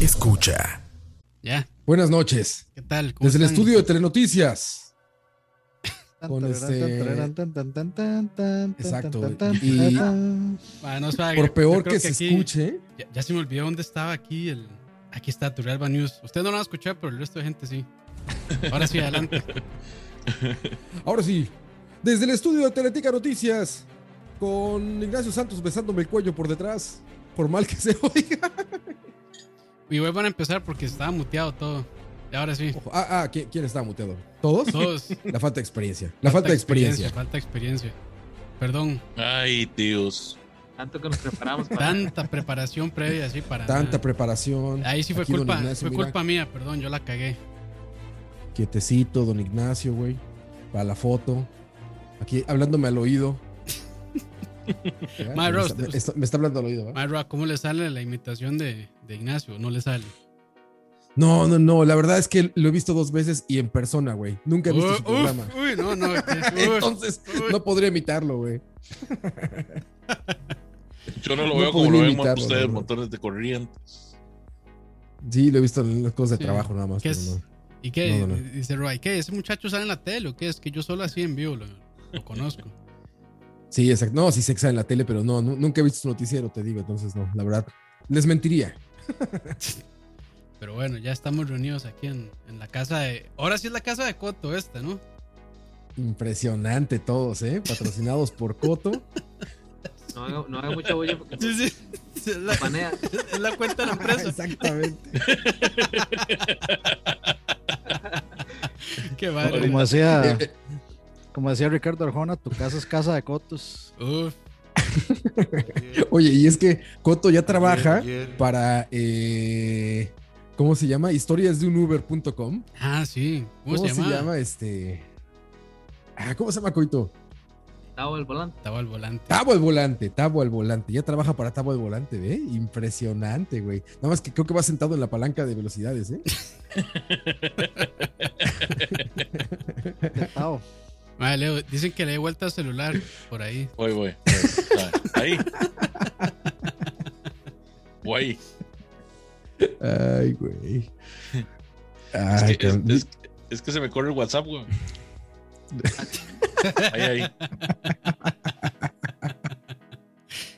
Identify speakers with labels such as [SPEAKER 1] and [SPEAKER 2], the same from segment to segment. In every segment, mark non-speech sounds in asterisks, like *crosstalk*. [SPEAKER 1] escucha.
[SPEAKER 2] Ya,
[SPEAKER 3] Buenas noches.
[SPEAKER 2] ¿qué tal? ¿Cómo
[SPEAKER 3] Desde el
[SPEAKER 2] están?
[SPEAKER 3] estudio de Telenoticias. con este- Exacto,
[SPEAKER 4] Exacto.
[SPEAKER 3] y-
[SPEAKER 2] Ah, no, espera,
[SPEAKER 3] Por
[SPEAKER 2] yo
[SPEAKER 3] peor
[SPEAKER 2] creo
[SPEAKER 3] que se
[SPEAKER 2] aquí-
[SPEAKER 3] escuche,
[SPEAKER 2] Ya, ya se me olvidó dónde estaba aquí el. Aquí está Turrialba News. Usted no lo va a escuchar, pero el resto de gente sí. Ahora sí, adelante.
[SPEAKER 3] ahora sí, desde el estudio de Teletica Noticias, con Ignacio Santos besándome el cuello por detrás, por mal que *laughs* se oiga.
[SPEAKER 2] Y vuelvan a empezar porque estaba muteado todo. Y ahora sí.
[SPEAKER 3] Ojo, Ah, ah, ¿quién, quién está muteado? ¿Todos?
[SPEAKER 2] Todos.
[SPEAKER 3] La *laughs* falta de experiencia. La falta de experiencia.
[SPEAKER 2] Falta experiencia. Perdón.
[SPEAKER 5] Ay, Dios.
[SPEAKER 6] Tanto que nos preparamos para.
[SPEAKER 2] Tanta preparación previa, sí, para.
[SPEAKER 3] Tanta
[SPEAKER 2] nada.
[SPEAKER 3] preparación.
[SPEAKER 2] Ahí sí fue
[SPEAKER 3] Aquí don
[SPEAKER 2] culpa.
[SPEAKER 3] Ignacio,
[SPEAKER 2] fue
[SPEAKER 3] mira.
[SPEAKER 2] culpa mía, perdón, yo la cagué.
[SPEAKER 3] Quietecito, don Ignacio, güey. Para la foto. Aquí hablándome al oído. Ya,
[SPEAKER 2] *laughs* My
[SPEAKER 3] me,
[SPEAKER 2] Rose,
[SPEAKER 3] está, me está- me está hablando al oído. ¿va?
[SPEAKER 2] Marra, ¿cómo le sale la imitación de, de Ignacio? No le sale.
[SPEAKER 3] No, no, no. La verdad es que lo he visto dos veces y en persona, güey. Nunca he visto
[SPEAKER 2] Uh,
[SPEAKER 3] su
[SPEAKER 2] uf,
[SPEAKER 3] programa.
[SPEAKER 2] uy,
[SPEAKER 3] *laughs*
[SPEAKER 2] no, no. Entonces,
[SPEAKER 3] Entonces, no podría imitarlo, güey.
[SPEAKER 5] Yo no lo
[SPEAKER 3] No
[SPEAKER 5] veo como lo
[SPEAKER 3] podría
[SPEAKER 5] ven
[SPEAKER 3] imitarlo,
[SPEAKER 5] ustedes,
[SPEAKER 3] no, no.
[SPEAKER 5] montones de corrientes.
[SPEAKER 3] Sí, lo he visto en las cosas de
[SPEAKER 2] Sí.
[SPEAKER 3] trabajo nada más.
[SPEAKER 2] ¿Qué
[SPEAKER 3] pero
[SPEAKER 2] es?
[SPEAKER 3] no.
[SPEAKER 2] ¿Y qué?
[SPEAKER 3] No, no, no.
[SPEAKER 2] Dice Roy, ¿qué? ¿Ese muchacho sale en la tele o qué? Es que yo solo así en vivo lo,
[SPEAKER 3] *laughs*
[SPEAKER 2] lo conozco.
[SPEAKER 3] Sí, exacto. No, sí se exhala en la tele, pero no, nu- nunca he visto su noticiero, te digo. Entonces, no, la verdad, les mentiría.
[SPEAKER 2] Pero bueno, ya estamos reunidos aquí en, en la casa de... Ahora sí es la casa de Coto esta, ¿no?
[SPEAKER 3] Impresionante todos, ¿eh? Patrocinados por Coto.
[SPEAKER 2] *laughs*
[SPEAKER 6] No haga, no haga mucha bulla porque
[SPEAKER 2] Sí, sí. *laughs* Es la,
[SPEAKER 6] nos banea.
[SPEAKER 2] es la cuenta de la empresa.
[SPEAKER 3] Exactamente.
[SPEAKER 2] Qué
[SPEAKER 4] Como
[SPEAKER 2] madre.
[SPEAKER 4] *laughs* hacía,
[SPEAKER 3] Eh,
[SPEAKER 4] como hacía Ricardo Arjona, tu casa es casa de cotos.
[SPEAKER 2] Uf,
[SPEAKER 3] Oye, y es que Coto ya trabaja para. eh, ¿Cómo se llama? Historias de un Uber.com.
[SPEAKER 2] ah, sí. ¿Cómo,
[SPEAKER 3] ¿Cómo,
[SPEAKER 2] se llama?
[SPEAKER 3] este? Ah, ¿Cómo se llama Coito?
[SPEAKER 6] Estaba al volante.
[SPEAKER 2] Estaba al volante.
[SPEAKER 3] Tabo al volante, Tabo al volante. Ya trabaja para Tabo al volante, ¿ve? Impresionante, güey. Nada más que creo que va sentado en la palanca de velocidades, ¿eh?
[SPEAKER 4] Tetao.
[SPEAKER 2] Madre, Leo, dicen que le dé vuelta al celular por ahí.
[SPEAKER 5] Voy, voy. voy. Ah, Ahí. Güey.
[SPEAKER 3] Ay, güey.
[SPEAKER 5] *laughs* Es,
[SPEAKER 3] Ay,
[SPEAKER 5] que, es,
[SPEAKER 3] cabrón.
[SPEAKER 5] es- es que se me corre el WhatsApp, güey. Ahí, ahí.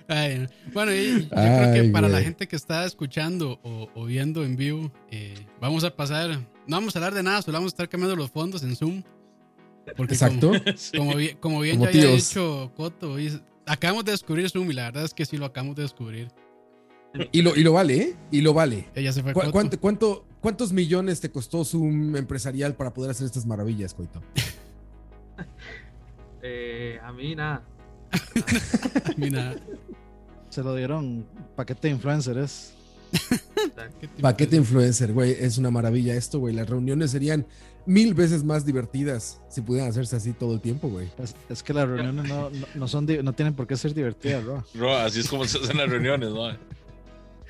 [SPEAKER 2] Ay, no. bueno, y yo creo
[SPEAKER 3] Ay,
[SPEAKER 2] que para la
[SPEAKER 3] güey.
[SPEAKER 2] gente que está escuchando o, o viendo en vivo, eh, vamos a pasar, no vamos a hablar de nada, solo vamos a estar cambiando los fondos en Zoom. Porque
[SPEAKER 3] Exacto.
[SPEAKER 5] Sí.
[SPEAKER 2] Como, como bien, como bien
[SPEAKER 3] Como
[SPEAKER 2] ya había
[SPEAKER 3] tíos.
[SPEAKER 2] dicho Coto, hoy- acabamos de descubrir Zoom y la verdad es que sí lo acabamos de descubrir.
[SPEAKER 3] Y lo, y lo vale, ¿eh? Y lo vale.
[SPEAKER 2] Ella se fue
[SPEAKER 3] ¿Cu-
[SPEAKER 2] Coto.
[SPEAKER 3] cuánto, cuánto- cuántos millones te costó Zoom empresarial para poder hacer estas maravillas, Coito?
[SPEAKER 6] Eh, a mí nada.
[SPEAKER 2] *laughs* Mira,
[SPEAKER 4] Se lo dieron paquete de influencers.
[SPEAKER 2] ¿qué te
[SPEAKER 5] pues,
[SPEAKER 3] Paquete influencer, güey. Es una maravilla esto, güey. Las reuniones serían mil veces más divertidas si pudieran hacerse así todo el tiempo, güey.
[SPEAKER 4] Es, es que las reuniones no, no, no son, di- no tienen por qué ser divertidas, bro.
[SPEAKER 5] Ro, así es como se hacen las reuniones, ¿no?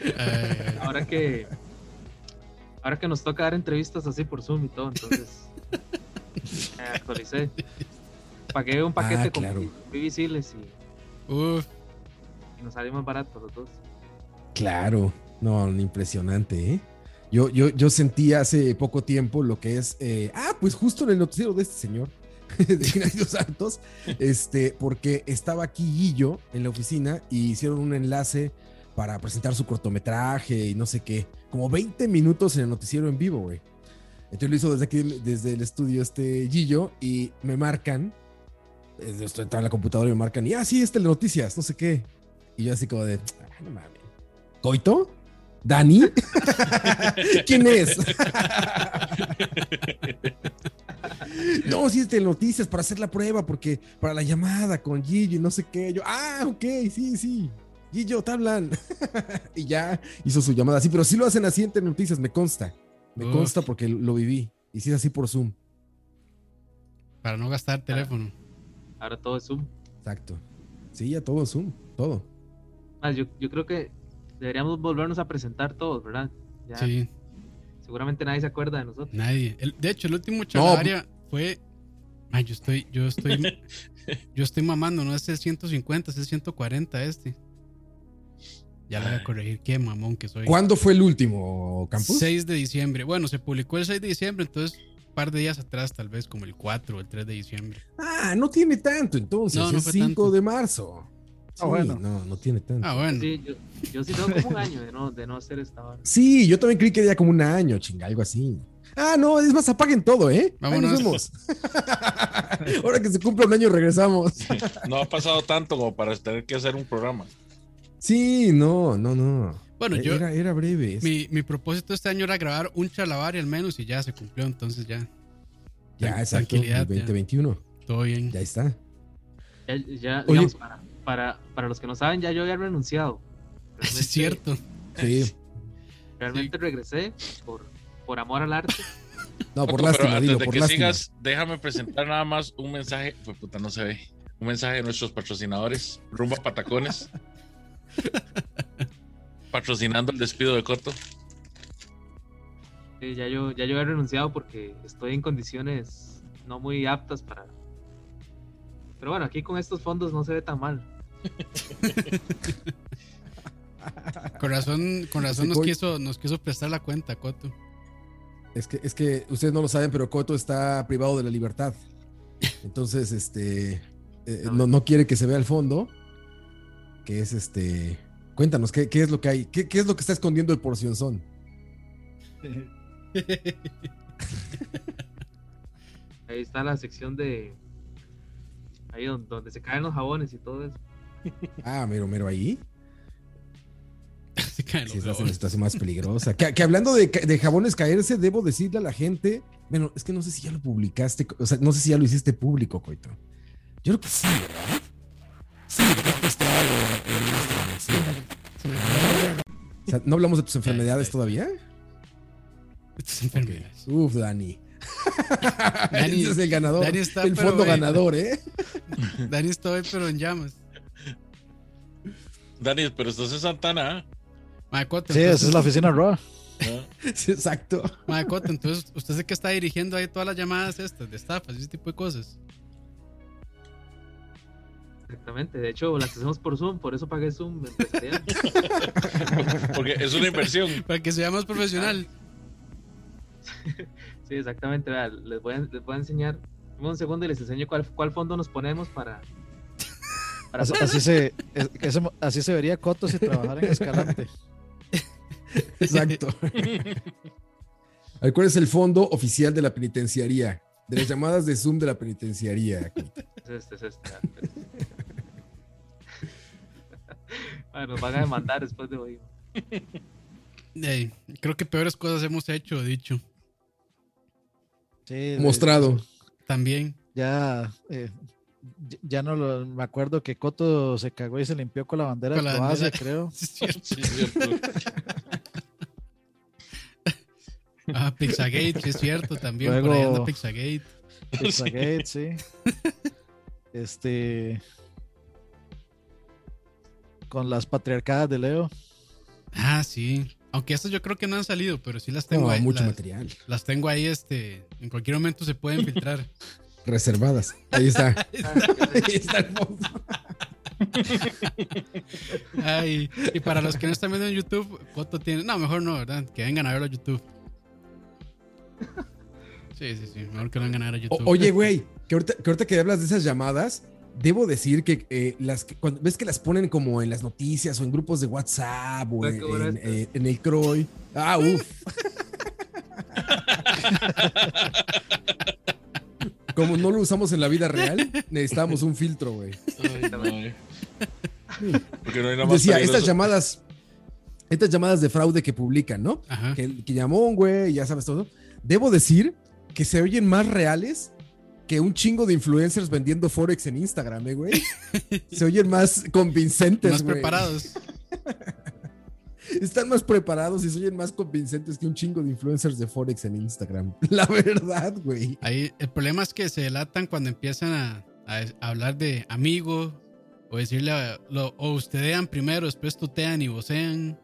[SPEAKER 2] Eh,
[SPEAKER 6] Ahora que. Ahora que nos toca dar entrevistas así por Zoom y todo, entonces. eh, actualicé. Pagué un paquete
[SPEAKER 3] Ah, claro.
[SPEAKER 6] con visibles y,
[SPEAKER 2] uf,
[SPEAKER 6] y nos salió más barato los dos.
[SPEAKER 3] Claro, no, impresionante, ¿eh? Yo, yo, yo sentí hace poco tiempo lo que es, eh, ah, pues justo en el noticiero de este señor, *laughs* de Ignacio Santos, este, porque estaba aquí Guillo en la oficina y hicieron un enlace para presentar su cortometraje y no sé qué, como 20 minutos en el noticiero en vivo, güey. Entonces lo hizo desde aquí, desde el estudio este Gillo y me marcan, eh, yo estoy- estaba en la computadora y me marcan, y ah, sí, este el de noticias, no sé qué. Y yo así como de, "Ah, no mames. ¿Coito? ¿Dani? *laughs* ¿Quién es? *laughs* no, sí, este noticias para hacer la prueba, porque para la llamada con Gillo y no sé qué. Yo, ah, ok, sí, sí. Gillo, te hablan. *laughs* y ya hizo su llamada así, pero sí lo hacen así en noticias, me consta. Me
[SPEAKER 2] Uf.
[SPEAKER 3] consta porque lo viví. Y sí es así por Zoom.
[SPEAKER 2] para no gastar teléfono.
[SPEAKER 6] Ahora todo es Zoom.
[SPEAKER 3] Exacto. Sí, ya todo Zoom, todo.
[SPEAKER 6] Más, yo, yo creo que deberíamos volvernos a presentar todos, ¿verdad? Ya,
[SPEAKER 2] Sí,
[SPEAKER 6] Seguramente nadie se acuerda de nosotros.
[SPEAKER 2] nadie. El- de hecho, el último charlaria fue. Ay, yo estoy, yo estoy, yo estoy mamando, no es el 150, es el 140 este. Ya le voy a corregir. Qué mamón que soy.
[SPEAKER 3] ¿Cuándo fue el último, Campus?
[SPEAKER 2] 6 de diciembre. Bueno, se publicó el 6 de diciembre, entonces un par de días atrás, tal vez como el 4 o el 3 de diciembre.
[SPEAKER 3] Ah, no tiene tanto entonces.
[SPEAKER 2] No, no
[SPEAKER 3] es
[SPEAKER 2] fue
[SPEAKER 3] 5
[SPEAKER 2] tanto.
[SPEAKER 3] de marzo. Sí,
[SPEAKER 4] bueno.
[SPEAKER 3] No, no tiene tanto.
[SPEAKER 2] Ah, bueno.
[SPEAKER 6] Sí, yo, yo sí tengo como un año de no, de no hacer esta hora.
[SPEAKER 3] Sí, yo también creí que era como un año, chinga, algo así. Ah, no, es más, apaguen todo, ¿eh? Ahí nos
[SPEAKER 2] Vámonos.
[SPEAKER 3] vemos. *laughs* Ahora que se cumpla un año regresamos.
[SPEAKER 5] No ha pasado tanto como para tener que hacer un programa.
[SPEAKER 3] Sí, no, no, no.
[SPEAKER 2] Bueno, yo,
[SPEAKER 3] Eh, era, era breve. es-
[SPEAKER 2] mi, mi propósito este año era grabar un chalabar y al menos y ya se cumplió, entonces ya,
[SPEAKER 3] ya,
[SPEAKER 2] tran-
[SPEAKER 3] exacto, el
[SPEAKER 2] tranquilidad, ya.
[SPEAKER 3] 2021.
[SPEAKER 2] todo bien.
[SPEAKER 3] Ya está.
[SPEAKER 6] Ya, ya,
[SPEAKER 3] Oye.
[SPEAKER 6] digamos, para, para, para los que no saben, ya yo había
[SPEAKER 2] *laughs*
[SPEAKER 6] renunciado. Realmente-
[SPEAKER 2] es cierto. *laughs*
[SPEAKER 3] Sí.
[SPEAKER 6] Realmente regresé por, por amor al arte.
[SPEAKER 3] No, por
[SPEAKER 5] Paco, pero
[SPEAKER 3] lástima,
[SPEAKER 5] antes
[SPEAKER 3] dilo,
[SPEAKER 5] de
[SPEAKER 3] por
[SPEAKER 5] que
[SPEAKER 3] lástima.
[SPEAKER 5] sigas, déjame presentar nada más un mensaje. Pues puta, no se ve. Un mensaje de nuestros patrocinadores, Rumba Patacones. patrocinando el despido de Coto.
[SPEAKER 6] Sí, ya, yo, ya yo había renunciado porque estoy en condiciones no muy aptas para... Pero bueno, aquí con estos fondos no se ve tan mal.
[SPEAKER 2] Con razón, con razón
[SPEAKER 3] Sí,
[SPEAKER 2] nos
[SPEAKER 3] voy.
[SPEAKER 2] quiso, nos quiso prestar la cuenta, Coto. *laughs*
[SPEAKER 3] Es que, es que ustedes no lo saben, pero Coto está privado de la libertad. Entonces, este eh, no, no quiere que se vea el fondo. Que es este. Cuéntanos, ¿qué, qué es lo que hay? ¿Qué, qué es lo que está escondiendo el porcionzón?
[SPEAKER 6] Ahí está la sección de... Ahí don- donde se caen los jabones y todo eso.
[SPEAKER 3] Ah, mero, mero ahí.
[SPEAKER 2] Se caen
[SPEAKER 3] Sí, esa
[SPEAKER 2] los
[SPEAKER 3] es la
[SPEAKER 2] *laughs* huevos.
[SPEAKER 3] situación más peligrosa. Que, que hablando de, ca- de jabones caerse, debo decirle a la gente. Bueno, es que no sé si ya lo publicaste, o sea, no sé si ya lo hiciste público, Coito. Yo creo que sí, ¿verdad? Sí, ¿verdad? Pues, claro, eh, sí, ¿verdad? O sea, ¿no hablamos de tus enfermedades todavía?
[SPEAKER 2] Estas enfermedades.
[SPEAKER 3] Uf, Dani.
[SPEAKER 2] *laughs*
[SPEAKER 3] *laughs*
[SPEAKER 2] Dani-
[SPEAKER 3] Ese es el ganador.
[SPEAKER 2] Dani está,
[SPEAKER 3] el
[SPEAKER 2] pero,
[SPEAKER 3] fondo
[SPEAKER 2] eh,
[SPEAKER 3] ganador, ¿eh? *laughs*
[SPEAKER 2] Dani está hoy, pero en llamas.
[SPEAKER 5] Dani, pero estás en Santana, ¿eh?
[SPEAKER 2] Ma, Coto,
[SPEAKER 4] Sí, esa
[SPEAKER 2] entonces-
[SPEAKER 4] es la oficina Raw.
[SPEAKER 5] ¿Ah?
[SPEAKER 3] Sí, exacto.
[SPEAKER 2] ma, Coto, entonces usted sé que está dirigiendo ahí todas las llamadas estas de estafas y ese tipo de cosas.
[SPEAKER 6] Exactamente. De hecho, las hacemos por Zoom, por eso pagué Zoom empresarial.
[SPEAKER 5] Porque es una inversión.
[SPEAKER 2] Para que sea más profesional.
[SPEAKER 6] Sí, exactamente. vea, Les voy a, les voy a enseñar. Dame un segundo y les enseño cuál, cuál fondo nos ponemos para. para
[SPEAKER 4] Así, así se, es- que ese- así se vería Coto si trabajara en Escalante.
[SPEAKER 3] *laughs* Exacto. Ay, ¿Cuál es el fondo oficial de la penitenciaría? De las llamadas de Zoom de la penitenciaría. *laughs*
[SPEAKER 6] es este, es este. vea, pues. *laughs* Bueno, nos van a demandar después de hoy.
[SPEAKER 2] Ey, creo que peores cosas hemos hecho, dicho.
[SPEAKER 4] Sí,
[SPEAKER 3] Mostrado.
[SPEAKER 2] También. *laughs*
[SPEAKER 4] Ya, eh, ya- ya no lo- me acuerdo que Coto se cagó y se limpió con la bandera
[SPEAKER 2] Con
[SPEAKER 4] de
[SPEAKER 2] la
[SPEAKER 4] Croacia,
[SPEAKER 2] bandera.
[SPEAKER 4] creo.
[SPEAKER 2] *laughs* Sí, es cierto.
[SPEAKER 5] Sí, es cierto.
[SPEAKER 2] Ah, Pizzagate, sí es cierto también. Por
[SPEAKER 4] Luego-
[SPEAKER 2] ahí anda Pizzagate.
[SPEAKER 4] *laughs* Pizzagate, sí. Este. Con las patriarcadas de Leo.
[SPEAKER 2] Ah, sí. Aunque estas yo creo que no han salido, pero sí las tengo
[SPEAKER 3] No,
[SPEAKER 2] ahí.
[SPEAKER 3] mucho
[SPEAKER 2] las,
[SPEAKER 3] material.
[SPEAKER 2] las tengo ahí, este. En cualquier momento se
[SPEAKER 3] *laughs*
[SPEAKER 2] pueden filtrar.
[SPEAKER 3] Reservadas. *laughs* Ahí está. Ahí está el fondo.
[SPEAKER 2] Ay, y para los que no están viendo en YouTube, Coto tiene. No, mejor no, ¿verdad? Que vengan a verlo a YouTube. Sí, sí, sí. Mejor que lo vengan a ver a
[SPEAKER 3] O-
[SPEAKER 2] YouTube.
[SPEAKER 3] oye,
[SPEAKER 2] *laughs*
[SPEAKER 5] *laughs*
[SPEAKER 3] güey, que ahorita, que ahorita que hablas de esas llamadas, debo decir que eh, las que- cuando ves que las ponen como en las noticias o en grupos de WhatsApp o
[SPEAKER 6] Ah,
[SPEAKER 3] en,
[SPEAKER 6] qué bueno
[SPEAKER 3] en-
[SPEAKER 6] esto.
[SPEAKER 3] eh, en el Croy. Ah, uff. Como no lo usamos en la vida real, necesitábamos un filtro, güey.
[SPEAKER 5] Ay, madre. eh. Porque no hay nada más
[SPEAKER 3] Decía,
[SPEAKER 5] peligroso.
[SPEAKER 3] estas llamadas, estas llamadas de fraude que publican, ¿no?
[SPEAKER 2] Ajá.
[SPEAKER 3] que, que llamó un güey, ya sabes todo. Debo decir que se oyen más reales que un chingo de influencers vendiendo Forex en Instagram, ¿eh,
[SPEAKER 2] *laughs*
[SPEAKER 3] güey. Se oyen más convincentes,
[SPEAKER 2] Más
[SPEAKER 3] güey.
[SPEAKER 2] preparados.
[SPEAKER 3] Están más preparados y se oyen más convincentes que un chingo de influencers de Forex en Instagram. *laughs* La verdad, güey.
[SPEAKER 2] Ahí, el problema es que se delatan cuando empiezan a, a- a hablar de amigo o decirle a- lo, o ustedean primero, después tutean y vocean.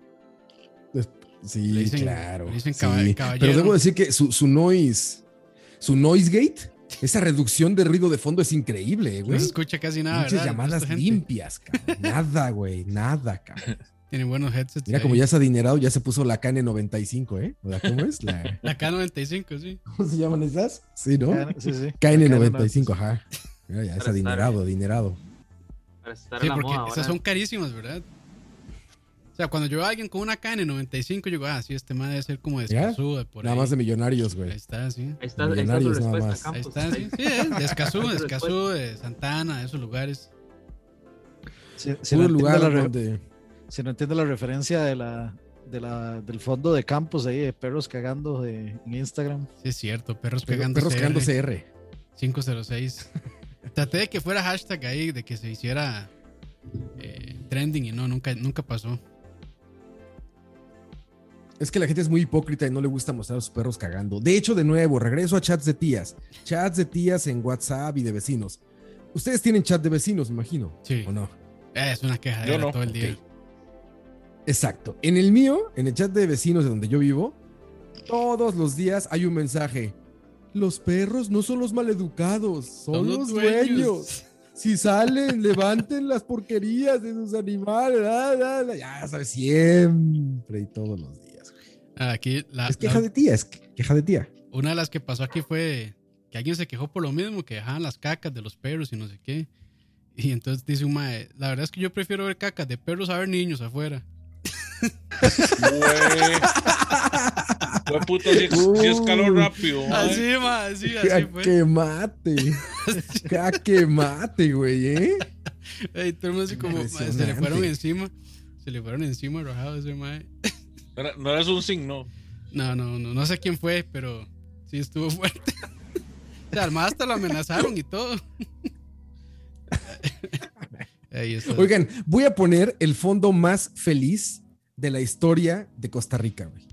[SPEAKER 3] Sí,
[SPEAKER 2] Le dicen-
[SPEAKER 3] claro.
[SPEAKER 2] le dicen
[SPEAKER 3] sí.
[SPEAKER 2] caba- caballero.
[SPEAKER 3] Pero debo decir que su, su noise, su noise gate, esa reducción de ruido de fondo es increíble, eh,
[SPEAKER 2] No
[SPEAKER 3] güey.
[SPEAKER 2] se escucha casi nada.
[SPEAKER 3] Pinches
[SPEAKER 2] Ah, ¿verdad?
[SPEAKER 3] llamadas
[SPEAKER 2] Esta gente.
[SPEAKER 3] limpias, cabrón. Nada, güey. Nada, cabrón.
[SPEAKER 2] Tiene buenos headsets.
[SPEAKER 3] Mira,
[SPEAKER 2] ahí.
[SPEAKER 3] como ya es adinerado, ya se puso la KN95, ¿eh? ¿O la- ¿Cómo es?
[SPEAKER 2] *laughs*
[SPEAKER 3] La-
[SPEAKER 2] La K95, sí.
[SPEAKER 3] ¿Cómo se llaman esas? Sí, ¿no?
[SPEAKER 4] Ah, Sí, sí.
[SPEAKER 3] KN95, ajá. Mira, ya es
[SPEAKER 6] Para estar,
[SPEAKER 3] adinerado, adinerado.
[SPEAKER 6] Para estar
[SPEAKER 2] Sí,
[SPEAKER 6] en la
[SPEAKER 2] porque
[SPEAKER 6] moda ahora.
[SPEAKER 2] esas son carísimas, ¿verdad? O sea, cuando yo veo a alguien con una KN95, yo digo, ah, sí, este man debe ser como de
[SPEAKER 3] Mira,
[SPEAKER 2] escazú, de por
[SPEAKER 3] Nada
[SPEAKER 2] ahí.
[SPEAKER 3] más de millonarios,
[SPEAKER 2] Ahí
[SPEAKER 3] güey.
[SPEAKER 2] está, sí.
[SPEAKER 6] Ahí está, ahí está tu
[SPEAKER 3] millonarios nada
[SPEAKER 6] respuesta,
[SPEAKER 3] más.
[SPEAKER 2] Ahí
[SPEAKER 6] Campos.
[SPEAKER 2] está,
[SPEAKER 6] *laughs*
[SPEAKER 2] sí. Sí, es de escazú, de
[SPEAKER 6] Ahí-
[SPEAKER 2] escazú, de Santana, de esos lugares.
[SPEAKER 4] Si, si no
[SPEAKER 3] Puro
[SPEAKER 4] entiendo
[SPEAKER 3] lugar
[SPEAKER 4] la re-
[SPEAKER 3] donde...
[SPEAKER 4] si no entiendo la referencia de la, de la, del fondo de campos ahí de perros cagando de, en Instagram.
[SPEAKER 2] Sí, es cierto,
[SPEAKER 3] Perros
[SPEAKER 2] perros pegándose.
[SPEAKER 3] perros cagando CR.
[SPEAKER 2] 506. Traté de que fuera hashtag ahí, de que se hiciera eh, trending y no, nunca, nunca pasó.
[SPEAKER 3] Es que la gente es muy hipócrita y no le gusta mostrar a sus perros cagando. De hecho, de nuevo, regreso a chats de tías. Chats de tías en WhatsApp y de vecinos. Ustedes tienen chat de vecinos, me imagino.
[SPEAKER 2] Sí.
[SPEAKER 3] ¿O no?
[SPEAKER 2] Eh, Es una queja
[SPEAKER 5] Yo no.
[SPEAKER 2] todo el día.
[SPEAKER 3] Ok. Exacto. En el mío, en el chat de vecinos de donde yo vivo, todos los días hay un mensaje. Los perros no son los maleducados, son, los, dueños. Si salen, *laughs* levanten las porquerías de sus animales. ah, ah, ah. Ya sabes, siempre y todos los días.
[SPEAKER 2] Ah, Aquí, la-
[SPEAKER 3] Es
[SPEAKER 2] la-
[SPEAKER 3] queja de tía, es queja de tía.
[SPEAKER 2] una de las que pasó aquí fue que alguien se quejó por lo mismo, que dejaban las cacas de los perros y no sé qué. Y entonces dice un mae, la verdad es que yo prefiero ver cacas de perros a ver niños afuera.
[SPEAKER 5] Güey. Güey, puto, si, si
[SPEAKER 3] Uh.
[SPEAKER 5] escaló rápido. ¿eh? güey.
[SPEAKER 2] Así, mae, Ah, sí, así
[SPEAKER 3] ¡Jaque
[SPEAKER 2] fue. *laughs*
[SPEAKER 3] mate! ¡Jaque mate, güey, eh!
[SPEAKER 2] Y todo el mundo así como, mae, se le fueron
[SPEAKER 3] Impresionante.
[SPEAKER 2] encima. Se le fueron encima arrojado ese mae.
[SPEAKER 5] No era- No eres un signo.
[SPEAKER 2] No, no, no, no sé quién fue, pero sí estuvo *laughs* fuerte. O sea, además hasta lo amenazaron
[SPEAKER 3] *laughs*
[SPEAKER 2] y todo. Ahí está.
[SPEAKER 3] Oigan, voy a poner el fondo más feliz de la historia de Costa Rica, güey.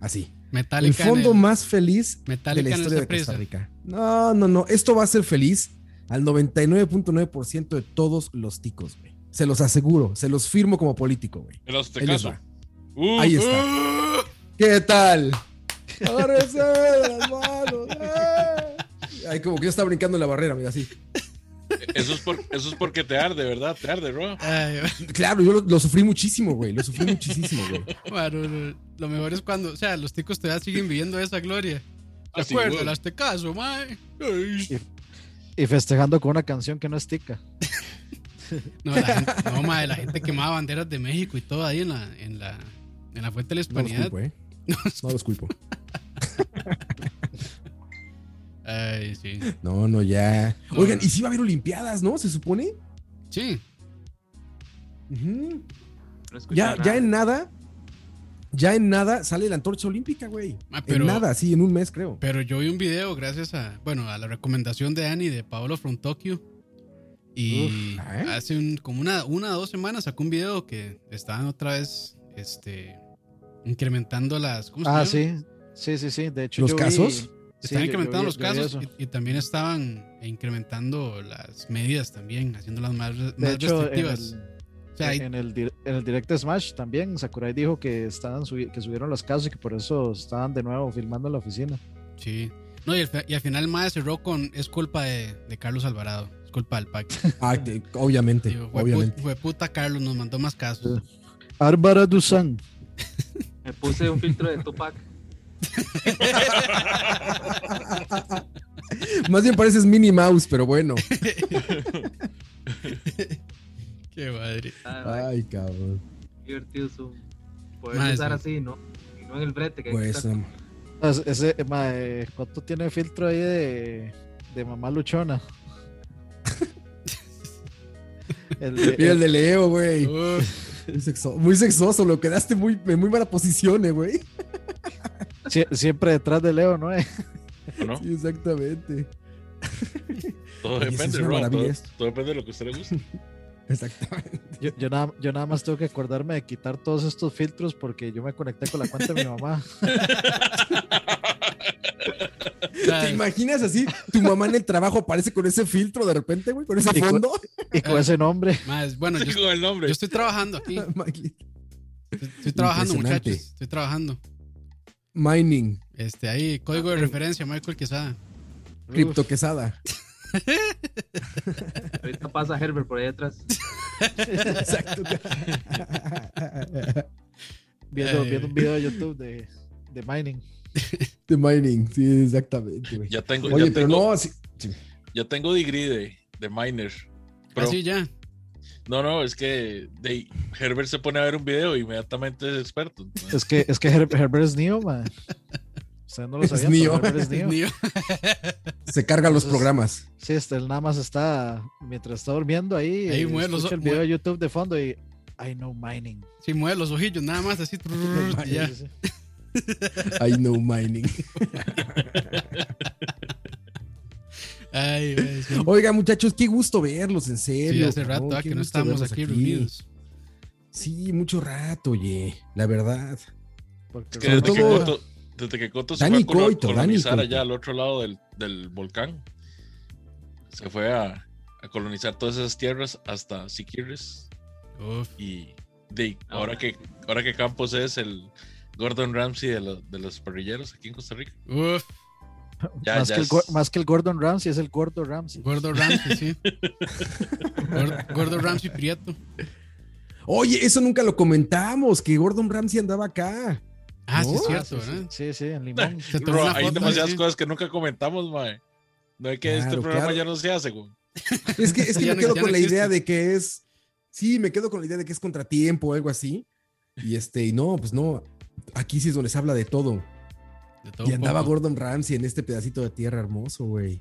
[SPEAKER 3] Así. El
[SPEAKER 2] Metallica. en
[SPEAKER 3] fondo
[SPEAKER 2] el-
[SPEAKER 3] más feliz de la
[SPEAKER 2] Metallica en
[SPEAKER 3] historia
[SPEAKER 2] esta
[SPEAKER 3] de Costa
[SPEAKER 2] prisa.
[SPEAKER 3] Rica. No, no, no. Esto va a ser feliz al 99.9% de todos los ticos, güey. Se los aseguro, se los firmo como político, güey.
[SPEAKER 5] El
[SPEAKER 3] Ahí les
[SPEAKER 5] aztecaso.
[SPEAKER 3] va.
[SPEAKER 5] Uh,
[SPEAKER 3] Ahí está.
[SPEAKER 5] uh.
[SPEAKER 3] ¿Qué tal? ¡Agárrense de las manos! ¡eh! Ay, como que ya está brincando en la barrera, mira, así.
[SPEAKER 5] Eso es, por- eso es porque te arde, ¿verdad? Te arde, bro.
[SPEAKER 2] Ay,
[SPEAKER 3] Claro, yo lo, lo sufrí muchísimo, güey. Lo sufrí muchísimo, güey.
[SPEAKER 2] bueno, lo- lo mejor es cuando, o sea, los ticos todavía siguen viviendo esa gloria. De
[SPEAKER 5] Así,
[SPEAKER 2] acuerdo,
[SPEAKER 5] güey.
[SPEAKER 2] el aztecaso, mae. Ay.
[SPEAKER 4] Y festejando con una canción que no es tica.
[SPEAKER 2] No, la gente, no, mae, la gente quemaba banderas de México y todo ahí en la, en la, en la fuente de la
[SPEAKER 3] No los
[SPEAKER 2] hispanidad.
[SPEAKER 3] culpo, ¿eh? No los culpo.
[SPEAKER 2] Ay, sí.
[SPEAKER 3] No, no, ya.
[SPEAKER 2] No,
[SPEAKER 3] Oigan,
[SPEAKER 2] no.
[SPEAKER 3] y si va a haber Olimpiadas, ¿no? Se supone.
[SPEAKER 2] Sí,
[SPEAKER 3] Ujú.
[SPEAKER 6] No escuché
[SPEAKER 3] Ya,
[SPEAKER 6] nada.
[SPEAKER 3] ya en nada. Ya en nada sale la antorcha olímpica, güey.
[SPEAKER 2] Ah, pero-
[SPEAKER 3] En nada, sí, en un mes, creo.
[SPEAKER 2] Pero yo vi un video gracias a, bueno, a la recomendación de Dani de Paolo from Tokyo. Y
[SPEAKER 3] Uf, ¿eh?
[SPEAKER 2] hace un- como una, una o dos semanas sacó un video que estaban otra vez este, incrementando las... ¿cómo se
[SPEAKER 4] Ah,
[SPEAKER 2] llama?
[SPEAKER 4] sí. Sí, sí, sí. De hecho,
[SPEAKER 3] ¿Los
[SPEAKER 4] yo
[SPEAKER 3] casos?
[SPEAKER 2] Estaban
[SPEAKER 4] yo- yo
[SPEAKER 2] incrementando
[SPEAKER 4] vi-
[SPEAKER 2] los
[SPEAKER 4] yo vi
[SPEAKER 2] casos
[SPEAKER 4] eso.
[SPEAKER 2] y, y también estaban incrementando las medidas también, haciéndolas más,
[SPEAKER 4] De
[SPEAKER 2] re- más
[SPEAKER 4] hecho, en
[SPEAKER 2] restrictivas.
[SPEAKER 4] el,
[SPEAKER 2] O sea, ahí-
[SPEAKER 4] E en, el, dir- en el direct de Smash también Sakurai dijo que, estaban subi- que subieron los casos y que por eso estaban de nuevo filmando en la oficina.
[SPEAKER 2] sí. No, y, al fi- y al final Mae cerró con es culpa de, de Carlos Alvarado, es culpa del PAC.
[SPEAKER 3] Ah, te- obviamente,
[SPEAKER 2] Digo, "Jue-
[SPEAKER 3] obviamente.
[SPEAKER 2] jue- puta Carlos nos mandó más casos.
[SPEAKER 4] Árbara Dusan.
[SPEAKER 6] Me puse un filtro de Tupac.
[SPEAKER 2] pues-
[SPEAKER 3] Más bien pareces Minnie Mouse, pero
[SPEAKER 2] *laughs*
[SPEAKER 3] bueno.
[SPEAKER 2] Qué madre.
[SPEAKER 3] *laughs*
[SPEAKER 6] Ah,
[SPEAKER 3] Ay, cabrón.
[SPEAKER 6] divertido su. Poder
[SPEAKER 2] Madre,
[SPEAKER 6] usar
[SPEAKER 2] sí.
[SPEAKER 6] así, ¿no? Y no en el brete. Que hay que
[SPEAKER 3] Pues,
[SPEAKER 6] estar-
[SPEAKER 3] no.
[SPEAKER 4] Ah, Es- Ese, mae, ¿Cuánto tiene filtro ahí de, de mamá *laughs* luchona? El de-
[SPEAKER 3] Mira el de Leo, güey.
[SPEAKER 4] *laughs*
[SPEAKER 2] Uf.
[SPEAKER 3] Muy, sexo- muy sexoso, lo quedaste muy, en muy mala posición, eh, güey.
[SPEAKER 4] el- sie- siempre detrás de Leo, ¿no? Eh,
[SPEAKER 5] ¿O no?
[SPEAKER 3] Sí, exactamente.
[SPEAKER 5] Todo
[SPEAKER 3] Oye, eso es
[SPEAKER 5] depende,
[SPEAKER 3] una
[SPEAKER 5] bro. Todo,
[SPEAKER 3] maravilla esto.
[SPEAKER 5] todo depende de lo que a usted le guste.
[SPEAKER 3] Exactamente.
[SPEAKER 4] Yo, yo nada, yo nada más tengo que acordarme de quitar todos estos filtros porque yo me conecté con la cuenta de mi mamá. *laughs*
[SPEAKER 3] ¿Te
[SPEAKER 2] Ay,
[SPEAKER 3] imaginas así? Tu mamá en el trabajo aparece con ese filtro de repente, güey, con ese
[SPEAKER 4] Y con-
[SPEAKER 3] fondo.
[SPEAKER 4] Y
[SPEAKER 2] Ah.
[SPEAKER 4] con ese nombre.
[SPEAKER 2] más, bueno,
[SPEAKER 4] *laughs*
[SPEAKER 2] yo,
[SPEAKER 5] *laughs* Digo el nombre.
[SPEAKER 2] yo estoy trabajando aquí.
[SPEAKER 3] Maglita.
[SPEAKER 2] Estoy, estoy trabajando,
[SPEAKER 3] Impresionante.
[SPEAKER 2] muchachos. Estoy trabajando.
[SPEAKER 3] *laughs* Mining,
[SPEAKER 2] Este, ahí, código
[SPEAKER 4] Ah,
[SPEAKER 2] de referencia, Michael Quesada. *laughs*
[SPEAKER 3] criptoquesada.
[SPEAKER 2] *laughs*
[SPEAKER 6] Ahorita pasa Herbert por ahí atrás.
[SPEAKER 3] Exacto.
[SPEAKER 4] Viendo,
[SPEAKER 2] Ay,
[SPEAKER 4] viendo un video de YouTube de, de mining.
[SPEAKER 3] The mining, sí, exactamente, güey.
[SPEAKER 5] Ya tengo,
[SPEAKER 3] Oye,
[SPEAKER 5] ya
[SPEAKER 3] pero
[SPEAKER 5] tengo,
[SPEAKER 3] no, sí, sí.
[SPEAKER 5] ya tengo degree de, de miner. Pero,
[SPEAKER 2] Así ya.
[SPEAKER 5] No, no, es que de, Herbert se pone a ver un video y inmediatamente es experto. entonces,
[SPEAKER 4] Es que, es que Her- Herbert es Neo, man. Ustedes no lo
[SPEAKER 3] Es
[SPEAKER 4] sabían,
[SPEAKER 3] Neo.
[SPEAKER 4] pero Herbert es Neo.
[SPEAKER 2] Ni-
[SPEAKER 3] se cargan los
[SPEAKER 4] Entonces-
[SPEAKER 3] programas.
[SPEAKER 4] Sí, este, él nada más está, mientras está durmiendo ahí,
[SPEAKER 2] Ahí
[SPEAKER 4] eh,
[SPEAKER 2] mueve los
[SPEAKER 4] escucha
[SPEAKER 2] o-
[SPEAKER 4] el video de YouTube de fondo y I know mining.
[SPEAKER 2] Sí, mueve los ojillos, nada
[SPEAKER 4] *laughs*
[SPEAKER 2] más así. trrr, y *laughs* Ah, ya.
[SPEAKER 4] Sí, sí, sí.
[SPEAKER 3] I know
[SPEAKER 5] *laughs*
[SPEAKER 3] mining.
[SPEAKER 2] Ay, güey, sí.
[SPEAKER 3] Oiga, muchachos, qué gusto verlos, en
[SPEAKER 2] Sí,
[SPEAKER 3] serio.
[SPEAKER 2] hace
[SPEAKER 3] cabrón,
[SPEAKER 2] rato ah,
[SPEAKER 3] oh, qué
[SPEAKER 2] que no
[SPEAKER 3] gusto
[SPEAKER 2] estábamos
[SPEAKER 3] verlos
[SPEAKER 2] aquí, reunidos.
[SPEAKER 3] Sí, mucho rato, oye. La verdad.
[SPEAKER 4] Porque
[SPEAKER 5] es que desde,
[SPEAKER 3] sobre
[SPEAKER 5] que
[SPEAKER 3] todo-
[SPEAKER 5] Coto, desde que Coto se
[SPEAKER 3] Dani
[SPEAKER 5] fue a colo-
[SPEAKER 3] Coito, Dani
[SPEAKER 5] colonizar
[SPEAKER 3] Coito.
[SPEAKER 5] allá al otro lado del, del volcán, se fue a, a colonizar todas esas tierras hasta Siquirres.
[SPEAKER 2] Uf,
[SPEAKER 5] Y de,
[SPEAKER 6] Ah.
[SPEAKER 5] ahora, que, ahora que Campos es el Gordon Ramsay de, lo- de los parrilleros aquí en Costa Rica.
[SPEAKER 2] uf,
[SPEAKER 5] Ya,
[SPEAKER 4] más,
[SPEAKER 5] ya
[SPEAKER 4] que el,
[SPEAKER 5] es-
[SPEAKER 4] Gor- más que el Gordon Ramsay es el Gordo Ramsay.
[SPEAKER 2] Gordo Ramsey, sí. Gordo, Gordo Ramsey Prieto.
[SPEAKER 3] Oye, eso nunca lo comentamos, que Gordon Ramsay andaba acá.
[SPEAKER 2] Ah, sí,
[SPEAKER 3] ¿No?
[SPEAKER 2] es
[SPEAKER 4] Ah,
[SPEAKER 2] cierto,
[SPEAKER 4] sí, sí,
[SPEAKER 2] ¿verdad?
[SPEAKER 4] Sí, sí,
[SPEAKER 5] *laughs*
[SPEAKER 4] en Limón.
[SPEAKER 2] Se tomó
[SPEAKER 5] Bro,
[SPEAKER 2] una
[SPEAKER 5] hay
[SPEAKER 2] foto,
[SPEAKER 5] demasiadas
[SPEAKER 2] sí.
[SPEAKER 5] cosas que nunca comentamos, mae. No es que este
[SPEAKER 3] Claro,
[SPEAKER 5] programa
[SPEAKER 3] claro.
[SPEAKER 5] ya no se hace, güey.
[SPEAKER 3] Es que, es que
[SPEAKER 2] *laughs* Ya
[SPEAKER 3] me
[SPEAKER 2] no-
[SPEAKER 3] quedo
[SPEAKER 2] ya no
[SPEAKER 3] con la
[SPEAKER 2] existe.
[SPEAKER 3] idea de que es. Sí, me quedo con la idea de que es contratiempo o algo así. Y este, y no, pues no. Aquí sí es donde se habla de todo.
[SPEAKER 2] De todo
[SPEAKER 3] Y
[SPEAKER 2] un
[SPEAKER 3] andaba
[SPEAKER 2] poco.
[SPEAKER 3] Gordon Ramsay en este pedacito de tierra hermoso, güey.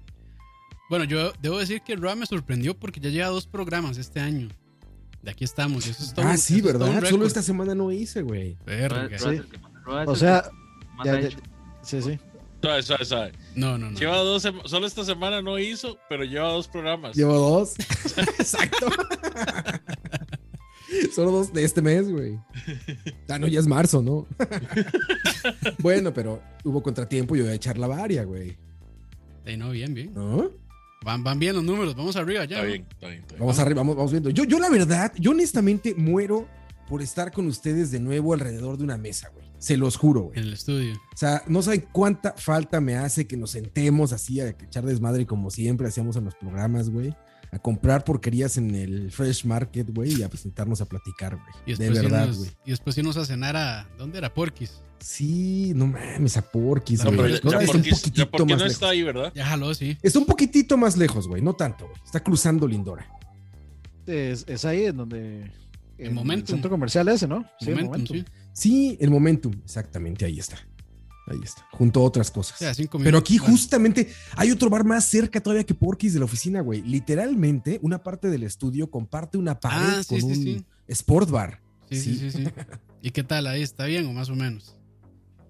[SPEAKER 2] Bueno, yo debo decir que Ra me sorprendió porque ya lleva dos programas este año. De aquí estamos. y Eso es todo
[SPEAKER 3] Ah,
[SPEAKER 2] un-
[SPEAKER 3] sí,
[SPEAKER 2] eso es todo un
[SPEAKER 3] ¿verdad? Solo
[SPEAKER 2] récord.
[SPEAKER 3] esta semana no hice, güey.
[SPEAKER 2] Verga.
[SPEAKER 6] Roa- Roa
[SPEAKER 4] Sí.
[SPEAKER 6] es el que más- Roa es
[SPEAKER 4] O
[SPEAKER 6] el
[SPEAKER 4] sea,
[SPEAKER 6] que más
[SPEAKER 4] ya-
[SPEAKER 6] ha
[SPEAKER 4] ya-
[SPEAKER 6] hecho.
[SPEAKER 4] sí, sí.
[SPEAKER 5] Suave, suave, suave.
[SPEAKER 2] No,
[SPEAKER 3] Mm.
[SPEAKER 2] no, no.
[SPEAKER 5] Lleva dos sema- solo esta semana no hizo, pero lleva dos programas.
[SPEAKER 3] Llevo *laughs* dos. Exacto. Solo dos de este mes, güey. Ah, no, ya es marzo, *laughs* ¿no? bueno, pero hubo contratiempo y yo voy a echar la varia, güey.
[SPEAKER 2] Ey, no, bien, bien.
[SPEAKER 3] ¿No?
[SPEAKER 2] Van, van bien los números. Vamos arriba ya.
[SPEAKER 5] Está
[SPEAKER 2] ¿no?
[SPEAKER 5] bien, está bien, está bien.
[SPEAKER 3] Vamos arriba, vamos, vamos viendo. Yo, yo la verdad, yo honestamente muero por estar con ustedes de nuevo alrededor de una mesa, güey. Se los juro, güey.
[SPEAKER 2] En el estudio.
[SPEAKER 3] O sea, no saben cuánta falta me hace que nos sentemos así a echar desmadre como siempre hacíamos en los programas, güey. A comprar porquerías en el Fresh Market, güey, y a presentarnos a platicar,
[SPEAKER 2] Y
[SPEAKER 3] güey. De
[SPEAKER 2] después,
[SPEAKER 3] verdad,
[SPEAKER 2] irnos,
[SPEAKER 3] güey.
[SPEAKER 2] y después irnos a cenar a. ¿Dónde era? Porquis.
[SPEAKER 3] Sí, no mames, a Porquis,
[SPEAKER 2] No,
[SPEAKER 3] güey.
[SPEAKER 5] No,
[SPEAKER 3] No,
[SPEAKER 2] Oye,
[SPEAKER 5] pero ya, ya
[SPEAKER 3] es un
[SPEAKER 5] porque, ya
[SPEAKER 3] poquitito
[SPEAKER 5] porque
[SPEAKER 3] más
[SPEAKER 5] no
[SPEAKER 3] lejos.
[SPEAKER 5] está
[SPEAKER 3] *laughs*
[SPEAKER 5] ahí, ¿verdad?
[SPEAKER 2] Ya jaló, sí.
[SPEAKER 3] Está un poquitito más lejos, güey. No tanto, güey. Está cruzando Lindora.
[SPEAKER 4] Es, es ahí en donde. en
[SPEAKER 2] Momentum.
[SPEAKER 4] El centro comercial ese, ¿no? Sí, el
[SPEAKER 2] Momentum,
[SPEAKER 4] Momentum.
[SPEAKER 2] sí.
[SPEAKER 3] Sí, el Momentum. Exactamente, ahí está. Ahí está. Junto a otras cosas.
[SPEAKER 2] O sea, cinco
[SPEAKER 3] Pero
[SPEAKER 2] minutos.
[SPEAKER 3] aquí
[SPEAKER 2] Bueno,
[SPEAKER 3] justamente hay otro bar más cerca todavía que Porky's de la oficina, güey. Literalmente, una parte del estudio comparte una pared
[SPEAKER 2] Ah,
[SPEAKER 3] con
[SPEAKER 2] sí, sí,
[SPEAKER 3] un
[SPEAKER 2] sí.
[SPEAKER 3] sport bar.
[SPEAKER 2] Sí, sí,
[SPEAKER 3] *laughs*
[SPEAKER 2] sí, sí. ¿Y qué tal ahí? ¿Está bien o más o menos?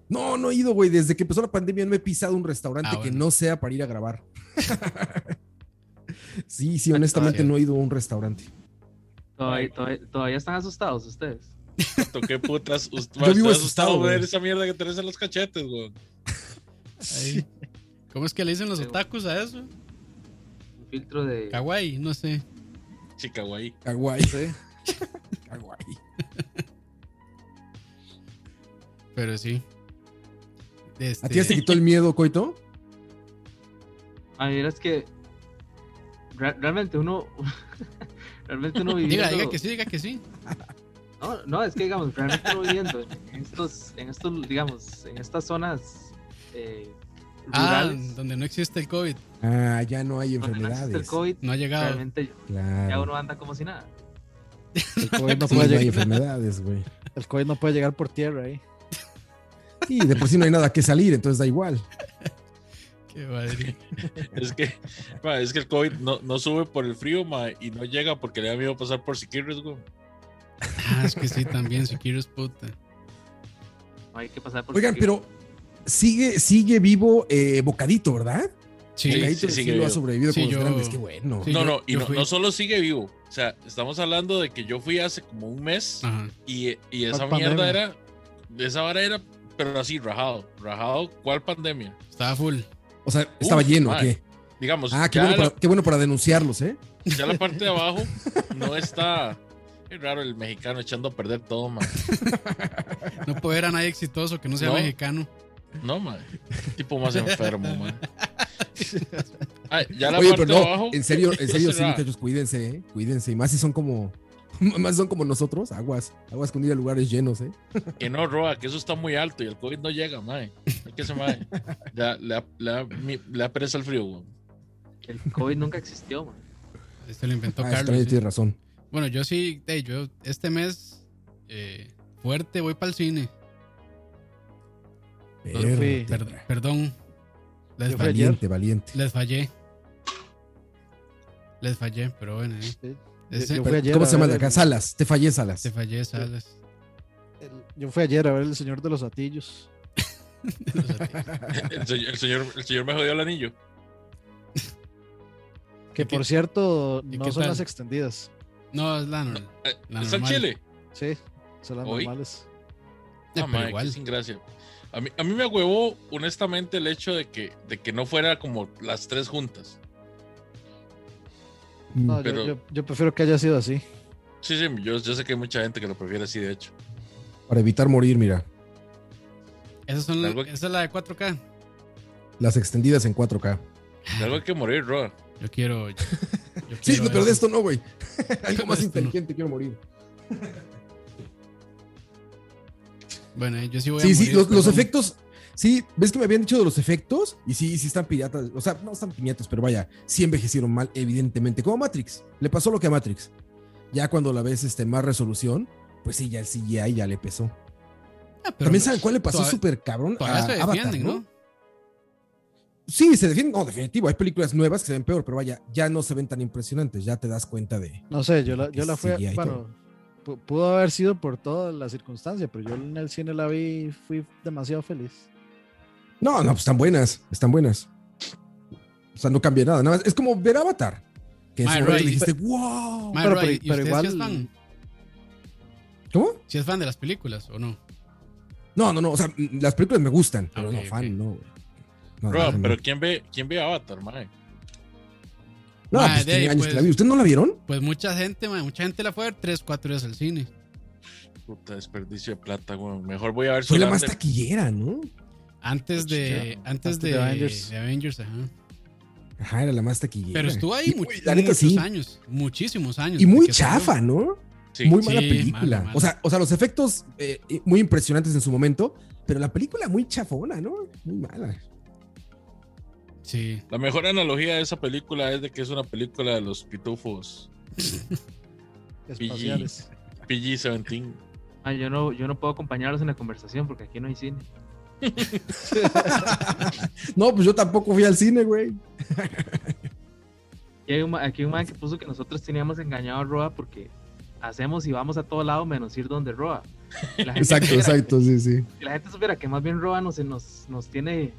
[SPEAKER 3] No, no he ido, güey. Desde que empezó la pandemia no he pisado un restaurante
[SPEAKER 2] Ah,
[SPEAKER 3] que
[SPEAKER 2] bueno.
[SPEAKER 3] no sea para ir a grabar. *laughs* sí, sí, honestamente
[SPEAKER 2] Ah,
[SPEAKER 3] no he ido a un restaurante.
[SPEAKER 6] Todavía, todavía- todavía están asustados ustedes.
[SPEAKER 5] Exacto, ¿Qué putas? Usted,
[SPEAKER 3] Yo vivo
[SPEAKER 5] asustado,
[SPEAKER 3] asustado,
[SPEAKER 5] ver
[SPEAKER 3] güey.
[SPEAKER 5] esa mierda que tenés en los cachetes, güey.
[SPEAKER 2] Ahí. ¿Cómo es que le dicen los otakus a eso?
[SPEAKER 6] Un filtro de.
[SPEAKER 2] Kawaii, no sé.
[SPEAKER 5] Chica, güey.
[SPEAKER 3] Kawaii.
[SPEAKER 4] Sí.
[SPEAKER 3] Kawaii.
[SPEAKER 2] Pero sí.
[SPEAKER 3] ¿A ti ya se
[SPEAKER 2] Este,
[SPEAKER 3] quitó el miedo, Coito?
[SPEAKER 6] A ver, es que. re- realmente uno. *laughs* realmente uno viviendo.
[SPEAKER 2] *laughs* diga, diga que sí, diga que sí.
[SPEAKER 6] No, no, es que digamos, realmente uno viviendo en estos, en estos, digamos, en estas zonas eh,
[SPEAKER 2] Ah,
[SPEAKER 6] rurales.
[SPEAKER 2] donde no existe el COVID.
[SPEAKER 3] Ah, ya no hay
[SPEAKER 6] donde no existe el
[SPEAKER 3] enfermedades.
[SPEAKER 6] COVID,
[SPEAKER 2] No ha llegado.
[SPEAKER 6] realmente ya
[SPEAKER 3] Claro.
[SPEAKER 6] uno anda como si nada.
[SPEAKER 4] El COVID no
[SPEAKER 3] Sí, no
[SPEAKER 4] puede
[SPEAKER 3] hay
[SPEAKER 4] llegar-
[SPEAKER 3] enfermedades, güey.
[SPEAKER 4] el COVID no puede llegar por tierra ahí.
[SPEAKER 3] Y de por sí no hay nada que salir, entonces da igual.
[SPEAKER 2] Qué madre.
[SPEAKER 5] Es que, *laughs* ma, es que el COVID no, no sube por el frío, ma, y no llega porque le da miedo pasar por Siquirres, güey.
[SPEAKER 2] Ah, es que sí, también, si quieres puta.
[SPEAKER 6] No hay que pasar por
[SPEAKER 3] Oigan,
[SPEAKER 6] cualquier-
[SPEAKER 3] pero sigue, sigue vivo eh, Bocadito, ¿verdad?
[SPEAKER 2] Sí,
[SPEAKER 3] Bocadito
[SPEAKER 5] sí, sigue
[SPEAKER 3] lo ha
[SPEAKER 5] vivo.
[SPEAKER 3] sobrevivido
[SPEAKER 2] Sí,
[SPEAKER 3] con los
[SPEAKER 2] yo-
[SPEAKER 3] grandes, qué bueno.
[SPEAKER 2] Sí,
[SPEAKER 5] no,
[SPEAKER 2] yo-
[SPEAKER 5] no, y
[SPEAKER 2] yo
[SPEAKER 5] no,
[SPEAKER 2] fui.
[SPEAKER 5] no solo sigue vivo. O sea, estamos hablando de que yo fui hace como un mes
[SPEAKER 2] ajá.
[SPEAKER 5] y, y esa
[SPEAKER 4] ¿Cuál
[SPEAKER 5] mierda
[SPEAKER 4] pandemia?
[SPEAKER 5] era. Esa vara era, pero así, rajado. Rajado, ¿cuál pandemia?
[SPEAKER 2] Estaba full.
[SPEAKER 3] O sea, estaba
[SPEAKER 5] Uf,
[SPEAKER 3] lleno, ¿o
[SPEAKER 5] madre. pues,
[SPEAKER 3] ¿qué?
[SPEAKER 5] Digamos,
[SPEAKER 3] Ah, qué
[SPEAKER 5] ya
[SPEAKER 3] bueno,
[SPEAKER 5] la-
[SPEAKER 3] para, qué bueno para denunciarlos, ¿eh?
[SPEAKER 5] Ya la parte de abajo no está. Es raro el mexicano echando a perder todo, man.
[SPEAKER 2] No puede ver a nadie exitoso que no sea
[SPEAKER 5] No.
[SPEAKER 2] mexicano.
[SPEAKER 5] No, man. Tipo más enfermo, man. Ay, ya la
[SPEAKER 3] Oye,
[SPEAKER 5] parte
[SPEAKER 3] pero
[SPEAKER 5] de
[SPEAKER 3] no,
[SPEAKER 5] abajo.
[SPEAKER 3] en serio, en
[SPEAKER 5] no
[SPEAKER 3] serio,
[SPEAKER 5] se
[SPEAKER 3] sí,
[SPEAKER 5] da.
[SPEAKER 3] muchachos, cuídense, ¿eh? Cuídense. Y más si son como, *laughs* Más son como nosotros, aguas, aguas con ir a lugares llenos, ¿eh?
[SPEAKER 5] Que no, Roa, que eso está muy alto y el COVID no llega, mae. Hay que se mae. La, la, la, mi- la pereza al frío, weón.
[SPEAKER 6] El COVID nunca existió, man.
[SPEAKER 2] Se lo inventó
[SPEAKER 3] Ah, eso
[SPEAKER 2] Carlos.
[SPEAKER 3] también
[SPEAKER 2] sí.
[SPEAKER 3] tienes razón.
[SPEAKER 2] Bueno, yo sí, de, yo este mes eh, fuerte voy para el cine.
[SPEAKER 4] yo fui-
[SPEAKER 3] Verde,
[SPEAKER 2] Per- perdón. Les,
[SPEAKER 4] Yo fui
[SPEAKER 2] fa-
[SPEAKER 4] ayer.
[SPEAKER 3] valiente, valiente.
[SPEAKER 2] les fallé. Les fallé, pero bueno, eh.
[SPEAKER 4] Sí.
[SPEAKER 2] Ese-
[SPEAKER 4] Yo fui
[SPEAKER 3] Pero,
[SPEAKER 4] ayer
[SPEAKER 3] ¿Cómo
[SPEAKER 4] a
[SPEAKER 3] se llama
[SPEAKER 4] ver
[SPEAKER 3] la acá?
[SPEAKER 4] el-
[SPEAKER 3] Salas, te fallé Salas.
[SPEAKER 2] te fallé, Salas.
[SPEAKER 4] El- yo fui ayer a ver El Señor de los Atillos.
[SPEAKER 5] *laughs* El, señor- el señor, el señor me jodió el anillo.
[SPEAKER 4] Que
[SPEAKER 2] ¿Y qué-
[SPEAKER 4] por cierto,
[SPEAKER 2] y
[SPEAKER 4] no
[SPEAKER 2] qué
[SPEAKER 4] son
[SPEAKER 2] tal?
[SPEAKER 4] las extendidas.
[SPEAKER 2] No, es la normal.
[SPEAKER 5] Eh,
[SPEAKER 2] La
[SPEAKER 5] ¿Está en
[SPEAKER 2] normal.
[SPEAKER 5] Chile?
[SPEAKER 4] Sí, son las
[SPEAKER 5] ¿Hoy?
[SPEAKER 4] normales.
[SPEAKER 2] Eh,
[SPEAKER 5] Ah,
[SPEAKER 2] pero
[SPEAKER 5] mae,
[SPEAKER 2] igual.
[SPEAKER 5] qué sin gracia. A mí, a mí me huevó, honestamente, el hecho de que, de que no fuera como las tres juntas.
[SPEAKER 3] Mm.
[SPEAKER 4] No, yo-
[SPEAKER 5] Pero-
[SPEAKER 4] yo, yo prefiero que haya sido así.
[SPEAKER 5] Sí, sí, yo, yo sé que hay mucha gente que lo prefiere así, de hecho.
[SPEAKER 3] Para evitar morir, mira.
[SPEAKER 2] Esas son-
[SPEAKER 5] Algo-
[SPEAKER 2] esa es la de 4K.
[SPEAKER 3] Las extendidas en 4K.
[SPEAKER 5] De algo hay que morir, Roa.
[SPEAKER 2] Yo quiero. yo
[SPEAKER 3] Sí,
[SPEAKER 2] quiero
[SPEAKER 3] no, pero de
[SPEAKER 2] eso.
[SPEAKER 3] esto no, güey. *laughs* Algo más
[SPEAKER 2] De esto no.
[SPEAKER 3] inteligente, quiero morir.
[SPEAKER 2] Bueno, eh, yo sí voy a.
[SPEAKER 3] Sí, sí,
[SPEAKER 2] morir,
[SPEAKER 3] los, los
[SPEAKER 2] perdón.
[SPEAKER 3] efectos. Sí, ves que me habían dicho de los efectos. Y sí, sí están piratas. O sea, no están piñatos, pero vaya, sí envejecieron mal, evidentemente. Como Matrix. Le pasó lo que a Matrix. Ya cuando la ves este, más resolución, pues sí, ya el CGI ya le pesó.
[SPEAKER 2] Ah, pero
[SPEAKER 3] También saben cuál le pasó
[SPEAKER 2] todavía-
[SPEAKER 3] súper cabrón.
[SPEAKER 2] Todavía
[SPEAKER 3] a
[SPEAKER 2] se
[SPEAKER 3] Avatar,
[SPEAKER 2] defienden, ¿no?
[SPEAKER 3] Sí, se defienden. No, definitivo. Hay películas nuevas que se ven peor, pero vaya, ya no se ven tan impresionantes. Ya te das cuenta de.
[SPEAKER 4] No sé, yo la, yo
[SPEAKER 3] Es
[SPEAKER 4] la fui. a-
[SPEAKER 3] CGI y
[SPEAKER 4] bueno, pu- pudo haber sido por toda la circunstancia, pero yo en el cine la vi y fui demasiado feliz.
[SPEAKER 3] No, no, pues están buenas. Están buenas. O sea, no cambia nada. Nada más. Es como ver Avatar. Que en su
[SPEAKER 2] Ay,
[SPEAKER 3] momento
[SPEAKER 2] Ray,
[SPEAKER 3] dijiste, wow.
[SPEAKER 2] Ma,
[SPEAKER 4] Pero-
[SPEAKER 2] Roy,
[SPEAKER 4] pero-
[SPEAKER 2] ¿y
[SPEAKER 4] pero
[SPEAKER 2] usted
[SPEAKER 4] igual-
[SPEAKER 2] sí es fan?
[SPEAKER 3] ¿Cómo?
[SPEAKER 2] ¿Sí es fan de las películas o no?
[SPEAKER 3] No, no, no. O sea, m- las películas me gustan, pero
[SPEAKER 2] Ok,
[SPEAKER 3] no, fan,
[SPEAKER 2] ok.
[SPEAKER 3] no. güey. No,
[SPEAKER 5] Roa,
[SPEAKER 3] no,
[SPEAKER 5] pero
[SPEAKER 3] no,
[SPEAKER 5] ¿quién ve, quién ve Avatar, mae?
[SPEAKER 3] No,
[SPEAKER 2] Ma,
[SPEAKER 3] pues
[SPEAKER 2] de
[SPEAKER 3] tiene
[SPEAKER 2] ahí,
[SPEAKER 3] años que
[SPEAKER 2] pues.
[SPEAKER 3] la vi. ¿Ustedes no la vieron?
[SPEAKER 2] Pues mucha gente, ma, mucha gente la fue a ver 3, 4 días al cine.
[SPEAKER 5] Puta desperdicio de plata, weón. Mejor voy a ver
[SPEAKER 3] Fue la más
[SPEAKER 5] Zoolander.
[SPEAKER 3] taquillera, ¿no?
[SPEAKER 2] Antes de. Antes
[SPEAKER 4] antes
[SPEAKER 2] de,
[SPEAKER 4] de
[SPEAKER 2] de Avengers.
[SPEAKER 4] Avengers.
[SPEAKER 2] ajá.
[SPEAKER 3] Ajá, era la más taquillera.
[SPEAKER 2] Pero estuvo ahí
[SPEAKER 3] Y,
[SPEAKER 2] mu-
[SPEAKER 3] güey, la neta,
[SPEAKER 2] muchos
[SPEAKER 3] sí.
[SPEAKER 2] años. Muchísimos años.
[SPEAKER 3] Y muy
[SPEAKER 2] desde que salió.
[SPEAKER 3] chafa, ¿no?
[SPEAKER 5] Sí,
[SPEAKER 3] muy
[SPEAKER 2] sí,
[SPEAKER 3] mala
[SPEAKER 2] mala,
[SPEAKER 3] película.
[SPEAKER 2] mala.
[SPEAKER 3] O, sea, o sea, los efectos eh, eh, muy impresionantes en su momento, pero la película muy chafona, ¿no? Muy mala.
[SPEAKER 2] Sí.
[SPEAKER 5] La mejor analogía de esa película es de que es una película de los pitufos
[SPEAKER 4] Espaciales.
[SPEAKER 5] PG-17.
[SPEAKER 6] Ah, yo no, yo no puedo acompañarlos en la conversación porque aquí no hay cine.
[SPEAKER 3] No, pues yo tampoco fui al cine, güey.
[SPEAKER 6] Y hay un, ma- aquí hay un man que puso que nosotros teníamos engañado a Roa porque hacemos y vamos a todo lado menos ir donde Roa.
[SPEAKER 3] *laughs*
[SPEAKER 6] Que la
[SPEAKER 2] *laughs*
[SPEAKER 6] gente
[SPEAKER 3] Exacto,
[SPEAKER 6] supiera-
[SPEAKER 3] exacto, sí, sí.
[SPEAKER 6] Que la gente supiera que más bien Roa nos, nos, nos tiene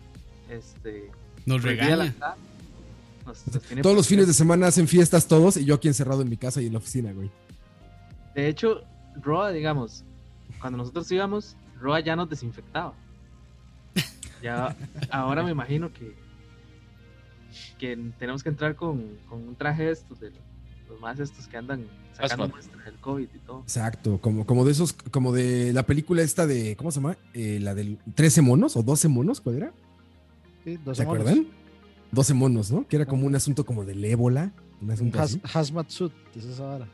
[SPEAKER 6] este,
[SPEAKER 2] Nos
[SPEAKER 6] prohibida la
[SPEAKER 2] regala.
[SPEAKER 6] entrada. Nos- nos tiene
[SPEAKER 3] Todos los
[SPEAKER 6] prohibida-
[SPEAKER 3] fines de semana hacen fiestas todos y yo aquí encerrado en mi casa y en la oficina, güey.
[SPEAKER 6] De hecho, Roa, digamos, cuando nosotros íbamos, Roa ya nos desinfectaba. Ya, ahora me imagino que, que tenemos que entrar con, con un traje de estos, de los más estos que andan sacando
[SPEAKER 5] Hazmat.
[SPEAKER 6] muestras del COVID y todo.
[SPEAKER 3] Exacto, como, como de esos, como de la película esta de, ¿cómo se llama? Eh, la del 13 monos o 12 monos, ¿cuál era?
[SPEAKER 4] Sí, dos
[SPEAKER 3] ¿Se
[SPEAKER 4] monos.
[SPEAKER 3] acuerdan? 12 monos, ¿no? Que era como un asunto como del ébola, un
[SPEAKER 4] Un
[SPEAKER 3] asunto
[SPEAKER 4] haz-
[SPEAKER 3] así.
[SPEAKER 4] hazmat suit, es esa vara.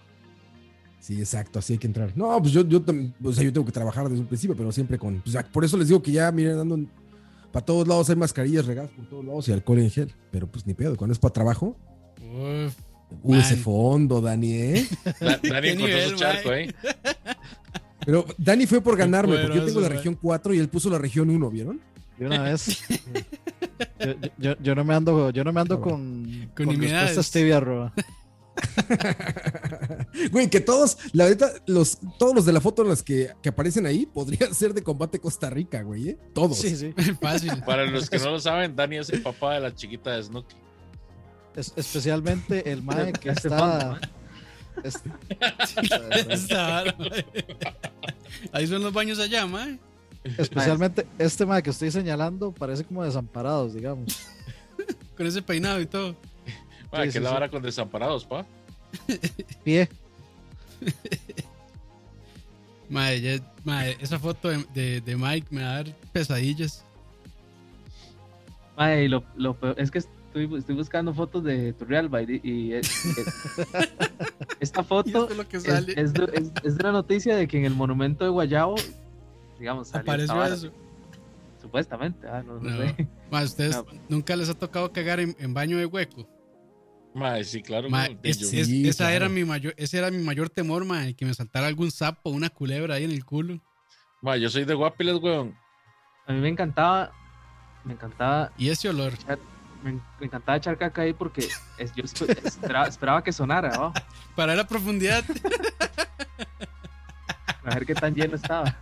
[SPEAKER 3] Sí, exacto, así hay que entrar. No, pues yo, yo, tam- o sea, yo tengo que trabajar desde un principio, pero siempre con. pues, por eso les digo que ya, miren, dando. Para todos lados hay mascarillas regadas por todos lados y alcohol en gel, pero pues ni pedo, cuando es para trabajo,
[SPEAKER 2] Uf. *laughs*
[SPEAKER 3] use
[SPEAKER 2] Man.
[SPEAKER 3] fondo, Dani, ¿eh?
[SPEAKER 5] Da- Dani
[SPEAKER 2] *laughs* Qué
[SPEAKER 5] encontró
[SPEAKER 2] nivel,
[SPEAKER 5] su charco,
[SPEAKER 2] mae.
[SPEAKER 5] ¿eh?
[SPEAKER 3] Pero Dani fue por
[SPEAKER 2] *laughs* Qué
[SPEAKER 3] ganarme, porque yo
[SPEAKER 2] poderoso,
[SPEAKER 3] tengo la
[SPEAKER 2] güey.
[SPEAKER 3] región 4 y él puso la región 1, ¿vieron?
[SPEAKER 4] De
[SPEAKER 2] *laughs*
[SPEAKER 4] una vez. Yo, yo- yo- yo no me ando, yo no me ando
[SPEAKER 3] Ah, bueno.
[SPEAKER 4] con,
[SPEAKER 2] Con nimiedades.
[SPEAKER 4] respuestas tibia, Roa.
[SPEAKER 3] *laughs* Güey, que todos, la neta, los, todos los de la foto las que, que aparecen ahí podrían ser de combate Costa Rica, güey, ¿eh? Todos.
[SPEAKER 4] Sí, sí.
[SPEAKER 2] Fácil. *laughs*
[SPEAKER 5] Para los que no lo saben, Dani es el papá de la chiquita de Snooki.
[SPEAKER 4] Es- especialmente el mae que
[SPEAKER 6] Este
[SPEAKER 4] está.
[SPEAKER 6] fondo,
[SPEAKER 4] es-
[SPEAKER 2] Esta vara, mae. Ahí son los baños allá, mae.
[SPEAKER 4] especialmente este mae que estoy señalando parece como desamparados, digamos.
[SPEAKER 2] Con ese peinado y todo.
[SPEAKER 5] Mae,
[SPEAKER 4] Sí,
[SPEAKER 5] que
[SPEAKER 4] sí,
[SPEAKER 5] la
[SPEAKER 4] sí.
[SPEAKER 5] vara con desamparados, pa.
[SPEAKER 4] Pie.
[SPEAKER 2] Mae, ya- mae, esa foto de, de- de Mike me va a dar pesadillas.
[SPEAKER 6] Mae, y lo, lo peor es que estoy, estoy buscando fotos de Turrialba y, y es- es-
[SPEAKER 2] *laughs*
[SPEAKER 6] esta foto
[SPEAKER 2] es lo que
[SPEAKER 6] es,
[SPEAKER 2] sale.
[SPEAKER 6] es de, es- es de la noticia de que en el monumento de Guayabo, digamos, salió esta
[SPEAKER 2] Apareció
[SPEAKER 6] vara,
[SPEAKER 2] eso.
[SPEAKER 6] Supuestamente, ah, no, no
[SPEAKER 2] No.
[SPEAKER 6] sé.
[SPEAKER 2] Ma, ¿Ustedes
[SPEAKER 6] No.
[SPEAKER 2] nunca les ha tocado cagar en, en baño de hueco?
[SPEAKER 5] Mae, sí, claro.
[SPEAKER 2] Ma,
[SPEAKER 5] mae,
[SPEAKER 2] es-
[SPEAKER 5] yo-
[SPEAKER 2] es-
[SPEAKER 3] Sí,
[SPEAKER 2] esa
[SPEAKER 3] claro.
[SPEAKER 2] era mi mayor, ese era mi mayor temor, ma, el que me saltara algún sapo, una culebra ahí en el culo.
[SPEAKER 5] mae, yo soy de Guapiles, weón.
[SPEAKER 6] A mí me encantaba, me encantaba,
[SPEAKER 2] Y ese olor.
[SPEAKER 6] me, me encantaba echar caca ahí porque es- yo espe- espera- esperaba que sonara, ¿no?
[SPEAKER 2] Para la profundidad. *laughs*
[SPEAKER 6] a ver qué tan lleno estaba.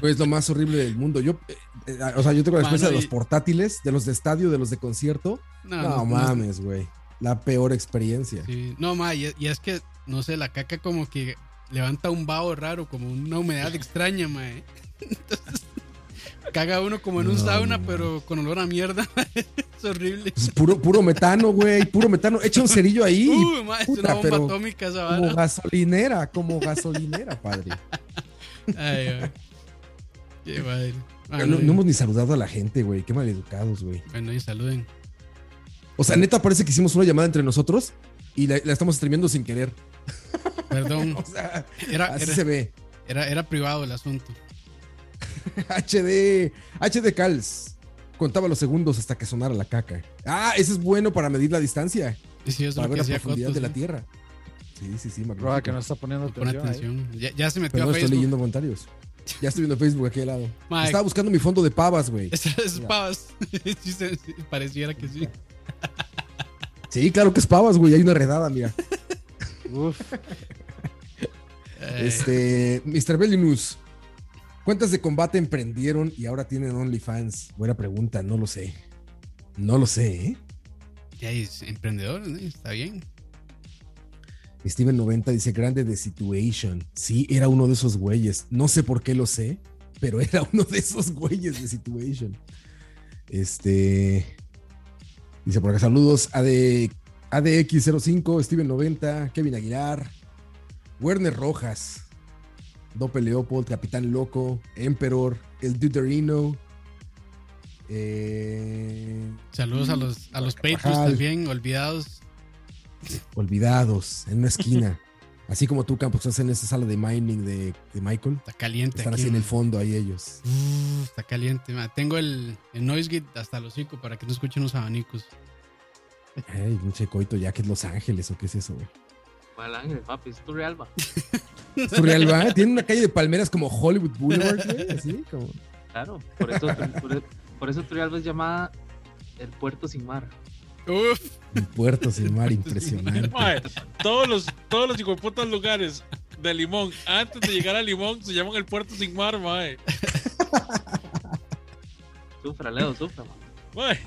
[SPEAKER 3] Pues lo más horrible del mundo. Yo, eh, eh, o sea, yo tengo la experiencia de
[SPEAKER 2] Mano,
[SPEAKER 3] los
[SPEAKER 2] y- Ah,
[SPEAKER 3] portátiles, de los de estadio, de los de concierto.
[SPEAKER 2] No,
[SPEAKER 3] No,
[SPEAKER 2] no- no-
[SPEAKER 3] mames, güey. La peor experiencia.
[SPEAKER 2] sí. No, ma, y, y es que, no sé, la caca como que levanta un vaho raro, como una humedad extraña, ma. eh. *laughs* Entonces, caga uno como en un
[SPEAKER 3] No,
[SPEAKER 2] sauna,
[SPEAKER 3] no.
[SPEAKER 2] pero con olor a mierda. *laughs* ma, Es horrible.
[SPEAKER 3] Pues puro, puro metano, güey. Puro metano. Echa un cerillo ahí. y
[SPEAKER 2] Uy, Uh, ma, es una
[SPEAKER 3] puta,
[SPEAKER 2] bomba
[SPEAKER 3] pero-
[SPEAKER 2] atómica esa vara.
[SPEAKER 3] como gasolinera, como gasolinera, padre.
[SPEAKER 2] Ay, ay. Qué madre. Ah,
[SPEAKER 3] No,
[SPEAKER 2] bueno,
[SPEAKER 3] no hemos ni saludado a la gente, güey. Qué maleducados, güey.
[SPEAKER 2] Bueno, y saluden.
[SPEAKER 3] O sea, neta parece que hicimos una llamada entre nosotros y la, la estamos streameando sin querer. *laughs*
[SPEAKER 2] Perdón.
[SPEAKER 3] O sea,
[SPEAKER 2] Era,
[SPEAKER 3] así
[SPEAKER 2] Ah, era-
[SPEAKER 3] se ve. *laughs*
[SPEAKER 2] era- era privado el asunto.
[SPEAKER 3] HD, HD Cals. Contaba los segundos hasta que sonara la caca. Ah, ese es bueno para medir la distancia,
[SPEAKER 2] Y sí, eso es
[SPEAKER 3] para
[SPEAKER 2] lo
[SPEAKER 3] ver
[SPEAKER 2] que
[SPEAKER 3] la
[SPEAKER 2] hacía
[SPEAKER 3] profundidad
[SPEAKER 2] Cotos,
[SPEAKER 3] de la
[SPEAKER 2] ¿no?
[SPEAKER 3] Tierra. Sí, sí, sí, magnífico.
[SPEAKER 4] Roja que no está poniendo
[SPEAKER 2] Pon
[SPEAKER 4] atención. ahí.
[SPEAKER 2] atención. Ya, ya se metió
[SPEAKER 3] Pero no
[SPEAKER 2] a
[SPEAKER 3] estoy
[SPEAKER 2] Facebook. *laughs*
[SPEAKER 3] leyendo comentarios. Ya estoy viendo Facebook aquí al lado.
[SPEAKER 2] Mike.
[SPEAKER 3] Estaba buscando mi fondo de pavas, güey.
[SPEAKER 2] Esas es pavas. *laughs* Sí, se- sí, pareciera
[SPEAKER 3] *laughs*
[SPEAKER 2] que sí.
[SPEAKER 3] Sí, claro que es pavas, güey. Hay una redada, mira.
[SPEAKER 4] Uf,
[SPEAKER 2] Eh,
[SPEAKER 3] Este, Mr. Bellinus. ¿Cuántas de combate emprendieron y ahora tienen OnlyFans? Buena pregunta, no lo sé. No lo sé, ¿eh?
[SPEAKER 2] ya es emprendedor, ¿no? está bien.
[SPEAKER 3] Steven 90 dice grande de Situation. Sí, era uno de esos güeyes. No sé por qué lo sé, pero era *laughs* uno de esos güeyes de Situation. Este. Dice por acá, saludos AD, ADX05, Steven 90, Kevin Aguilar, Werner Rojas, Dope Leopold, Capitán Loco, Emperor, El Deuterino. eh,
[SPEAKER 2] Saludos a los, a los Patriots
[SPEAKER 3] Carvajal.
[SPEAKER 2] también, olvidados.
[SPEAKER 3] olvidados en una
[SPEAKER 2] *laughs*
[SPEAKER 3] esquina. Así como tú, Campos, estás en esa sala de mining de, de Michael.
[SPEAKER 2] Está caliente
[SPEAKER 3] Están
[SPEAKER 2] aquí.
[SPEAKER 3] así en el
[SPEAKER 2] man.
[SPEAKER 3] fondo ahí
[SPEAKER 2] *laughs*
[SPEAKER 3] ellos.
[SPEAKER 2] Uf, está caliente. man. Tengo el, el noise gate hasta los hocico para que no escuchen los abanicos.
[SPEAKER 3] Ay, un checoito ya que es Los Ángeles o qué es eso, güey.
[SPEAKER 6] Mal ángel, papi, es Turrialba.
[SPEAKER 3] Surreal, ¿va? Tiene una calle de palmeras como Hollywood Boulevard, güey. Así como.
[SPEAKER 6] Claro, por eso, por, por eso Turrialba es llamada el puerto sin mar.
[SPEAKER 2] *laughs* Uf,
[SPEAKER 3] Un puerto sin
[SPEAKER 2] *laughs*
[SPEAKER 3] mar, impresionante.
[SPEAKER 5] Mae, todos los, todos los hijueputas lugares de Limón, antes de llegar a Limón, se llaman el Puerto Sin Mar, mae.
[SPEAKER 6] Sufra, Leo, sufra, man.
[SPEAKER 5] Mae,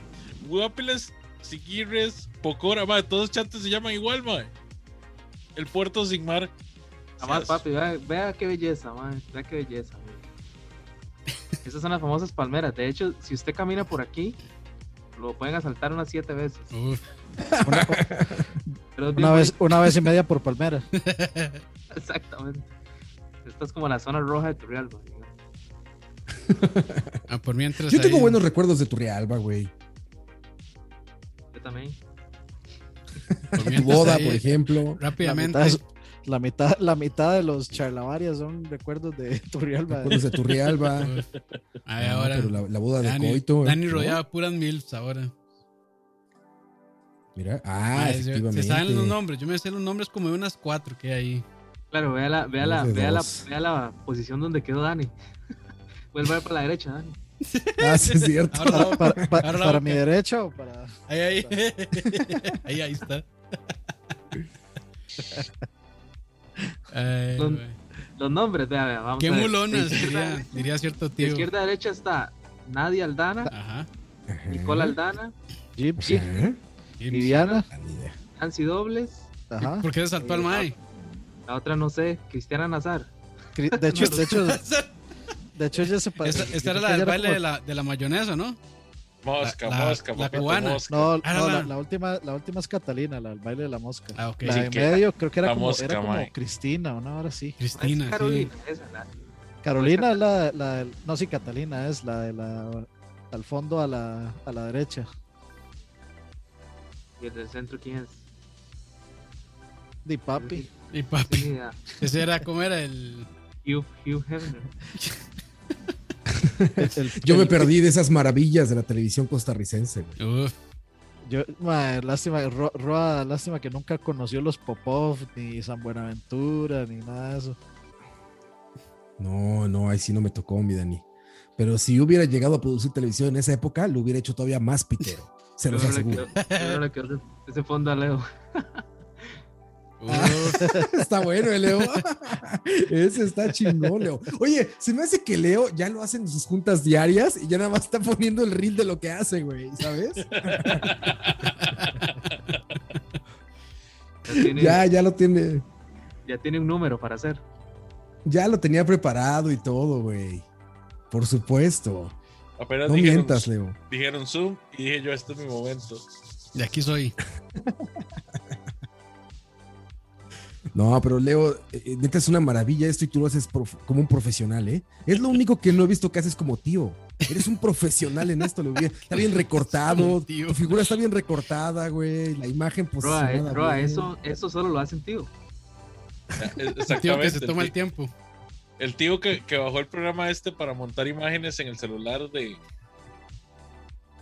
[SPEAKER 5] Guapiles, Siquirres, Pocora, mae, todos chantes se llaman igual, mae. El Puerto Sin Mar.
[SPEAKER 6] Jamás, papi, vea, vea qué belleza, man. Vea qué belleza, man. Esas son las famosas palmeras. De hecho, si usted camina por aquí, lo pueden asaltar unas siete veces.
[SPEAKER 2] uf.
[SPEAKER 4] una,
[SPEAKER 6] Pero es bien
[SPEAKER 4] una vez, una vez y media por palmera.
[SPEAKER 6] bonito, *laughs* Exactamente. Esta es como la zona roja de Turrialba. digamos.
[SPEAKER 2] Ah, por mientras.
[SPEAKER 3] Yo tengo
[SPEAKER 2] ahí-
[SPEAKER 3] buenos recuerdos de Turrialba, güey.
[SPEAKER 6] Yo también.
[SPEAKER 2] por
[SPEAKER 3] Tu
[SPEAKER 2] mientras
[SPEAKER 3] boda,
[SPEAKER 2] ahí,
[SPEAKER 3] por ejemplo.
[SPEAKER 2] Rápidamente.
[SPEAKER 4] La mitad, es- la mitad, la mitad de los charlavarias son recuerdos de *laughs* Turrialba.
[SPEAKER 3] Recuerdos de
[SPEAKER 2] *laughs*
[SPEAKER 3] Turrialba.
[SPEAKER 2] Uf. A ver,
[SPEAKER 3] No,
[SPEAKER 2] ahora.
[SPEAKER 3] Ah, pero la, la boda de
[SPEAKER 2] Dani,
[SPEAKER 3] Coito. ¿eh?
[SPEAKER 2] Dani
[SPEAKER 3] ¿no?
[SPEAKER 2] rodeaba puras milfs ahora.
[SPEAKER 3] Mira. Ah,
[SPEAKER 2] Ah, se,
[SPEAKER 3] efectivamente.
[SPEAKER 2] se saben los nombres. Yo me sé los nombres como de unas cuatro que hay ahí.
[SPEAKER 3] *laughs*
[SPEAKER 6] Claro, vea la, vea la,
[SPEAKER 3] Dos de
[SPEAKER 6] vea la,
[SPEAKER 3] dos.
[SPEAKER 6] vea la posición donde quedó Dani. *laughs* Vuelve para la derecha, Dani.
[SPEAKER 3] Ah, sí, es cierto.
[SPEAKER 2] *laughs* Ahora la
[SPEAKER 4] Para,
[SPEAKER 2] boca.
[SPEAKER 4] para- para-
[SPEAKER 2] Ahora la
[SPEAKER 4] para
[SPEAKER 2] boca.
[SPEAKER 4] mi derecha o para.
[SPEAKER 2] Ahí, ahí. *laughs* ahí, ahí está. Ay,
[SPEAKER 6] Son-
[SPEAKER 2] güey.
[SPEAKER 6] Los nombres, vea, vea, vamos
[SPEAKER 2] Qué
[SPEAKER 6] a ver.
[SPEAKER 2] mulonas,
[SPEAKER 6] De izquierda,
[SPEAKER 2] diría, diría cierto
[SPEAKER 6] de
[SPEAKER 2] tío.
[SPEAKER 6] izquierda a derecha está Nadia Aldana,
[SPEAKER 2] Ajá.
[SPEAKER 3] Ajá.
[SPEAKER 6] Nicola Aldana,
[SPEAKER 4] Gypsy,
[SPEAKER 3] Ajá.
[SPEAKER 4] Viviana.
[SPEAKER 3] Ni idea.
[SPEAKER 6] Nancy Dobles,
[SPEAKER 4] Ajá.
[SPEAKER 2] ¿Por qué se saltó al mae?
[SPEAKER 6] la otra no sé, Cristiana Nazar.
[SPEAKER 4] Cri- De hecho, de
[SPEAKER 2] *laughs*
[SPEAKER 4] hecho,
[SPEAKER 2] Esa-
[SPEAKER 4] de hecho ella se pa-
[SPEAKER 1] pues,
[SPEAKER 2] Esta era
[SPEAKER 4] creo
[SPEAKER 2] la
[SPEAKER 4] que
[SPEAKER 2] del
[SPEAKER 4] ella
[SPEAKER 2] baile
[SPEAKER 4] como-
[SPEAKER 2] de la, de la mayonesa, ¿no?
[SPEAKER 5] Mosca,
[SPEAKER 2] La- la-
[SPEAKER 5] mosca,
[SPEAKER 2] la
[SPEAKER 5] papito,
[SPEAKER 2] cubana.
[SPEAKER 5] mosca.
[SPEAKER 4] No,
[SPEAKER 2] Ah,
[SPEAKER 4] no,
[SPEAKER 2] la-
[SPEAKER 4] la, la última, la última es Catalina, la del baile de la mosca.
[SPEAKER 2] Ah, ok.
[SPEAKER 4] La
[SPEAKER 5] Sí,
[SPEAKER 4] de
[SPEAKER 5] que-
[SPEAKER 4] medio creo que era
[SPEAKER 5] la
[SPEAKER 4] como,
[SPEAKER 5] mosca,
[SPEAKER 4] era como
[SPEAKER 5] mae.
[SPEAKER 4] Cristina, una hora sí.
[SPEAKER 2] Cristina.
[SPEAKER 6] es
[SPEAKER 2] sí.
[SPEAKER 6] Carolina, esa, la-
[SPEAKER 4] Carolina es la, la del- no sí Catalina es la de la
[SPEAKER 1] Al fondo a la, a la derecha.
[SPEAKER 6] ¿Y el del centro quién es?
[SPEAKER 3] *laughs*
[SPEAKER 1] Di papi.
[SPEAKER 2] Y papi,
[SPEAKER 6] Sí, ah,
[SPEAKER 2] ese era como era el.
[SPEAKER 6] Hugh, Hugh
[SPEAKER 2] *laughs*
[SPEAKER 6] Hefner.
[SPEAKER 1] El-
[SPEAKER 3] Yo me
[SPEAKER 1] el-
[SPEAKER 3] perdí de esas maravillas de la televisión costarricense. güey.
[SPEAKER 2] Uf,
[SPEAKER 1] Yo, mae, lástima, Ro- Roa, lástima que nunca conoció los Popov, ni San Buenaventura, ni nada de eso.
[SPEAKER 3] No, no, ahí sí no me tocó, mi Dani. Pero si hubiera llegado a producir televisión en esa época, lo hubiera hecho todavía más pitero. Se los
[SPEAKER 6] Yo no le
[SPEAKER 3] aseguro.
[SPEAKER 6] quiero- yo no le quiero ese fondo
[SPEAKER 2] *laughs*
[SPEAKER 6] a Leo.
[SPEAKER 2] uf.
[SPEAKER 3] *laughs* Está bueno, eh, Leo. Ese está chingón, Leo. Oye, se me hace que Leo ya lo hacen en sus juntas diarias y ya nada más está poniendo el reel de lo que hace, güey, ¿sabes?
[SPEAKER 6] Ya tiene,
[SPEAKER 3] Ya, ya lo tiene,
[SPEAKER 6] ya tiene un número para hacer.
[SPEAKER 3] ya lo tenía preparado y todo, güey. Por supuesto.
[SPEAKER 5] Apenas
[SPEAKER 3] No
[SPEAKER 5] dijeron,
[SPEAKER 3] mientas, Leo.
[SPEAKER 5] dijeron Zoom y dije yo, este es
[SPEAKER 2] *laughs*
[SPEAKER 5] mi momento.
[SPEAKER 2] de aquí soy.
[SPEAKER 3] No, pero Leo, eh, eh, neta es una maravilla esto y tú lo haces prof- como un profesional, ¿eh? Es lo único que no he visto que haces como tío. Eres un profesional en esto, Leo. Bien- Está bien recortado,
[SPEAKER 2] Como tío.
[SPEAKER 3] tu figura está bien recortada, güey. La imagen
[SPEAKER 2] Pues
[SPEAKER 6] Roa, eh,
[SPEAKER 3] posicionada.
[SPEAKER 6] Roa,
[SPEAKER 3] bien.
[SPEAKER 6] eso, eso solo lo ha sentido.
[SPEAKER 5] Ya, es-
[SPEAKER 2] El tío que
[SPEAKER 5] Exactamente.
[SPEAKER 2] se toma el
[SPEAKER 5] el tío,
[SPEAKER 2] tiempo. *laughs*
[SPEAKER 5] el tío que, que bajó el programa este para montar imágenes en el celular de,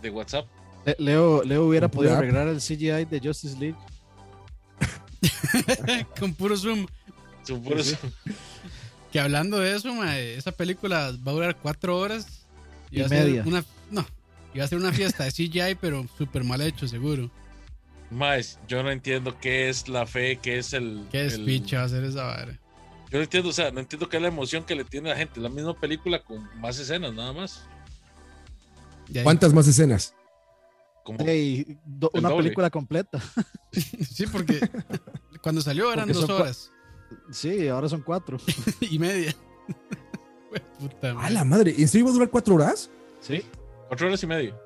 [SPEAKER 5] de WhatsApp.
[SPEAKER 1] Le- Leo, Leo hubiera
[SPEAKER 3] Un
[SPEAKER 1] podido
[SPEAKER 3] pura-
[SPEAKER 1] arreglar el CGI de Justice League.
[SPEAKER 2] Con puro Zoom.
[SPEAKER 5] Su puro
[SPEAKER 1] Sí,
[SPEAKER 5] Zoom.
[SPEAKER 2] Que hablando de eso, mae, esa película va a durar cuatro horas.
[SPEAKER 1] Y
[SPEAKER 2] va a ser
[SPEAKER 1] media.
[SPEAKER 2] Una, no, iba a ser una fiesta de CGI, pero súper mal hecho, seguro.
[SPEAKER 5] Más, yo no entiendo qué es la fe, qué es el.
[SPEAKER 2] Qué
[SPEAKER 5] el-
[SPEAKER 2] despiche va a ser esa vara.
[SPEAKER 5] Yo no entiendo, o sea, no entiendo qué es la emoción que le tiene a la gente. La misma película con más escenas, nada más.
[SPEAKER 2] De ahí-
[SPEAKER 3] ¿Cuántas más escenas?
[SPEAKER 5] Como,
[SPEAKER 1] Ey, do-
[SPEAKER 5] El
[SPEAKER 1] una
[SPEAKER 5] doble.
[SPEAKER 1] película completa.
[SPEAKER 2] *laughs* Sí, porque cuando salió eran
[SPEAKER 1] Porque
[SPEAKER 2] dos
[SPEAKER 1] son cua-
[SPEAKER 2] horas
[SPEAKER 1] Sí, ahora son
[SPEAKER 5] *laughs*
[SPEAKER 1] cuatro.
[SPEAKER 2] y media. *laughs* Hue Puta
[SPEAKER 3] A
[SPEAKER 2] madre.
[SPEAKER 3] la madre, ¿en serio iba a durar cuatro horas?
[SPEAKER 1] Sí.
[SPEAKER 5] Cuatro horas y media.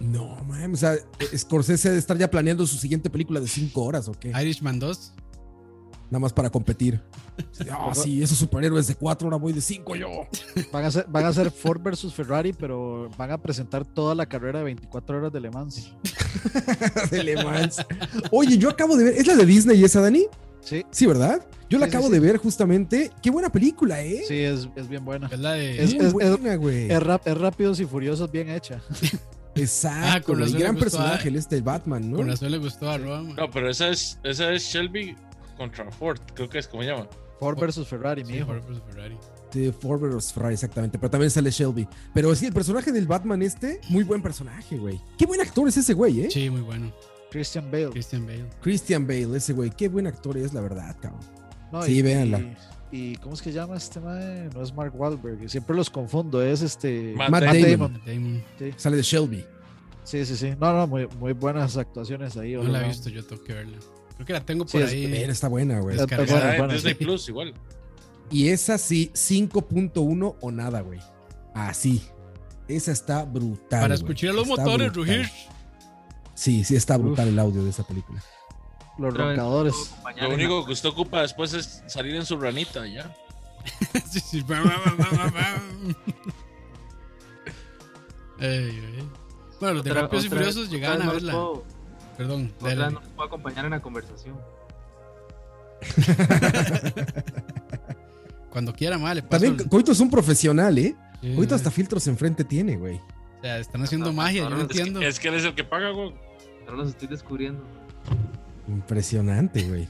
[SPEAKER 3] No, mames, o sea, eh, Scorsese debe estar ya planeando su siguiente película de cinco horas, ¿o qué?
[SPEAKER 2] Irishman 2.
[SPEAKER 3] Nada más para
[SPEAKER 2] *laughs*
[SPEAKER 3] competir. Ah, sí, esos superhéroes de cuatro, ahora voy de cinco yo. *laughs*
[SPEAKER 1] Van a ser, van a ser Ford versus Ferrari, pero van a presentar toda la carrera de 24 horas de Le Mans.
[SPEAKER 3] de Le Mans. Oye, yo acabo de ver, ¿es la de Disney esa, Dani?
[SPEAKER 1] Sí,
[SPEAKER 3] Sí, ¿verdad? Yo la
[SPEAKER 1] Sí, sí,
[SPEAKER 3] acabo
[SPEAKER 1] sí.
[SPEAKER 3] de ver justamente. Qué buena película, ¿eh?
[SPEAKER 1] sí, es, es bien buena.
[SPEAKER 2] Es la de.
[SPEAKER 1] Es- er-
[SPEAKER 3] Muy buena, güey.
[SPEAKER 1] Es, rap- es Rápidos y Furiosos bien hecha.
[SPEAKER 2] Ah,
[SPEAKER 3] Exacto.
[SPEAKER 2] con
[SPEAKER 3] güey.
[SPEAKER 2] razón
[SPEAKER 3] gran
[SPEAKER 2] le gustó,
[SPEAKER 3] personaje
[SPEAKER 2] ah.
[SPEAKER 3] el este Batman, ¿no?
[SPEAKER 2] Con razón le gustó a Roa. mae.
[SPEAKER 5] No, pero esa es, esa es Shelby contra Ford, creo que es como se llama.
[SPEAKER 1] Ford versus Ferrari,
[SPEAKER 2] Sí,
[SPEAKER 1] mi hijo.
[SPEAKER 2] Ford versus Ferrari.
[SPEAKER 3] De Ford versus Ferrari, exactamente. Pero también sale Shelby. Pero sí, el personaje del Batman este, muy buen personaje, güey. Qué buen actor es ese güey, ¿eh?
[SPEAKER 2] Sí, muy bueno.
[SPEAKER 1] Christian Bale.
[SPEAKER 2] Christian Bale.
[SPEAKER 3] Christian Bale, ese güey. Qué buen actor es, la verdad, cabrón.
[SPEAKER 1] No,
[SPEAKER 3] Sí,
[SPEAKER 1] y,
[SPEAKER 3] véanla.
[SPEAKER 1] Y, y cómo es que llama este mae? No es Mark Wahlberg. Siempre los confundo. Es este.
[SPEAKER 5] Matt
[SPEAKER 3] Matt
[SPEAKER 5] Damon.
[SPEAKER 3] Damon.
[SPEAKER 2] Damon.
[SPEAKER 3] Sale de Shelby.
[SPEAKER 1] Sí, sí, sí. No, no, muy, muy buenas actuaciones ahí.
[SPEAKER 2] No
[SPEAKER 1] Ola
[SPEAKER 2] la he
[SPEAKER 1] Brown.
[SPEAKER 2] visto, yo tengo que verla. Creo que la tengo
[SPEAKER 1] Sí,
[SPEAKER 2] por
[SPEAKER 1] es-
[SPEAKER 2] ahí.
[SPEAKER 3] Pero está buena, güey.
[SPEAKER 2] Es-
[SPEAKER 5] Está
[SPEAKER 2] Bueno,
[SPEAKER 5] en
[SPEAKER 1] Eh, bueno,
[SPEAKER 5] Disney
[SPEAKER 1] sí.
[SPEAKER 5] Plus igual.
[SPEAKER 3] Y esa sí, 5.1 o nada, güey. Así. Esa está brutal.
[SPEAKER 2] Para
[SPEAKER 3] güey.
[SPEAKER 2] escuchar a los
[SPEAKER 3] Está
[SPEAKER 2] motores
[SPEAKER 3] brutal.
[SPEAKER 2] rugir.
[SPEAKER 3] Sí, sí, está brutal el audio de esa película.
[SPEAKER 1] Los
[SPEAKER 6] Otra vez,
[SPEAKER 1] roncadores.
[SPEAKER 6] todo pañal
[SPEAKER 5] Lo
[SPEAKER 6] en
[SPEAKER 5] único que usted ocupa después es salir en su ranita, ya.
[SPEAKER 2] sí, sí. Bam, bam, bam, bam, bam. Ey, ey. Bueno, los de
[SPEAKER 6] Otra-
[SPEAKER 2] Rápidos y
[SPEAKER 6] otra vez-
[SPEAKER 2] Furiosos llegaban
[SPEAKER 6] otra
[SPEAKER 2] a
[SPEAKER 6] vez
[SPEAKER 2] verla.
[SPEAKER 6] No los puedo,
[SPEAKER 2] Perdón,
[SPEAKER 6] otra vez
[SPEAKER 2] dale.
[SPEAKER 6] no los puedo acompañar en la conversación.
[SPEAKER 2] Cuando quiera, madre. le paso
[SPEAKER 3] También
[SPEAKER 2] el-
[SPEAKER 3] Coito es un profesional, ¿eh?
[SPEAKER 2] Sí,
[SPEAKER 3] Coito
[SPEAKER 2] sí.
[SPEAKER 3] hasta filtros enfrente tiene, güey.
[SPEAKER 2] O sea, están haciendo
[SPEAKER 6] Hasta-
[SPEAKER 2] magia, yo
[SPEAKER 6] hasta
[SPEAKER 2] no
[SPEAKER 6] ahora Ah, es que-
[SPEAKER 2] entiendo.
[SPEAKER 5] Es que él es el que paga, güey.
[SPEAKER 6] Ahora los estoy descubriendo.
[SPEAKER 3] Impresionante, güey.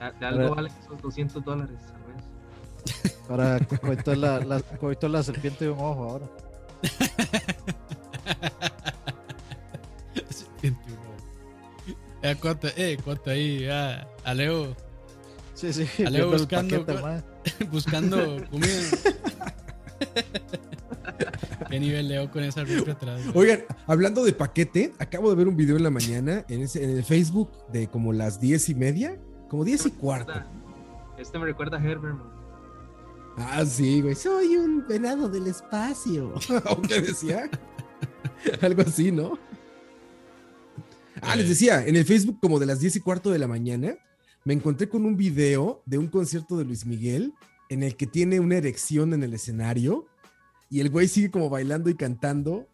[SPEAKER 6] De, de algo
[SPEAKER 1] Ahora-
[SPEAKER 6] valen esos 200 dólares al mes.
[SPEAKER 1] Ahora coito es la, la, coito es la serpiente de un ojo ahora.
[SPEAKER 2] Sí, 21. Eh, cuánto, eh, cuánto ahí, ah, a Leo *laughs*
[SPEAKER 1] Sí, sí.
[SPEAKER 2] A Leo
[SPEAKER 1] viendo el
[SPEAKER 2] buscando,
[SPEAKER 1] paquete,
[SPEAKER 2] ¿cuál?
[SPEAKER 1] mae.
[SPEAKER 2] buscando comida. Qué nivel Leo con esa rifle atrás. güey.
[SPEAKER 3] Oigan, hablando de paquete, acabo de ver un video en la mañana en, ese- en el Facebook de como las diez y media, como diez y cuarto.
[SPEAKER 6] Este me recuerda a Herbert. man.
[SPEAKER 3] Ah, sí, güey. Soy un venado del espacio. *laughs* ¿O qué decía? *laughs* Algo así, ¿no? Ah, les decía, en el Facebook como de las 10 y cuarto de la mañana, me encontré con un video de un concierto de Luis Miguel en el que tiene una erección en el escenario y el güey sigue como bailando y cantando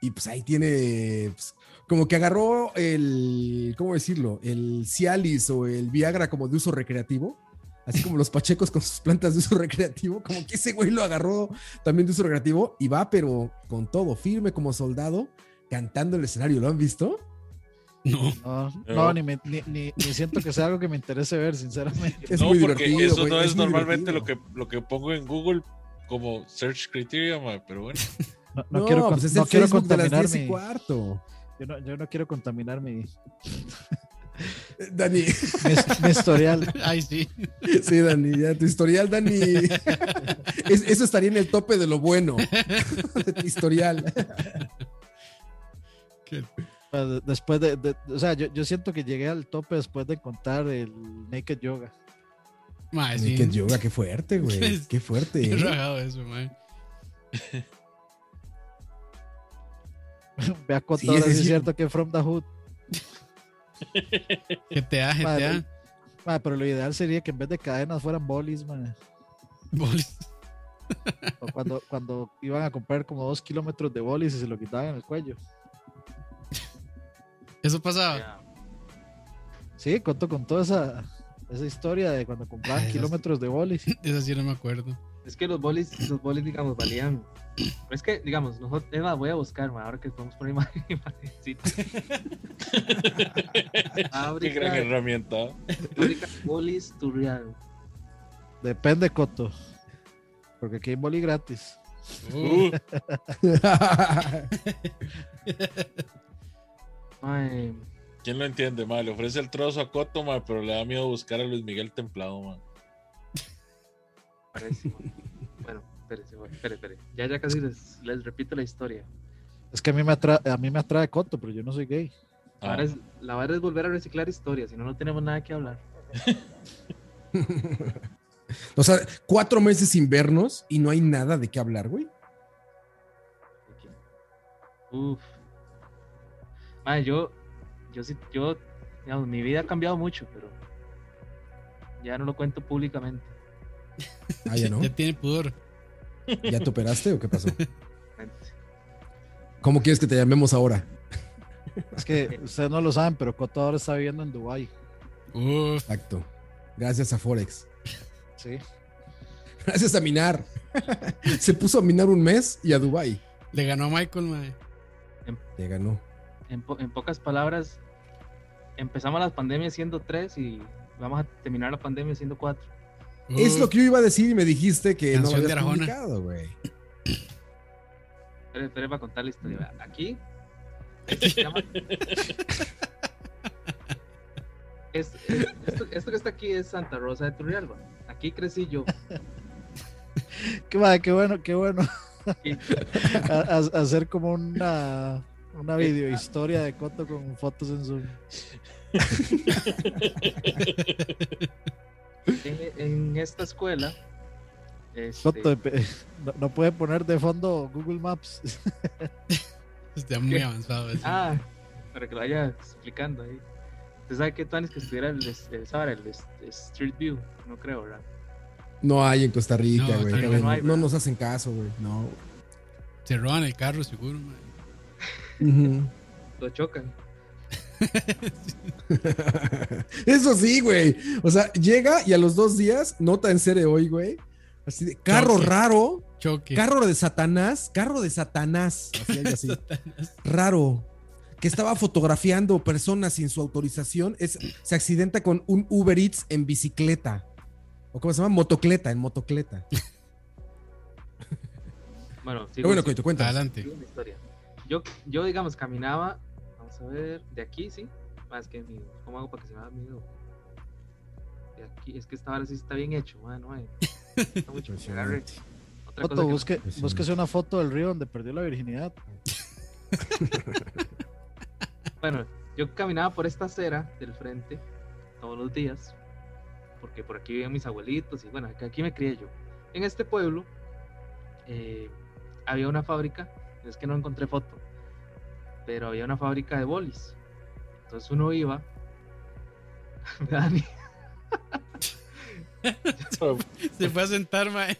[SPEAKER 3] Y pues ahí tiene, pues, como que agarró el, ¿cómo decirlo? El Cialis o el Viagra como de uso recreativo. Así como los pachecos con sus plantas de uso *laughs* recreativo, como que ese güey lo agarró también de uso recreativo y va, pero con todo, firme como soldado, cantando en el escenario. ¿Lo han visto?
[SPEAKER 2] No.
[SPEAKER 1] No,
[SPEAKER 5] No.
[SPEAKER 1] no, ni, me- ni, ni- ni siento que sea algo que me interese ver, sinceramente.
[SPEAKER 3] Es
[SPEAKER 5] no,
[SPEAKER 3] muy
[SPEAKER 5] porque
[SPEAKER 3] divertido,
[SPEAKER 5] eso
[SPEAKER 3] güey,
[SPEAKER 5] no
[SPEAKER 3] es
[SPEAKER 5] es,
[SPEAKER 3] muy
[SPEAKER 5] normalmente lo que,
[SPEAKER 3] divertido.
[SPEAKER 5] lo que pongo en Google como search criteria, ma, pero bueno.
[SPEAKER 1] No, no quiero, con-
[SPEAKER 3] pues es
[SPEAKER 1] no
[SPEAKER 3] el
[SPEAKER 1] quiero
[SPEAKER 3] Facebook de las
[SPEAKER 1] contaminar
[SPEAKER 3] 10 y
[SPEAKER 1] mi-
[SPEAKER 3] cuarto.
[SPEAKER 1] yo, no, yo no quiero contaminar mi,
[SPEAKER 3] Eh, Dani, *laughs*
[SPEAKER 1] mi- mi historial. *laughs*
[SPEAKER 2] Ay, sí.
[SPEAKER 3] sí, Dani, ya tu historial, Dani. *laughs* Es- eso estaría en el tope de lo bueno. *laughs* De tu historial.
[SPEAKER 1] Pues, Después de, de- o sea, yo, yo siento que llegué al tope después de contar el Naked Yoga. *laughs*
[SPEAKER 2] Mae, sí.
[SPEAKER 3] Naked Yoga, qué fuerte, güey. Qué fuerte.
[SPEAKER 1] *laughs*
[SPEAKER 2] Qué
[SPEAKER 3] ¿eh? *laughs*
[SPEAKER 2] rajado eso, mae.
[SPEAKER 1] Vea
[SPEAKER 3] Sí,
[SPEAKER 1] cuánto ahora
[SPEAKER 3] ese
[SPEAKER 1] sí es
[SPEAKER 3] sí.
[SPEAKER 1] cierto que From the Hood.
[SPEAKER 2] GTA, GTA.
[SPEAKER 1] Madre. Ma, Ah, pero lo ideal sería que en vez de cadenas fueran bolis, ma.
[SPEAKER 2] Bolis.
[SPEAKER 1] O Cuando, *laughs* cuando iban a comprar como dos kilómetros de bolis y se lo quitaban en el cuello.
[SPEAKER 2] Eso
[SPEAKER 5] Ah.
[SPEAKER 2] pasaba.
[SPEAKER 6] Ya,
[SPEAKER 1] Sí, cuento con toda esa, esa historia de cuando compraban
[SPEAKER 2] Ay, las-
[SPEAKER 1] kilómetros de bolis.
[SPEAKER 2] Eso sí no me acuerdo.
[SPEAKER 6] Es que los bolis, los bolis, digamos, valían. Es que, digamos, nosotros, es más, voy a buscar, ma, ahora que podemos poner ima- *laughs* imagencita.
[SPEAKER 5] *laughs* Qué gran
[SPEAKER 6] Fábrica,
[SPEAKER 5] herramienta.
[SPEAKER 6] fábrica de bolis turrial.
[SPEAKER 1] Depende, Coto. Porque aquí hay boli gratis.
[SPEAKER 2] Uh,
[SPEAKER 6] Mae,
[SPEAKER 5] ¿Quién lo entiende, ma? Le ofrece el trozo a Coto, ma, pero le da miedo buscar a Luis Miguel templado, ma.
[SPEAKER 6] parece. bueno, espérese, bueno, espere, espere. Ya, ya casi les, les repito la historia.
[SPEAKER 1] Es que a mí me atrae, a mí me atrae Coto, pero yo no soy gay.
[SPEAKER 5] Ah,
[SPEAKER 6] La vara es- la verdad es volver a reciclar historias, si no, no tenemos nada que hablar.
[SPEAKER 3] o sea, cuatro meses sin vernos y no hay nada de qué hablar, güey.
[SPEAKER 6] Aquí. Uf. Mae, yo, yo sí, yo, digamos, mi vida ha cambiado mucho, pero ya no lo cuento públicamente.
[SPEAKER 3] Ah, ya no.
[SPEAKER 2] Ya tiene pudor.
[SPEAKER 3] ¿Ya te operaste o qué pasó?
[SPEAKER 6] realmente.
[SPEAKER 3] ¿Cómo quieres que te llamemos ahora?
[SPEAKER 1] Es
[SPEAKER 6] *laughs*
[SPEAKER 1] que ustedes no lo saben, pero Coto ahora está viviendo en Dubai.
[SPEAKER 2] Uf.
[SPEAKER 3] Exacto. Gracias a Forex. *laughs*
[SPEAKER 1] Sí.
[SPEAKER 3] Gracias a Minar. *laughs* Se puso a minar un mes y a Dubai.
[SPEAKER 2] Le ganó a Michael, mae.
[SPEAKER 3] Le ganó.
[SPEAKER 6] En, po- en pocas palabras, empezamos la pandemia siendo tres y vamos a terminar la pandemia siendo cuatro.
[SPEAKER 2] Uf.
[SPEAKER 3] Es lo que yo iba a decir y me dijiste que
[SPEAKER 2] Mm. Canción
[SPEAKER 3] no
[SPEAKER 2] de
[SPEAKER 3] lo habías
[SPEAKER 2] Arjona.
[SPEAKER 3] publicado, güey.
[SPEAKER 6] Espera, espera para contar la historia. vea. Aquí. Llama- Es- es- esto, esto que está aquí es Santa Rosa de Turrialba. Aquí crecí yo.
[SPEAKER 1] Qué, madre, qué bueno, qué bueno. *laughs*
[SPEAKER 6] Aquí-
[SPEAKER 1] A- a- hacer como una, una videohistoria de Coto con fotos en Zoom.
[SPEAKER 6] en, en esta escuela. este,
[SPEAKER 1] Coto, empe- no, no puede poner de fondo Google Maps.
[SPEAKER 2] Está muy avanzado. eso.
[SPEAKER 6] ah, para que lo vaya explicando ahí. Usted sabe que tú antes que estuviera el, es- el, esa vara, el es- el Street View, no creo, ¿verdad?
[SPEAKER 3] No hay en Costa Rica,
[SPEAKER 2] No,
[SPEAKER 3] güey.
[SPEAKER 2] Costa Rica
[SPEAKER 3] Karen,
[SPEAKER 6] no hay,
[SPEAKER 3] no
[SPEAKER 6] ¿verdad?
[SPEAKER 3] nos hacen caso, güey. No.
[SPEAKER 2] Se roban el carro, seguro, mae.
[SPEAKER 3] Ujú. *laughs*
[SPEAKER 6] Lo chocan.
[SPEAKER 3] Eso sí, güey. O sea, llega y a los dos días, nota en serio hoy, güey. Así de carro
[SPEAKER 2] Choque.
[SPEAKER 3] raro,
[SPEAKER 2] Choque.
[SPEAKER 3] carro de Satanás, carro de Satanás. Así, algo así. Raro. Que estaba fotografiando personas sin su autorización. Es, se accidenta con un Uber Eats en bicicleta. ¿O cómo se llama? Motocleta, en motocleta. Qué
[SPEAKER 6] Bueno, sigo,
[SPEAKER 3] bueno, Coito, cuéntanos.
[SPEAKER 2] Adelante.
[SPEAKER 6] sigo la historia. Yo, yo, digamos, caminaba, vamos a ver, de aquí, sí. Más que mi, ¿cómo hago para que se vea mi dedo? De aquí, es que esta vara sí está bien hecho, man, no hay. Está mucho que me agarre. Otra cosa
[SPEAKER 1] Coto,
[SPEAKER 6] que no-
[SPEAKER 1] busque,
[SPEAKER 3] Impresionante.
[SPEAKER 1] búsquese una foto del río donde perdió la virginidad.
[SPEAKER 6] Bueno, yo caminaba por esta acera del frente todos los días, porque por aquí vivían mis abuelitos y bueno, aquí me crié yo. En este pueblo eh, había una fábrica, es que no encontré foto, pero había una fábrica de bolis. Entonces uno iba, *laughs* Dani,
[SPEAKER 2] Se fue a sentar, mae.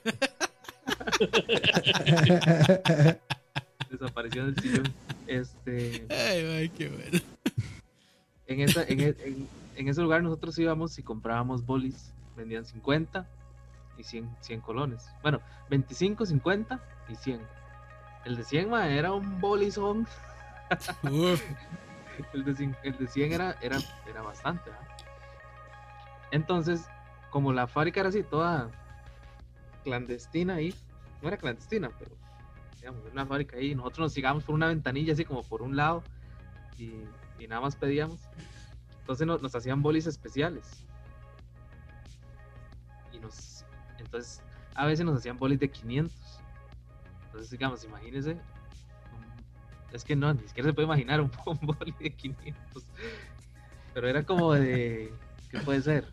[SPEAKER 6] desapareció del sillón. Este,
[SPEAKER 2] *laughs* Ay, ay, qué bueno.
[SPEAKER 6] en, esa- en, e- en- en ese lugar nosotros íbamos y comprábamos bolis. Vendían 50 y 100, 100 colones. Bueno, 25, 50 y 100. El de 100 ma, era un bolizón.
[SPEAKER 2] Uf,
[SPEAKER 6] El de, cin- el de 100 era, era, era bastante. ¿verdad? Entonces, como la fábrica era así, toda clandestina ahí, no era clandestina, pero digamos, era una fábrica ahí, nosotros nos sigamos por una ventanilla así como por un lado y, y nada más pedíamos. Entonces no- nos hacían bolis especiales. Y nos, entonces, a veces nos hacían bolis de 500. Entonces, digamos, imagínense, un- es que no, ni siquiera se puede imaginar un *laughs* un boli de 500. Pero era como de. ¿Qué puede ser?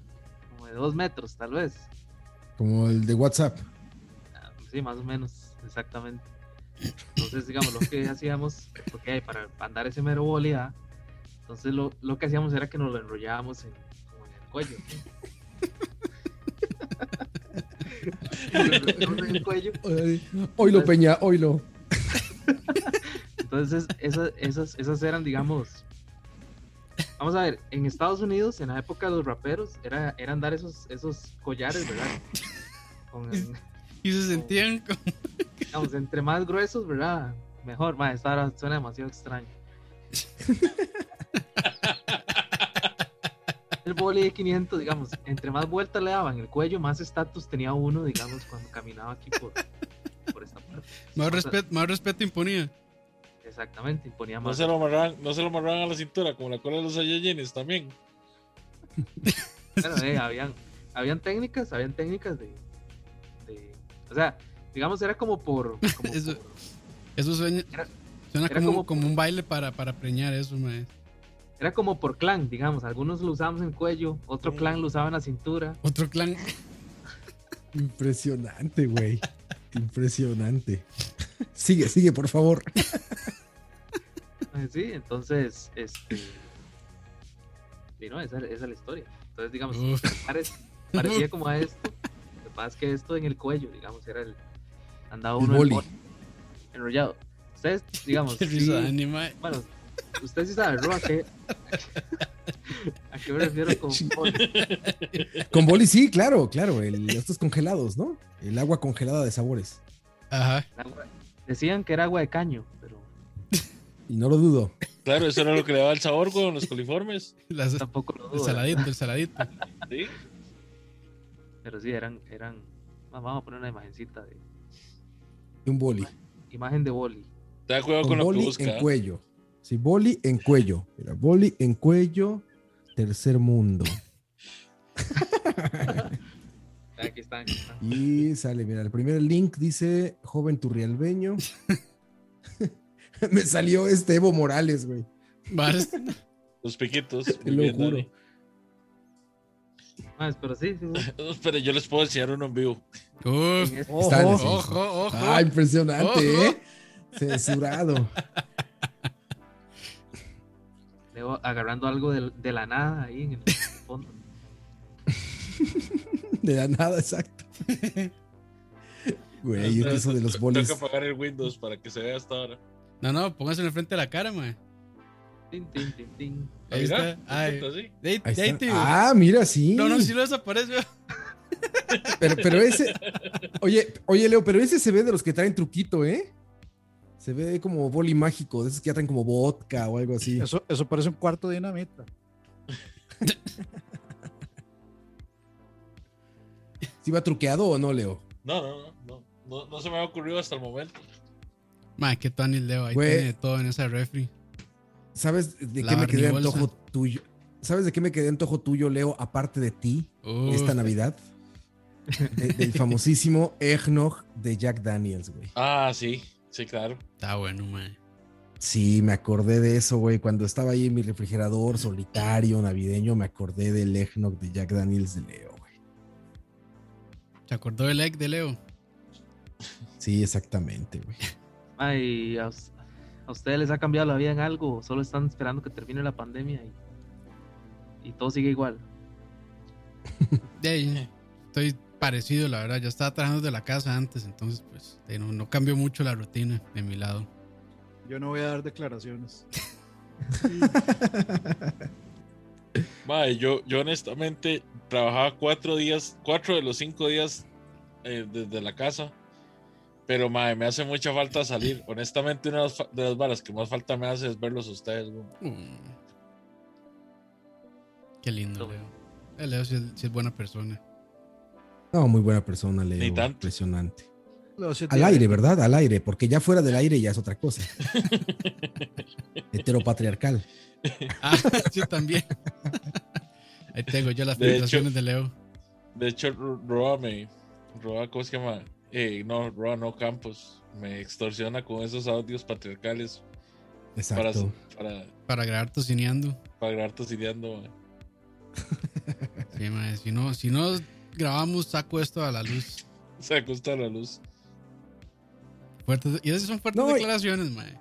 [SPEAKER 6] Como de 2 metros, tal vez.
[SPEAKER 3] *laughs* Como el de WhatsApp.
[SPEAKER 6] Ah, Sí, más o menos, exactamente. Entonces, digamos, lo que hacíamos, porque hay para para andar ese mero boli, ¿ah? entonces lo, lo que hacíamos era que nos lo enrollábamos en, como en el cuello. Nos lo enrollábamos en el cuello
[SPEAKER 3] Ay, Oilo, Peña, oilo.
[SPEAKER 6] Entonces, esas, esas, esas eran, digamos. Vamos a ver, en Estados Unidos, en la época de los raperos, era, eran dar esos, esos collares, ¿verdad? Con el-
[SPEAKER 2] y se sentían como.
[SPEAKER 6] digamos, entre más gruesos, ¿verdad? Mejor, ma, esta hora suena demasiado extraño. El boli de 500, digamos, entre más vueltas le daban el cuello, más estatus tenía uno, digamos, cuando caminaba aquí por, por esta parte.
[SPEAKER 2] Más
[SPEAKER 6] O sea,
[SPEAKER 2] respeto, más respeto imponía.
[SPEAKER 6] Exactamente, imponía
[SPEAKER 5] No
[SPEAKER 6] más.
[SPEAKER 5] se lo amarraban, no se lo amarraban a la cintura, como la cola de los Saiyajines también.
[SPEAKER 2] *laughs*
[SPEAKER 6] Bueno, eh, habían, habían técnicas, habían técnicas de, de- O sea, digamos, era como por.
[SPEAKER 2] *laughs*
[SPEAKER 6] como
[SPEAKER 2] Eso-
[SPEAKER 6] por-
[SPEAKER 2] Eso suena,
[SPEAKER 6] Era-
[SPEAKER 2] suena
[SPEAKER 6] era
[SPEAKER 2] como,
[SPEAKER 6] como-
[SPEAKER 2] como un baile para, para preñar eso, mae.
[SPEAKER 6] era como por clan, digamos. Algunos lo usábamos en el cuello, otro
[SPEAKER 5] Mm.
[SPEAKER 6] clan lo usaba en la cintura.
[SPEAKER 2] Otro clan.
[SPEAKER 3] Impresionante, güey. Impresionante. Sigue, sigue, por favor.
[SPEAKER 6] eh, Sí, entonces, este. Y no, esa, esa es la historia. Entonces,
[SPEAKER 2] *laughs*
[SPEAKER 6] digamos,
[SPEAKER 2] Uf,
[SPEAKER 6] pare- parecía como a esto. Lo que pasa es que esto en el cuello, digamos, era el. Andaba
[SPEAKER 3] El
[SPEAKER 6] uno en
[SPEAKER 3] boli.
[SPEAKER 6] boli, enrollado.
[SPEAKER 2] *laughs*
[SPEAKER 6] Ustedes, digamos.
[SPEAKER 2] qué risa
[SPEAKER 6] sí-
[SPEAKER 2] de Dani, mae.
[SPEAKER 6] Bueno, usted sí sabe, Ro, a qué, *laughs* a qué me refiero con
[SPEAKER 3] Sí.
[SPEAKER 6] boli.
[SPEAKER 3] Con boli, sí, claro, claro. El, estos congelados, ¿no? El agua congelada de sabores.
[SPEAKER 2] Ajá.
[SPEAKER 6] Agua- Decían que era agua de caño, pero
[SPEAKER 3] Y no lo dudo.
[SPEAKER 5] Claro, eso era lo que le daba el sabor con los coliformes.
[SPEAKER 2] Las-
[SPEAKER 6] tampoco lo
[SPEAKER 2] el
[SPEAKER 6] dudo. ¿verdad?
[SPEAKER 2] saladito, el saladito.
[SPEAKER 5] Sí.
[SPEAKER 6] Pero sí, eran, eran. ah, Vamos a poner una imagencita de
[SPEAKER 3] Y un boli.
[SPEAKER 6] imagen de boli.
[SPEAKER 5] Te da cuidado
[SPEAKER 3] Con
[SPEAKER 5] con, lo que
[SPEAKER 3] boli
[SPEAKER 5] busca.
[SPEAKER 3] en cuello. Sí, boli en cuello. Mira, boli en cuello, tercer mundo.
[SPEAKER 6] Ah, Aquí están, aquí están.
[SPEAKER 3] Y sale, mira, el primer link dice joven turrialbeño. *laughs* Me salió este Evo Morales, güey.
[SPEAKER 2] Vas-
[SPEAKER 5] Los piquitos.
[SPEAKER 3] Te
[SPEAKER 5] Muy
[SPEAKER 3] lo
[SPEAKER 5] bien,
[SPEAKER 3] juro.
[SPEAKER 5] Dani.
[SPEAKER 6] Más, pero sí, sí, sí.
[SPEAKER 5] Pero yo les puedo enseñar uno en vivo.
[SPEAKER 2] Uf.
[SPEAKER 6] En este-
[SPEAKER 4] Ojo.
[SPEAKER 3] Está en ese-
[SPEAKER 2] Ojo, ojo.
[SPEAKER 3] Ah, impresionante,
[SPEAKER 2] Ojo.
[SPEAKER 3] ¿eh? Censurado. *laughs*
[SPEAKER 6] Leo agarrando algo del- de, la nada ahí en el fondo.
[SPEAKER 3] De la nada, exacto. Güey, yo que eso de los bolis.
[SPEAKER 5] Tengo que apagar el Windows para que se vea hasta ahora.
[SPEAKER 2] No, no, pónganse en el frente de la cara, mae.
[SPEAKER 6] Tin, tin, tin, tin.
[SPEAKER 2] Ahí
[SPEAKER 5] Mira,
[SPEAKER 2] está. Ay,
[SPEAKER 5] puta, sí.
[SPEAKER 2] de ahí-
[SPEAKER 3] Ahí
[SPEAKER 2] de ahí
[SPEAKER 3] está.
[SPEAKER 2] te-
[SPEAKER 3] Ah, mira, sí.
[SPEAKER 2] No, no, si lo desaparece.
[SPEAKER 3] Pero, pero ese. Oye, oye, Leo, pero ese se ve de los que traen truquito, ¿eh? Se ve como boli mágico, de esos que ya traen como vodka o algo así.
[SPEAKER 4] Eso, eso parece un cuarto de dinamita.
[SPEAKER 3] ¿Sí va truqueado o no, Leo?
[SPEAKER 5] No, no, no, no, no. No se me había ocurrido hasta el momento.
[SPEAKER 2] Mae, qué Tony Leo. Ahí
[SPEAKER 3] Güey.
[SPEAKER 2] tiene de todo en esa refri.
[SPEAKER 3] ¿Sabes de
[SPEAKER 2] La
[SPEAKER 3] qué me quedé
[SPEAKER 2] barnibolsa.
[SPEAKER 3] antojo tuyo? ¿Sabes de qué me quedé antojo tuyo, Leo, aparte de ti,
[SPEAKER 2] Uf.
[SPEAKER 3] esta Navidad? De- del famosísimo Eggnog de Jack Daniels, güey.
[SPEAKER 5] Ah, sí, sí, claro.
[SPEAKER 2] Está bueno, mae.
[SPEAKER 3] Sí, me acordé de eso, güey. Cuando estaba ahí en mi refrigerador solitario, navideño, me acordé del Eggnog de Jack Daniels de Leo, güey.
[SPEAKER 2] ¿Se acordó del egg de Leo?
[SPEAKER 3] Sí, exactamente, güey.
[SPEAKER 6] Ay, a, us- a ustedes les ha cambiado la vida en algo, o solo están esperando que termine la pandemia y, y todo sigue igual.
[SPEAKER 2] De ahí, estoy parecido, la verdad. Yo estaba trabajando desde la casa antes, entonces, pues, de ahí no, no cambió mucho la rutina de mi lado.
[SPEAKER 1] Yo no voy a dar declaraciones.
[SPEAKER 5] Mae, yo, yo honestamente trabajaba cuatro días, cuatro de los cinco días eh, desde la casa. Pero mae, me hace mucha falta salir. Honestamente, una de las fa- de las varas que más falta me hace es verlos a ustedes. güey.
[SPEAKER 2] Mm. Qué lindo,
[SPEAKER 6] Toma.
[SPEAKER 2] Leo. Eh, Leo sí es, sí es buena persona. *laughs*
[SPEAKER 3] No, muy buena persona, Leo.
[SPEAKER 5] Ni tanto.
[SPEAKER 3] Impresionante.
[SPEAKER 1] Lo siento.
[SPEAKER 3] Al aire, ¿verdad? Al aire, porque ya fuera del aire ya es otra
[SPEAKER 5] *laughs*
[SPEAKER 3] cosa. Heteropatriarcal.
[SPEAKER 2] Ah, sí, *laughs* también. Ahí tengo yo las
[SPEAKER 5] De hecho-
[SPEAKER 2] presentaciones de Leo.
[SPEAKER 5] De hecho, Ro- Roa me. Roa, ¿cómo se llama? Eh, no, Roa no Campos. Me extorsiona con esos audios patriarcales para,
[SPEAKER 3] Exacto.
[SPEAKER 5] para,
[SPEAKER 2] Para grabar tocineando.
[SPEAKER 5] para grabar tosileando, mae.
[SPEAKER 2] Sí, mae, si, no, si no grabamos, saco esto a la luz.
[SPEAKER 5] Se acuesta la luz.
[SPEAKER 2] Fuertes, y esas son fuertes
[SPEAKER 3] No, y-
[SPEAKER 2] declaraciones, mae.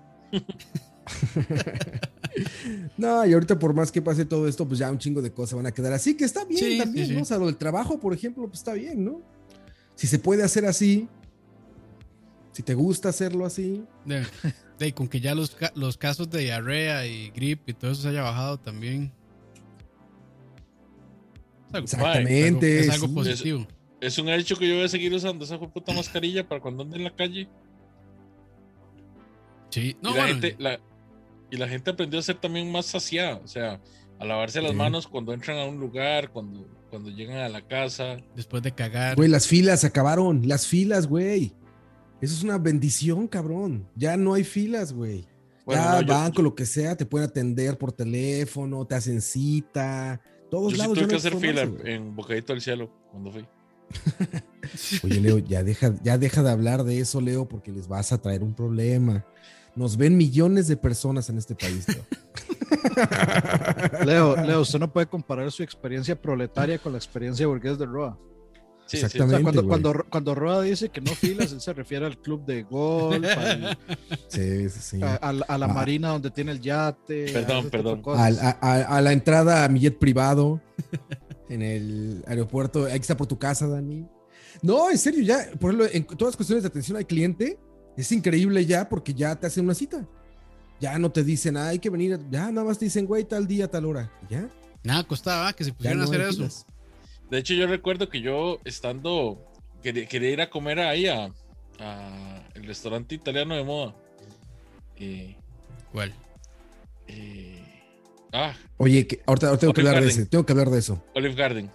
[SPEAKER 3] No, y ahorita por más que pase todo esto, pues ya un chingo de cosas van a quedar así, que está bien
[SPEAKER 2] Sí,
[SPEAKER 3] también,
[SPEAKER 2] sí, sí.
[SPEAKER 3] ¿no? O sea, lo del trabajo, por ejemplo, pues está bien, ¿no? Si se puede hacer así, si te gusta hacerlo así,
[SPEAKER 2] De, de- con que ya los, ca- los casos de diarrea y gripe y todo eso se haya bajado también. Es algo-
[SPEAKER 3] exactamente.
[SPEAKER 2] Es algo
[SPEAKER 3] sí.
[SPEAKER 2] positivo.
[SPEAKER 5] Es un hecho que yo voy a seguir usando esa puta mascarilla para cuando ande en la calle.
[SPEAKER 2] Sí, no,
[SPEAKER 5] y, la
[SPEAKER 2] bueno,
[SPEAKER 5] gente, la- y la gente aprendió a ser también más saciada, o sea, a lavarse las
[SPEAKER 3] Sí.
[SPEAKER 5] manos cuando entran a un lugar, cuando, cuando llegan a la casa.
[SPEAKER 2] después de cagar.
[SPEAKER 3] Güey, las filas se acabaron, las filas, güey. Eso es una bendición, cabrón. Ya no hay filas, güey.
[SPEAKER 5] Bueno,
[SPEAKER 3] ya
[SPEAKER 5] no, yo-
[SPEAKER 3] banco, lo que sea, te pueden atender por teléfono, te hacen cita. Todos
[SPEAKER 5] yo sí
[SPEAKER 3] lados.
[SPEAKER 5] tuve
[SPEAKER 3] ya no
[SPEAKER 5] que
[SPEAKER 3] hay
[SPEAKER 5] hacer fila eh.
[SPEAKER 3] formarse,
[SPEAKER 5] en,
[SPEAKER 3] güey.
[SPEAKER 5] Bocadito del Cielo cuando fui.
[SPEAKER 3] Oye,
[SPEAKER 5] *laughs*
[SPEAKER 3] Leo, ya deja, ya deja de hablar de eso, Leo, porque les vas a traer un problema. Nos ven millones de personas en este país,
[SPEAKER 5] *laughs*
[SPEAKER 3] Leo.
[SPEAKER 1] Leo, Leo, usted no puede comparar su experiencia proletaria con la experiencia burgués de Roa.
[SPEAKER 5] Sí, sí.
[SPEAKER 1] O sea,
[SPEAKER 3] Exactamente.
[SPEAKER 1] cuando,
[SPEAKER 3] güey.
[SPEAKER 1] cuando, Ro- cuando Roa dice que no filas, él se refiere al club de golf, al-
[SPEAKER 3] Sí, sí, sí.
[SPEAKER 1] a, a la- a la
[SPEAKER 3] Ah.
[SPEAKER 1] marina donde tiene el yate. a
[SPEAKER 5] Perdón,
[SPEAKER 1] ese tipo
[SPEAKER 5] perdón.
[SPEAKER 1] de cosas.
[SPEAKER 3] Al- a, a- a la entrada a mi jet privado en el aeropuerto. Ahí está por tu casa, Dani. No, en serio, ya, por ejemplo, en todas las cuestiones de atención al cliente, es increíble ya porque ya te hacen una cita. Ya no te dicen, "Ah, hay que venir, ya nada más te dicen, güey, tal día, tal hora. y Ya,
[SPEAKER 2] Nada costaba ah, que se
[SPEAKER 3] ya
[SPEAKER 2] pusieran
[SPEAKER 3] no
[SPEAKER 2] a hacer
[SPEAKER 3] hay
[SPEAKER 2] eso.
[SPEAKER 3] filas.
[SPEAKER 5] De hecho, yo recuerdo que yo estando, quería, quería ir a comer ahí a, a el restaurante italiano de moda. Eh,
[SPEAKER 2] ¿Cuál?
[SPEAKER 5] eh, ah,
[SPEAKER 3] Oye, que, ahorita, ahorita tengo que
[SPEAKER 5] Olive
[SPEAKER 3] hablar de
[SPEAKER 5] Garden.
[SPEAKER 3] ese, tengo que hablar de
[SPEAKER 5] *laughs*
[SPEAKER 3] eso.
[SPEAKER 5] Olive Garden.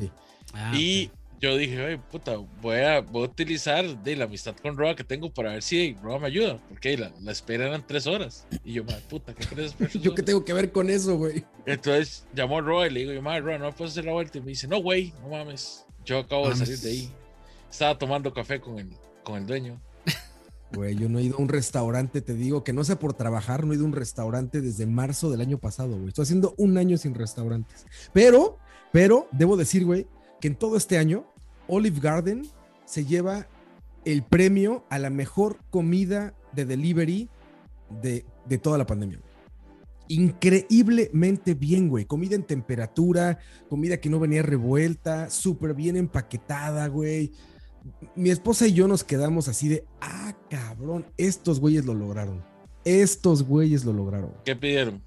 [SPEAKER 2] Ah,
[SPEAKER 5] Y
[SPEAKER 2] ok.
[SPEAKER 5] yo dije, "Ay, puta, voy a, voy a utilizar de la amistad con Roa que tengo para ver si Roa me ayuda, porque la, la espera eran tres horas. Y yo, madre puta, ¿qué
[SPEAKER 3] *laughs*
[SPEAKER 5] crees? esperar tres
[SPEAKER 3] Yo qué
[SPEAKER 5] horas?".
[SPEAKER 3] tengo que ver con eso, güey.
[SPEAKER 5] Entonces llamó a Roa y le digo, yo, madre, Roa, no me puedes hacer la vuelta. Y me dice, no, güey, no mames. Yo acabo de
[SPEAKER 2] Mames.
[SPEAKER 5] salir de ahí. Estaba tomando café con el, con el dueño.
[SPEAKER 3] Güey, yo no he ido a un restaurante, te digo, que no sea por trabajar, no he ido a un restaurante desde marzo del año pasado, güey. Estoy haciendo un año sin restaurantes. Pero, pero, debo decir, güey, que en todo este año, Olive Garden se lleva el premio a la mejor comida de delivery de, de toda la pandemia, güey. Increíblemente bien, güey. Comida en temperatura, comida que no venía revuelta, súper bien empaquetada, güey mi esposa y yo nos quedamos así de, ah, cabrón, estos güeyes lo lograron. Estos güeyes lo lograron.
[SPEAKER 5] ¿Qué pidieron?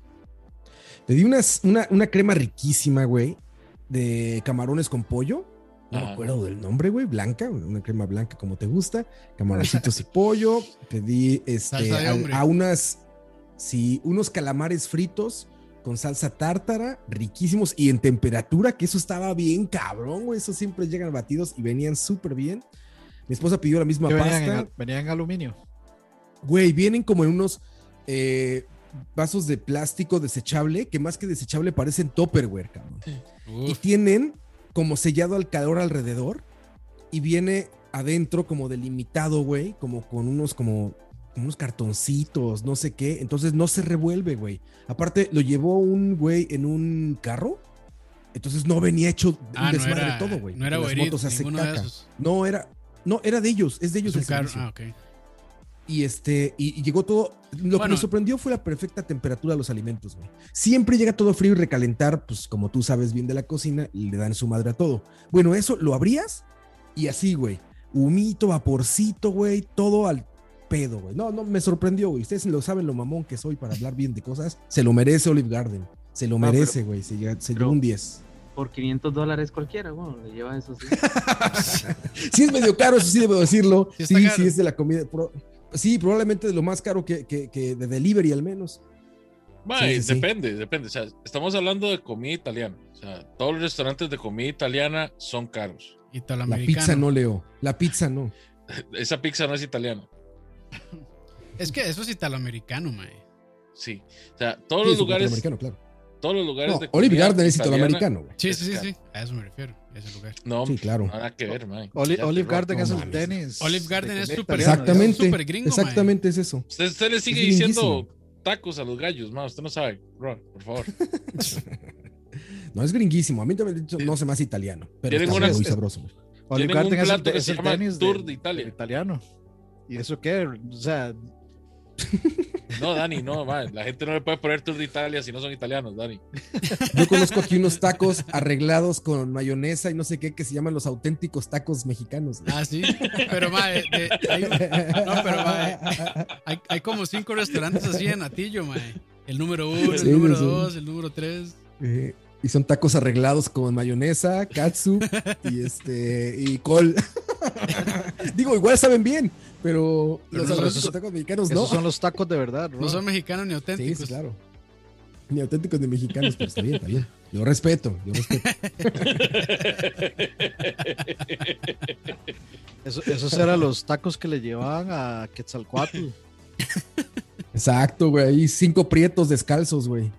[SPEAKER 3] Le di unas- una, una crema riquísima, güey, de camarones con pollo. No me
[SPEAKER 5] Ajá.
[SPEAKER 3] acuerdo del nombre, güey, blanca, una crema blanca como te gusta, camaroncitos y
[SPEAKER 2] *laughs*
[SPEAKER 3] pollo. Pedí este,
[SPEAKER 2] Salsa de
[SPEAKER 3] a,
[SPEAKER 2] hombre.
[SPEAKER 3] a unas, sí, unos calamares fritos con salsa tártara, riquísimos y en temperatura, que eso estaba bien cabrón, güey. Eso siempre llegan batidos y venían súper bien. Mi esposa pidió la misma
[SPEAKER 1] Que
[SPEAKER 3] pasta.
[SPEAKER 1] venían, en, al- venían en aluminio.
[SPEAKER 3] Güey, vienen como en unos eh, vasos de plástico desechable, que más que desechable parecen topperware, cabrón. Y
[SPEAKER 2] Uf,
[SPEAKER 3] tienen como sellado al calor alrededor y viene adentro como delimitado, güey, como con unos como como unos cartoncitos, no sé qué, entonces no se revuelve, güey. Aparte lo llevó un güey en un carro, entonces no venía hecho un
[SPEAKER 2] ah, no
[SPEAKER 3] desmadre
[SPEAKER 2] era,
[SPEAKER 3] todo, güey.
[SPEAKER 2] No era
[SPEAKER 3] porque
[SPEAKER 2] Uber Eats,
[SPEAKER 3] hacen
[SPEAKER 2] ninguno de
[SPEAKER 3] caca.
[SPEAKER 2] esos.
[SPEAKER 3] No era, no era de ellos, es de ellos
[SPEAKER 2] Es un
[SPEAKER 3] el
[SPEAKER 2] carro.
[SPEAKER 3] servicio.
[SPEAKER 2] Ah, ok.
[SPEAKER 3] Y este, y, y llegó todo. Lo que
[SPEAKER 2] Bueno.
[SPEAKER 3] me sorprendió fue la perfecta temperatura de los alimentos, güey. Siempre llega todo frío y recalentar, pues como tú sabes bien de la cocina, le dan su madre a todo. Bueno, eso lo abrías y así, güey. Humito, vaporcito, güey, todo al pedo, güey. No, no, me sorprendió, güey. Ustedes lo saben lo mamón que soy para hablar bien de cosas. Se lo merece Olive Garden. Se lo
[SPEAKER 6] No,
[SPEAKER 3] merece, güey. Se, lle- se
[SPEAKER 6] pero-
[SPEAKER 3] llevó un 10.
[SPEAKER 6] Por 500 dólares cualquiera, bueno, le lleva eso sí.
[SPEAKER 3] Sí es medio caro, eso sí debo decirlo.
[SPEAKER 2] *laughs* Sí
[SPEAKER 3] Sí,
[SPEAKER 2] está
[SPEAKER 3] sí,
[SPEAKER 2] caro.
[SPEAKER 3] es de la comida. pro- sí, probablemente de lo más caro que, que- que de delivery al menos. Sí,
[SPEAKER 5] Mae,
[SPEAKER 3] sí, sí.
[SPEAKER 5] depende, depende. O sea, estamos hablando de comida italiana. O sea, todos los restaurantes de comida italiana son caros. *laughs*
[SPEAKER 3] La
[SPEAKER 2] Italoamericano.
[SPEAKER 3] pizza no, Leo. La pizza no.
[SPEAKER 5] Esa pizza no es italiana.
[SPEAKER 2] Es que eso es italoamericano, mae.
[SPEAKER 5] Sí. O sea, todos
[SPEAKER 3] Sí,
[SPEAKER 5] los
[SPEAKER 3] es un
[SPEAKER 5] lugares,
[SPEAKER 3] italoamericano, claro.
[SPEAKER 5] todos los lugares
[SPEAKER 3] No,
[SPEAKER 5] de comida
[SPEAKER 3] Olive Garden es
[SPEAKER 5] italiana-
[SPEAKER 3] italoamericano, güey.
[SPEAKER 2] Sí,
[SPEAKER 5] Es
[SPEAKER 2] sí, sí,
[SPEAKER 5] caro.
[SPEAKER 2] sí. A eso me refiero, a ese lugar.
[SPEAKER 5] No,
[SPEAKER 3] Sí, claro.
[SPEAKER 5] nada que ver, mae.
[SPEAKER 1] Oli-
[SPEAKER 5] Ya,
[SPEAKER 1] Olive
[SPEAKER 5] pero-
[SPEAKER 1] Garden es
[SPEAKER 3] no
[SPEAKER 1] el
[SPEAKER 3] mames.
[SPEAKER 1] Dennis.
[SPEAKER 2] Olive Garden
[SPEAKER 1] de
[SPEAKER 2] es
[SPEAKER 1] comida
[SPEAKER 2] súper-
[SPEAKER 1] italiana, digamos.
[SPEAKER 3] Exactamente.
[SPEAKER 2] Súper gringo, mae.
[SPEAKER 3] exactamente es eso.
[SPEAKER 5] Usted, usted le sigue
[SPEAKER 3] Es
[SPEAKER 5] diciendo
[SPEAKER 3] lindísimo.
[SPEAKER 5] tacos a los gallos, mae. Usted no sabe, Ron, por favor.
[SPEAKER 3] No, es gringuísimo. A mí también de hecho, no se me hace italiano. Pero
[SPEAKER 5] Tienen
[SPEAKER 3] está
[SPEAKER 5] unas-
[SPEAKER 3] muy sabroso. güey.
[SPEAKER 5] Tienen
[SPEAKER 1] Olive
[SPEAKER 5] un
[SPEAKER 1] Garden es el,
[SPEAKER 5] plato que
[SPEAKER 1] es
[SPEAKER 5] se
[SPEAKER 1] el
[SPEAKER 5] llama
[SPEAKER 1] Dennis
[SPEAKER 5] Tour
[SPEAKER 1] del-
[SPEAKER 5] de Italia.
[SPEAKER 1] del italiano. ¿Y eso qué? O sea,
[SPEAKER 5] No, Dani, no, mae. La gente no le puede poner Tour de Italia si no son italianos, Dani.
[SPEAKER 3] Yo conozco aquí unos tacos arreglados con mayonesa y no sé qué que se llaman los auténticos tacos mexicanos. güey.
[SPEAKER 2] Ah, sí. Pero, mae, de- hay, no, pero, mae, hay, hay como cinco restaurantes así en Atillo, mae. El número uno, el
[SPEAKER 3] Sí,
[SPEAKER 2] número
[SPEAKER 3] sí.
[SPEAKER 2] dos, el número tres.
[SPEAKER 3] Eh, y son tacos arreglados con mayonesa, katsu y
[SPEAKER 1] *laughs*
[SPEAKER 3] este y col. Digo, igual saben bien, pero,
[SPEAKER 1] Pero
[SPEAKER 3] los
[SPEAKER 1] no,
[SPEAKER 3] auténticos
[SPEAKER 1] esos-
[SPEAKER 3] tacos mexicanos no.
[SPEAKER 1] esos son los tacos de verdad, Roa.
[SPEAKER 2] No son mexicanos ni
[SPEAKER 3] Sí,
[SPEAKER 2] auténticos.
[SPEAKER 3] sí, claro. Ni auténticos ni mexicanos, pero está bien, está bien. Yo respeto, yo respeto.
[SPEAKER 1] Eso- esos eran los tacos que le llevaban a
[SPEAKER 3] *laughs*
[SPEAKER 1] Quetzalcoatl.
[SPEAKER 3] Exacto, güey. Ahí cinco prietos descalzos, güey.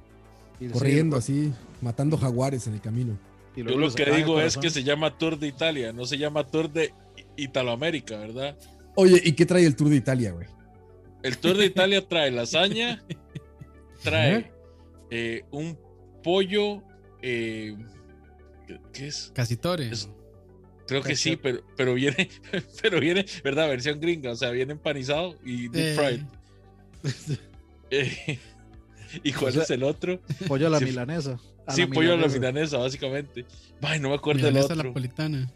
[SPEAKER 1] y le-
[SPEAKER 3] Corriendo así, matando jaguares en el camino.
[SPEAKER 1] y luego
[SPEAKER 5] Yo
[SPEAKER 1] le
[SPEAKER 5] lo que
[SPEAKER 1] sacaban el
[SPEAKER 5] digo es
[SPEAKER 1] corazón.
[SPEAKER 5] que se llama Tour de Italia, no se llama Tour de Italoamérica, ¿verdad?
[SPEAKER 3] Oye, ¿y qué trae el Tour de Italia, güey?
[SPEAKER 5] El Tour de Italia trae lasaña, trae
[SPEAKER 3] Ajá.
[SPEAKER 5] eh, un pollo, eh, ¿qué es?
[SPEAKER 2] Casitore.
[SPEAKER 5] Es- Creo que sí, pero, pero viene, *laughs* pero viene, ¿verdad? Versión gringa, o sea, viene empanizado y deep fried.
[SPEAKER 2] Eh,
[SPEAKER 5] Eh, *laughs* ¿Y cuál
[SPEAKER 1] O sea,
[SPEAKER 5] es el otro?
[SPEAKER 1] Pollo a la
[SPEAKER 5] Sí.
[SPEAKER 1] milanesa. A
[SPEAKER 5] sí,
[SPEAKER 1] la
[SPEAKER 5] pollo a la
[SPEAKER 1] milanesa.
[SPEAKER 5] milanesa, básicamente. Ay, no me acuerdo el
[SPEAKER 2] milanesa
[SPEAKER 5] otro.
[SPEAKER 2] napolitana.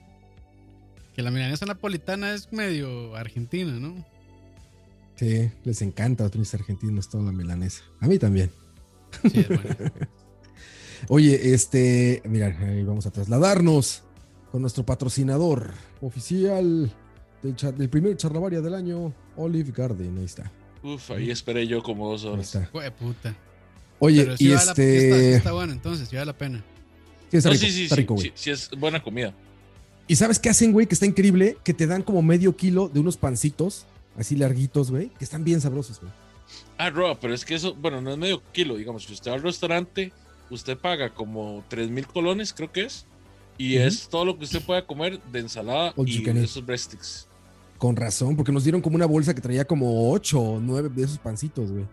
[SPEAKER 2] Que la milanesa napolitana es medio argentina,
[SPEAKER 3] *laughs*
[SPEAKER 2] ¿no?
[SPEAKER 3] Sí, les encanta a los argentinos toda la milanesa. A mí también.
[SPEAKER 2] Sí, es bueno.
[SPEAKER 3] Oye, este, mira, ahí vamos a trasladarnos con nuestro patrocinador oficial del, cha- del primer charlavaria del año, Olive Garden. Ahí está.
[SPEAKER 5] Uf, ahí esperé yo como dos
[SPEAKER 3] Ahí
[SPEAKER 5] horas.
[SPEAKER 3] está.
[SPEAKER 2] Jue de puta.
[SPEAKER 3] Oye,
[SPEAKER 2] Pero sí
[SPEAKER 3] y
[SPEAKER 2] vale la- sí está, sí
[SPEAKER 3] este.
[SPEAKER 2] está bueno, entonces, sí vale la pena.
[SPEAKER 3] sí, está
[SPEAKER 5] No,
[SPEAKER 3] rico,
[SPEAKER 5] sí, sí,
[SPEAKER 3] está
[SPEAKER 5] sí,
[SPEAKER 3] rico, güey.
[SPEAKER 5] sí, sí, es buena comida.
[SPEAKER 3] ¿Y sabes qué hacen, güey? Que está increíble, que te dan como medio kilo de unos pancitos, así larguitos, güey, que están bien sabrosos, güey.
[SPEAKER 5] Ah, Roa, pero es que eso, bueno, no es medio kilo, digamos, si usted va al restaurante, usted paga como 3 mil colones, creo que es, y
[SPEAKER 3] Ujú.
[SPEAKER 5] es todo lo que usted pueda comer de ensalada
[SPEAKER 3] All you
[SPEAKER 5] y
[SPEAKER 3] can eat.
[SPEAKER 5] esos breadsticks.
[SPEAKER 3] Con razón, porque nos dieron como una bolsa que traía como ocho o nueve de esos pancitos, güey.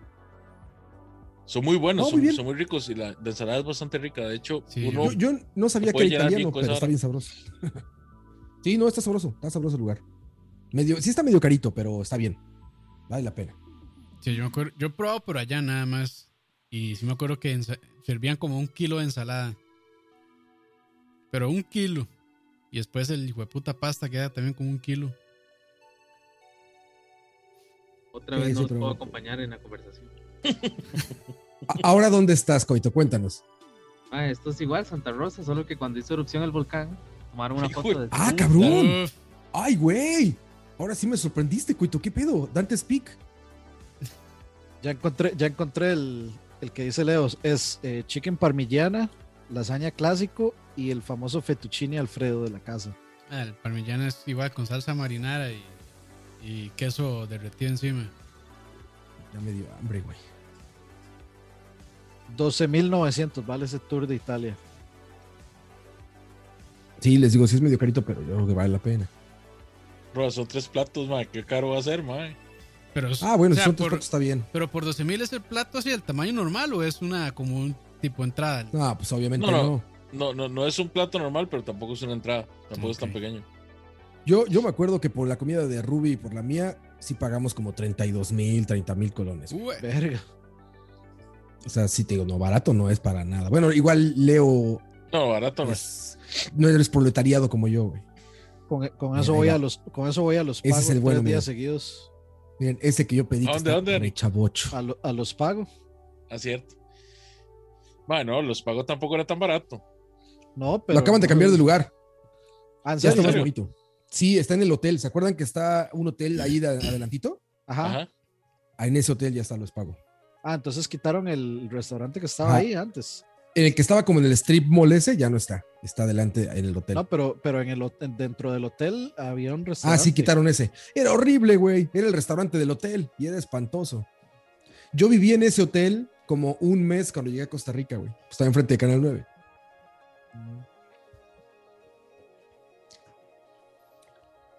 [SPEAKER 5] Son muy buenos,
[SPEAKER 3] Oh, muy
[SPEAKER 5] son,
[SPEAKER 3] bien.
[SPEAKER 5] son muy ricos y la, la ensalada es bastante rica. De hecho,
[SPEAKER 2] Sí,
[SPEAKER 5] uno,
[SPEAKER 3] Yo, yo no sabía
[SPEAKER 5] Lo
[SPEAKER 3] que
[SPEAKER 5] puede
[SPEAKER 3] era
[SPEAKER 5] llenar bien
[SPEAKER 3] italiano,
[SPEAKER 5] con
[SPEAKER 3] pero está
[SPEAKER 5] sabor.
[SPEAKER 3] bien sabroso. *laughs* sí, no, está sabroso, está sabroso el lugar. Medio, sí está medio carito, pero está bien. Vale la pena.
[SPEAKER 2] Sí, yo, me acuerdo, yo he probado por allá nada más. Y sí me acuerdo que ensa- servían como un kilo de ensalada. Pero un kilo. Y después el hijo de puta pasta queda también como un kilo.
[SPEAKER 6] Otra
[SPEAKER 3] Sí,
[SPEAKER 6] vez
[SPEAKER 3] sí,
[SPEAKER 6] no los
[SPEAKER 3] pero-
[SPEAKER 6] puedo acompañar en la conversación.
[SPEAKER 3] A- Ahora, ¿dónde estás, Coito? Cuéntanos.
[SPEAKER 6] Ah, esto es igual, Santa Rosa, solo que cuando hizo erupción el volcán, tomaron una
[SPEAKER 5] Hijo
[SPEAKER 6] foto
[SPEAKER 5] de-
[SPEAKER 6] de...
[SPEAKER 3] ¡Ah, cabrón!
[SPEAKER 2] Uf,
[SPEAKER 3] ¡Ay, güey! Ahora sí me sorprendiste, Coito. ¿Qué pedo? Dante's Peak.
[SPEAKER 1] Ya encontré, ya encontré el, el que dice Leos. Es eh, chicken parmigiana, lasaña clásico y el famoso fettuccine Alfredo de la casa.
[SPEAKER 2] ah, el parmigiano es igual con salsa marinara y, y queso derretido encima.
[SPEAKER 3] Ya me dio hambre, güey.
[SPEAKER 1] 12.900 vale ese tour de Italia.
[SPEAKER 3] Sí, les digo, sí es medio carito, pero yo creo que vale la pena.
[SPEAKER 5] Roa, son tres platos, mae, qué caro va a ser, mae.
[SPEAKER 2] Pero, es-
[SPEAKER 3] Ah, bueno,
[SPEAKER 2] o sea,
[SPEAKER 3] si son tus
[SPEAKER 2] por,
[SPEAKER 3] platos, está bien.
[SPEAKER 2] pero por 12 mil es el plato así del tamaño normal o es una como un tipo entrada.
[SPEAKER 3] Ah, pues obviamente
[SPEAKER 5] No,
[SPEAKER 3] no.
[SPEAKER 5] no. No, no, no es un plato normal, pero tampoco es una entrada, tampoco es tan
[SPEAKER 2] Ok.
[SPEAKER 5] pequeño.
[SPEAKER 3] Yo, yo me acuerdo que por la comida de Ruby y por la mía, sí pagamos como 32 mil, 30 mil colones.
[SPEAKER 2] Ué,
[SPEAKER 1] Verga.
[SPEAKER 3] O sea, sí te digo, no, barato no es para nada. Bueno, igual Leo
[SPEAKER 5] No, barato no. es.
[SPEAKER 3] es- no eres proletariado como yo, güey.
[SPEAKER 1] Con, con eso
[SPEAKER 3] Mira,
[SPEAKER 1] voy
[SPEAKER 3] ya.
[SPEAKER 1] a los, con eso voy a los
[SPEAKER 3] Ese es
[SPEAKER 1] pagos
[SPEAKER 3] el bueno,
[SPEAKER 1] tres
[SPEAKER 3] mira.
[SPEAKER 1] días seguidos.
[SPEAKER 3] Miren, ese que yo pedí.
[SPEAKER 5] ¿A
[SPEAKER 3] que
[SPEAKER 5] dónde,
[SPEAKER 3] está
[SPEAKER 5] dónde?
[SPEAKER 3] rechabocho.
[SPEAKER 1] A, lo- a los pago.
[SPEAKER 5] acierto. Bueno, los pagos tampoco era tan barato.
[SPEAKER 1] No, pero.
[SPEAKER 3] Lo acaban de cambiar de lugar.
[SPEAKER 1] Ah, ¿en
[SPEAKER 3] Ya está
[SPEAKER 1] serio?
[SPEAKER 3] más
[SPEAKER 5] serio?
[SPEAKER 3] bonito. Sí, está en el hotel. ¿Se acuerdan que está un hotel ahí de adelantito?
[SPEAKER 1] Ajá.
[SPEAKER 5] Ajá.
[SPEAKER 3] Ah, en ese hotel ya está los pago.
[SPEAKER 1] Ah, entonces quitaron el restaurante que estaba
[SPEAKER 3] Ajá.
[SPEAKER 1] ahí antes.
[SPEAKER 3] En el que estaba como en el strip mall ese, ya no está. Está adelante en el hotel.
[SPEAKER 1] No, pero, pero en el, hot- dentro del hotel había un
[SPEAKER 3] Ah,
[SPEAKER 1] restaurante.
[SPEAKER 3] sí, quitaron ese. Era horrible, güey. Era el restaurante del hotel y era espantoso. Yo viví en ese hotel como un mes cuando llegué a Costa Rica, güey. Estaba enfrente de Canal 9.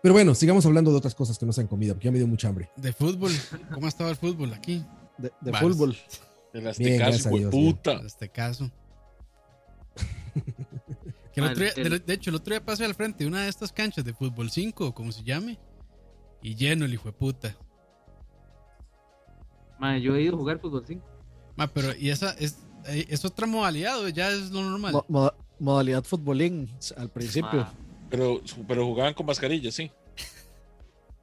[SPEAKER 3] Pero bueno, sigamos hablando de otras cosas que no se han comido, porque ya me dio mucha hambre.
[SPEAKER 2] De fútbol. ¿Cómo ha estado el fútbol aquí?
[SPEAKER 1] De, de
[SPEAKER 2] Bares.
[SPEAKER 1] fútbol.
[SPEAKER 5] El
[SPEAKER 3] gracias
[SPEAKER 5] Aztecaso,
[SPEAKER 3] a
[SPEAKER 5] güey,
[SPEAKER 3] Dios,
[SPEAKER 5] puta.
[SPEAKER 2] En este caso.
[SPEAKER 3] *laughs*
[SPEAKER 2] Que el
[SPEAKER 6] Ah,
[SPEAKER 2] otro día-
[SPEAKER 6] el-
[SPEAKER 2] de hecho, el otro día pasé al frente de una de estas canchas de fútbol 5, o como se llame, y lleno el hijo de puta.
[SPEAKER 6] Madre, yo he ido a jugar fútbol 5.
[SPEAKER 2] Ma, Ah, pero y esa es, eh, es otra modalidad, o ya es lo normal.
[SPEAKER 1] Mo- moda- modalidad futbolín s- al principio.
[SPEAKER 6] Ah.
[SPEAKER 5] Pero, pero jugaban con mascarilla, sí.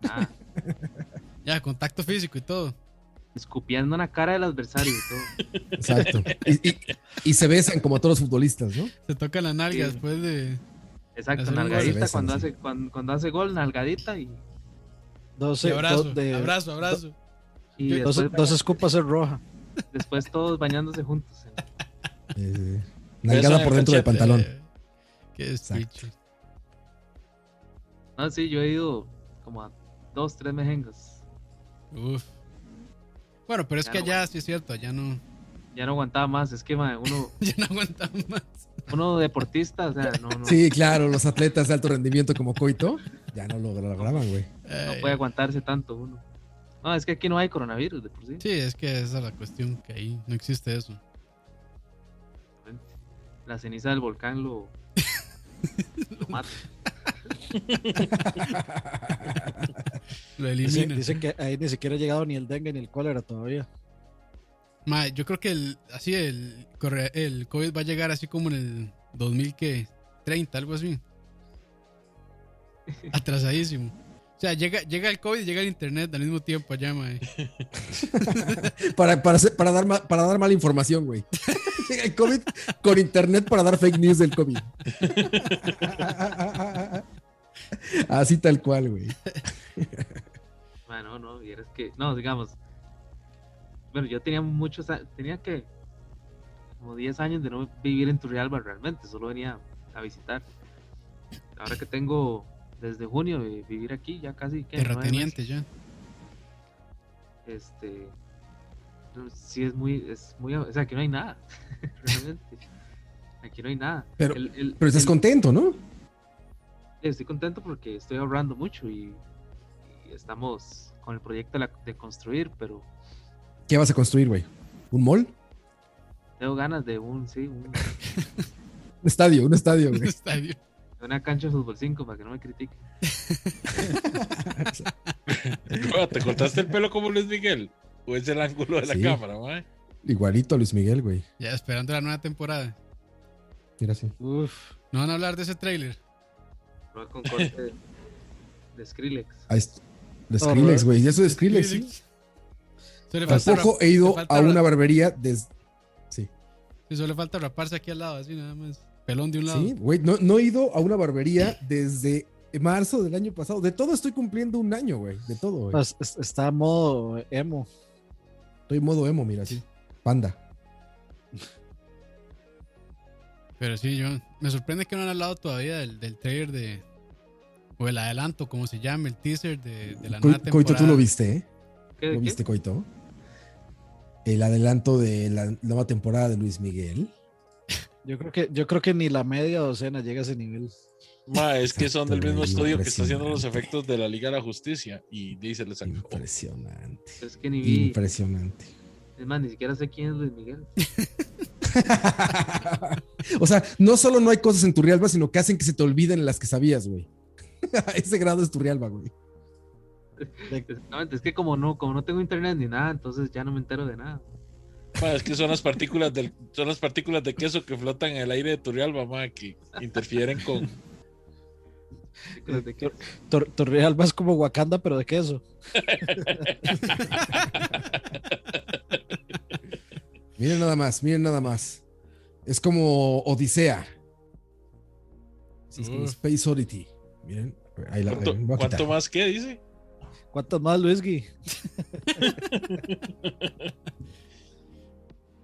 [SPEAKER 6] *laughs*
[SPEAKER 2] Ya, contacto físico y todo.
[SPEAKER 6] escupiando en la cara del adversario y todo.
[SPEAKER 3] Exacto. Y, y- y se besan como todos los futbolistas, ¿no?
[SPEAKER 2] Se toca la nalga
[SPEAKER 6] Sí.
[SPEAKER 2] después de.
[SPEAKER 6] Exacto,
[SPEAKER 2] Hacen un
[SPEAKER 6] nalgadita
[SPEAKER 3] beso,
[SPEAKER 6] cuando,
[SPEAKER 3] sí.
[SPEAKER 6] hace, cuando, cuando hace gol, nalgadita y,
[SPEAKER 1] Dos,
[SPEAKER 2] de abrazo,
[SPEAKER 1] dos, de-
[SPEAKER 2] abrazo, abrazo.
[SPEAKER 6] y
[SPEAKER 2] Yo-
[SPEAKER 1] dos-
[SPEAKER 6] después,
[SPEAKER 1] dos escupas es roja.
[SPEAKER 6] después todos bañándose juntos.
[SPEAKER 3] Eh,
[SPEAKER 5] Besan
[SPEAKER 3] nalgada
[SPEAKER 5] el
[SPEAKER 3] por dentro del
[SPEAKER 5] cachete.
[SPEAKER 3] pantalón.
[SPEAKER 2] Eh, qué
[SPEAKER 3] Exacto.
[SPEAKER 2] despiche.
[SPEAKER 6] No, sí, yo he ido como a dos, tres mejengas.
[SPEAKER 2] Uf. Bueno, pero es
[SPEAKER 6] Ya
[SPEAKER 2] que
[SPEAKER 6] no
[SPEAKER 2] allá sí es cierto, allá no, *laughs*
[SPEAKER 6] Ya no aguantaba más, es que madre, uno,
[SPEAKER 2] ya no aguantan más.
[SPEAKER 6] uno deportista, o sea, no, no,
[SPEAKER 3] Sí, claro, los atletas de alto rendimiento como Coito ya no lo lograban, güey.
[SPEAKER 6] no
[SPEAKER 2] Ay,
[SPEAKER 6] puede aguantarse tanto uno. No, es que aquí no hay coronavirus de por sí.
[SPEAKER 2] Sí, es que esa es la cuestión, que ahí no existe eso.
[SPEAKER 6] La ceniza del volcán lo, lo mata.
[SPEAKER 2] Lo
[SPEAKER 1] Dicen,
[SPEAKER 2] eliminan.
[SPEAKER 1] dicen que ahí ni siquiera ha llegado ni el dengue ni el cólera todavía.
[SPEAKER 2] Ma, yo creo que el, así el, corre- el COVID va a llegar así como en el 2030, algo
[SPEAKER 6] *laughs*
[SPEAKER 2] así. Atrasadísimo. O sea, llega, llega el COVID y llega el internet al mismo tiempo allá, ma.
[SPEAKER 3] Para, para, hacer- para, dar, ma- para dar mala información, güey. *laughs* Llega el COVID con internet para dar fake news del COVID. *laughs* Así tal cual, güey.
[SPEAKER 6] Ma, no, no, y eres que, no, digamos, bueno, yo tenía muchos, a- tenía que, como 10 años de no vivir en Turrialba realmente, solo venía a visitar. Ahora que tengo desde junio de vivir aquí, ya casi que... nueve
[SPEAKER 2] Terrateniente ya. *laughs*
[SPEAKER 6] meses, Este, no, sí es muy, es muy, o sea, aquí no hay nada, *laughs* realmente. Aquí no hay nada.
[SPEAKER 3] Pero-
[SPEAKER 6] El- el-
[SPEAKER 3] Pero estás
[SPEAKER 6] el-
[SPEAKER 3] contento, ¿no?
[SPEAKER 6] Estoy contento porque estoy ahorrando mucho y, y estamos con el proyecto de, la- de construir, pero
[SPEAKER 3] ¿Qué vas a construir, güey? ¿Un mall?
[SPEAKER 6] tengo ganas de un, sí, un,
[SPEAKER 3] Un estadio, un estadio,
[SPEAKER 2] *laughs*
[SPEAKER 3] güey.
[SPEAKER 2] Está bien.
[SPEAKER 6] de una cancha de fútbol 5 para que no me critiquen.
[SPEAKER 5] Roa, ¿Te cortaste el pelo como Luis Miguel? ¿O es el ángulo de la
[SPEAKER 3] Sí.
[SPEAKER 5] cámara, mae?
[SPEAKER 3] Igualito a Luis Miguel, güey.
[SPEAKER 2] Ya esperando la nueva temporada.
[SPEAKER 3] Mira así.
[SPEAKER 1] Uf.
[SPEAKER 2] No van a hablar de ese tráiler.
[SPEAKER 6] Pero con corte de, de Skrillex.
[SPEAKER 3] Ahí está. De
[SPEAKER 1] Ah,
[SPEAKER 3] Skrillex,
[SPEAKER 1] ¿verdad?
[SPEAKER 3] güey. Ya eso de Skrillex. sí.
[SPEAKER 2] Solo le falta
[SPEAKER 3] Tampoco
[SPEAKER 2] rap-
[SPEAKER 3] he
[SPEAKER 2] le
[SPEAKER 3] ido
[SPEAKER 2] falta
[SPEAKER 3] a
[SPEAKER 2] rap-
[SPEAKER 3] una barbería desde.
[SPEAKER 2] sí, Solo le falta raparse aquí al lado, así nada más. Pelón de un lado.
[SPEAKER 3] Sí, güey, no, no he ido a una barbería desde marzo del año pasado. De todo estoy cumpliendo un año, güey. De todo,
[SPEAKER 1] No,
[SPEAKER 3] güey.
[SPEAKER 1] es- Pues, es- está modo emo.
[SPEAKER 3] Estoy en modo emo, mira, así. Panda.
[SPEAKER 2] Pero sí, yo me sorprende que no han hablado todavía del, del trailer de. O el adelanto, como se llame, el teaser de, de la
[SPEAKER 3] Co-
[SPEAKER 2] nueva temporada.
[SPEAKER 3] Coito, tú lo viste, ¿eh?
[SPEAKER 6] ¿Qué,
[SPEAKER 3] ¿Lo
[SPEAKER 6] qué?
[SPEAKER 3] viste, Coito? El adelanto de la nueva temporada de Luis Miguel.
[SPEAKER 1] Yo creo que, yo creo que ni la media docena llega a ese nivel.
[SPEAKER 5] Mae, es que son del
[SPEAKER 3] Exacto,
[SPEAKER 5] mismo
[SPEAKER 3] güey,
[SPEAKER 5] estudio que está haciendo los
[SPEAKER 3] impresionante.
[SPEAKER 5] efectos de la Liga de la Justicia. Y dice, le sacó.
[SPEAKER 3] Impresionante.
[SPEAKER 6] Pero es que ni vi.
[SPEAKER 3] Impresionante. *laughs*
[SPEAKER 6] Es más, ni siquiera sé quién es Luis Miguel.
[SPEAKER 3] o sea, no solo no hay cosas en tu realba, sino que hacen que se te olviden las que sabías, güey. *laughs* A Ese grado es tu realba, güey.
[SPEAKER 6] Exactamente, es que como no, como no tengo internet ni nada, entonces ya no me entero de nada.
[SPEAKER 5] Mae, es que son las partículas del, son las partículas de queso que flotan en el aire de Turrialba, mae, que interfieren con,
[SPEAKER 6] Películas de queso.
[SPEAKER 1] Tor- Torrealba es como Wakanda, pero de queso.
[SPEAKER 3] Miren nada más, miren nada más. Es como Odisea. Sí, es como
[SPEAKER 2] Uf.
[SPEAKER 3] Space Oddity. Miren, ahí *laughs* la
[SPEAKER 5] Mm. ¿Cuánto,
[SPEAKER 3] ahí voy a
[SPEAKER 5] cuánto
[SPEAKER 3] quitar.
[SPEAKER 5] más que dice?
[SPEAKER 1] ¿Cuántas más, Luis Gui?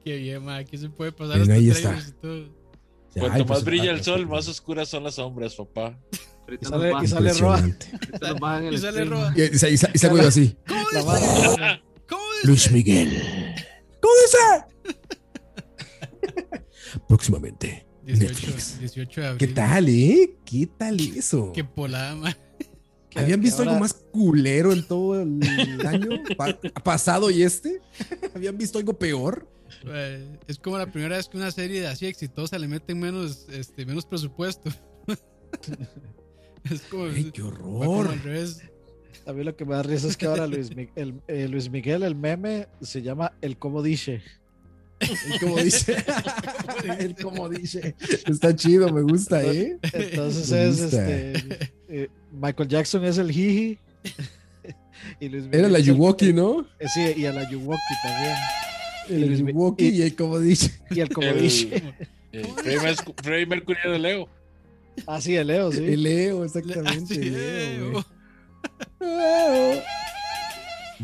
[SPEAKER 2] Qué bien, ma. Aquí se puede pasar
[SPEAKER 3] Miren,
[SPEAKER 2] hasta
[SPEAKER 3] ahí está.
[SPEAKER 2] trailers y todo.
[SPEAKER 3] Ya,
[SPEAKER 5] Cuanto
[SPEAKER 3] ay,
[SPEAKER 5] más
[SPEAKER 3] pues,
[SPEAKER 5] brilla
[SPEAKER 3] ah,
[SPEAKER 5] el sol,
[SPEAKER 3] pues,
[SPEAKER 5] más oscuras son las sombras, papá.
[SPEAKER 6] Ahorita
[SPEAKER 1] Y
[SPEAKER 6] nos
[SPEAKER 1] sale-
[SPEAKER 6] bajan,
[SPEAKER 1] y sale-
[SPEAKER 3] Ah, impresionante.
[SPEAKER 6] ahorita nos bajan el
[SPEAKER 2] Y sale
[SPEAKER 6] stream.
[SPEAKER 2] Roa.
[SPEAKER 3] Y, *laughs* y, y- y salgo yo así.
[SPEAKER 2] ¿Cómo
[SPEAKER 1] La
[SPEAKER 2] dice?
[SPEAKER 1] vara.
[SPEAKER 2] ¿Cómo dice?
[SPEAKER 3] Luis Miguel. ¿Cómo dice? *laughs* Próximamente.
[SPEAKER 2] 18,
[SPEAKER 3] Netflix.
[SPEAKER 2] 18 de
[SPEAKER 3] ¿Qué
[SPEAKER 2] abril.
[SPEAKER 3] tal, eh? ¿Qué tal eso?
[SPEAKER 2] Qué polada, ma. *laughs*
[SPEAKER 1] Que-
[SPEAKER 3] ¿Habían
[SPEAKER 1] que
[SPEAKER 3] visto algo
[SPEAKER 1] ahora-
[SPEAKER 3] más culero en todo el año pa- pasado y este? *laughs* ¿Habían visto algo peor?
[SPEAKER 2] Eh, Es como la primera vez que una serie así exitosa le meten menos, este, menos presupuesto. *laughs* es como,
[SPEAKER 3] Ay, qué
[SPEAKER 2] fue como
[SPEAKER 3] horror!
[SPEAKER 2] al
[SPEAKER 3] *laughs*
[SPEAKER 2] revés.
[SPEAKER 1] A mí lo que me da risa es que ahora Luis, Mi- el- eh, Luis Miguel, el meme, se llama El Como Dice.
[SPEAKER 3] El como dice. *laughs* El como dice. Está chido, me gusta, ¿eh?
[SPEAKER 1] Entonces
[SPEAKER 3] Me
[SPEAKER 1] es
[SPEAKER 3] gusta.
[SPEAKER 1] este. eh, Michael Jackson es el Jiji. *laughs* Y Luis Miguel
[SPEAKER 3] Era la
[SPEAKER 1] es el-
[SPEAKER 3] Yuwoki, ¿no?
[SPEAKER 1] eh, sí, y a la Yuwoki también.
[SPEAKER 3] El
[SPEAKER 1] Luis Mi-
[SPEAKER 3] Yuwoki
[SPEAKER 1] y-
[SPEAKER 3] y el como dice.
[SPEAKER 1] Y el Como
[SPEAKER 5] El-
[SPEAKER 1] Dice.
[SPEAKER 5] Eh, Freddie Merc- Freddie Mercury de Leo.
[SPEAKER 1] Ah, sí, el Leo, sí.
[SPEAKER 3] El Leo,
[SPEAKER 2] Así,
[SPEAKER 3] exactamente.
[SPEAKER 2] eh,
[SPEAKER 3] Leo,
[SPEAKER 2] oh.
[SPEAKER 3] güey. Leo.
[SPEAKER 1] Leo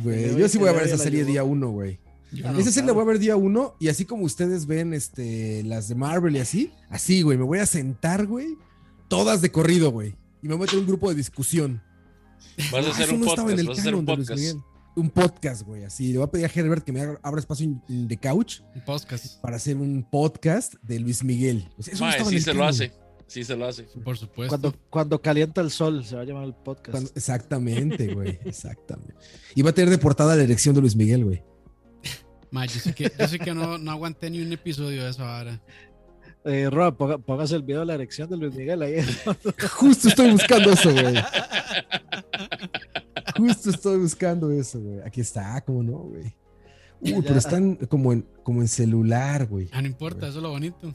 [SPEAKER 3] Güey,
[SPEAKER 1] y
[SPEAKER 3] yo sí voy a
[SPEAKER 1] el
[SPEAKER 3] ver
[SPEAKER 1] Leo y
[SPEAKER 3] esa
[SPEAKER 1] la
[SPEAKER 3] serie
[SPEAKER 1] Yuwoki.
[SPEAKER 3] día uno, güey.
[SPEAKER 2] Yo
[SPEAKER 3] A
[SPEAKER 2] Ah, no.
[SPEAKER 3] Esa serie la voy a ver día uno y así como ustedes ven este, las de Marvel y así, así, güey, me voy a sentar, güey, todas de corrido, güey. Y me voy a meter en un grupo de discusión.
[SPEAKER 5] Vas a
[SPEAKER 3] Ah,
[SPEAKER 5] hacer
[SPEAKER 3] eso
[SPEAKER 5] un
[SPEAKER 3] no estaba en
[SPEAKER 5] podcast,
[SPEAKER 3] el
[SPEAKER 5] vas a hacer
[SPEAKER 3] canon
[SPEAKER 5] un
[SPEAKER 3] de Luis
[SPEAKER 5] podcast.
[SPEAKER 3] Miguel. Un podcast, güey, así. Le voy a pedir a Herbert que me haga- abra espacio en- en de couch
[SPEAKER 2] Un podcast,
[SPEAKER 3] para hacer un podcast de Luis Miguel. O sea, eso no
[SPEAKER 5] Mae,
[SPEAKER 3] estaba en
[SPEAKER 5] sí
[SPEAKER 3] el
[SPEAKER 5] se lo
[SPEAKER 3] canon.
[SPEAKER 5] hace. Sí se lo hace.
[SPEAKER 2] por supuesto.
[SPEAKER 1] Cuando, cuando calienta el sol, se va a llamar el podcast.
[SPEAKER 3] Cuando- exactamente, güey, *laughs* exactamente. Y va a tener de portada la elección de Luis Miguel, güey.
[SPEAKER 2] Ma, yo sé que, yo sé que no, no aguanté ni un episodio de esa vara.
[SPEAKER 1] Eh, Rob, ponga- póngase el video de la erección de Luis Miguel ahí.
[SPEAKER 3] Justo estoy buscando eso, güey. Justo estoy buscando eso, güey. Aquí está, ¿cómo no, güey? Uy, pero están como en, como en celular, güey.
[SPEAKER 2] Ah, no importa, eso es lo bonito.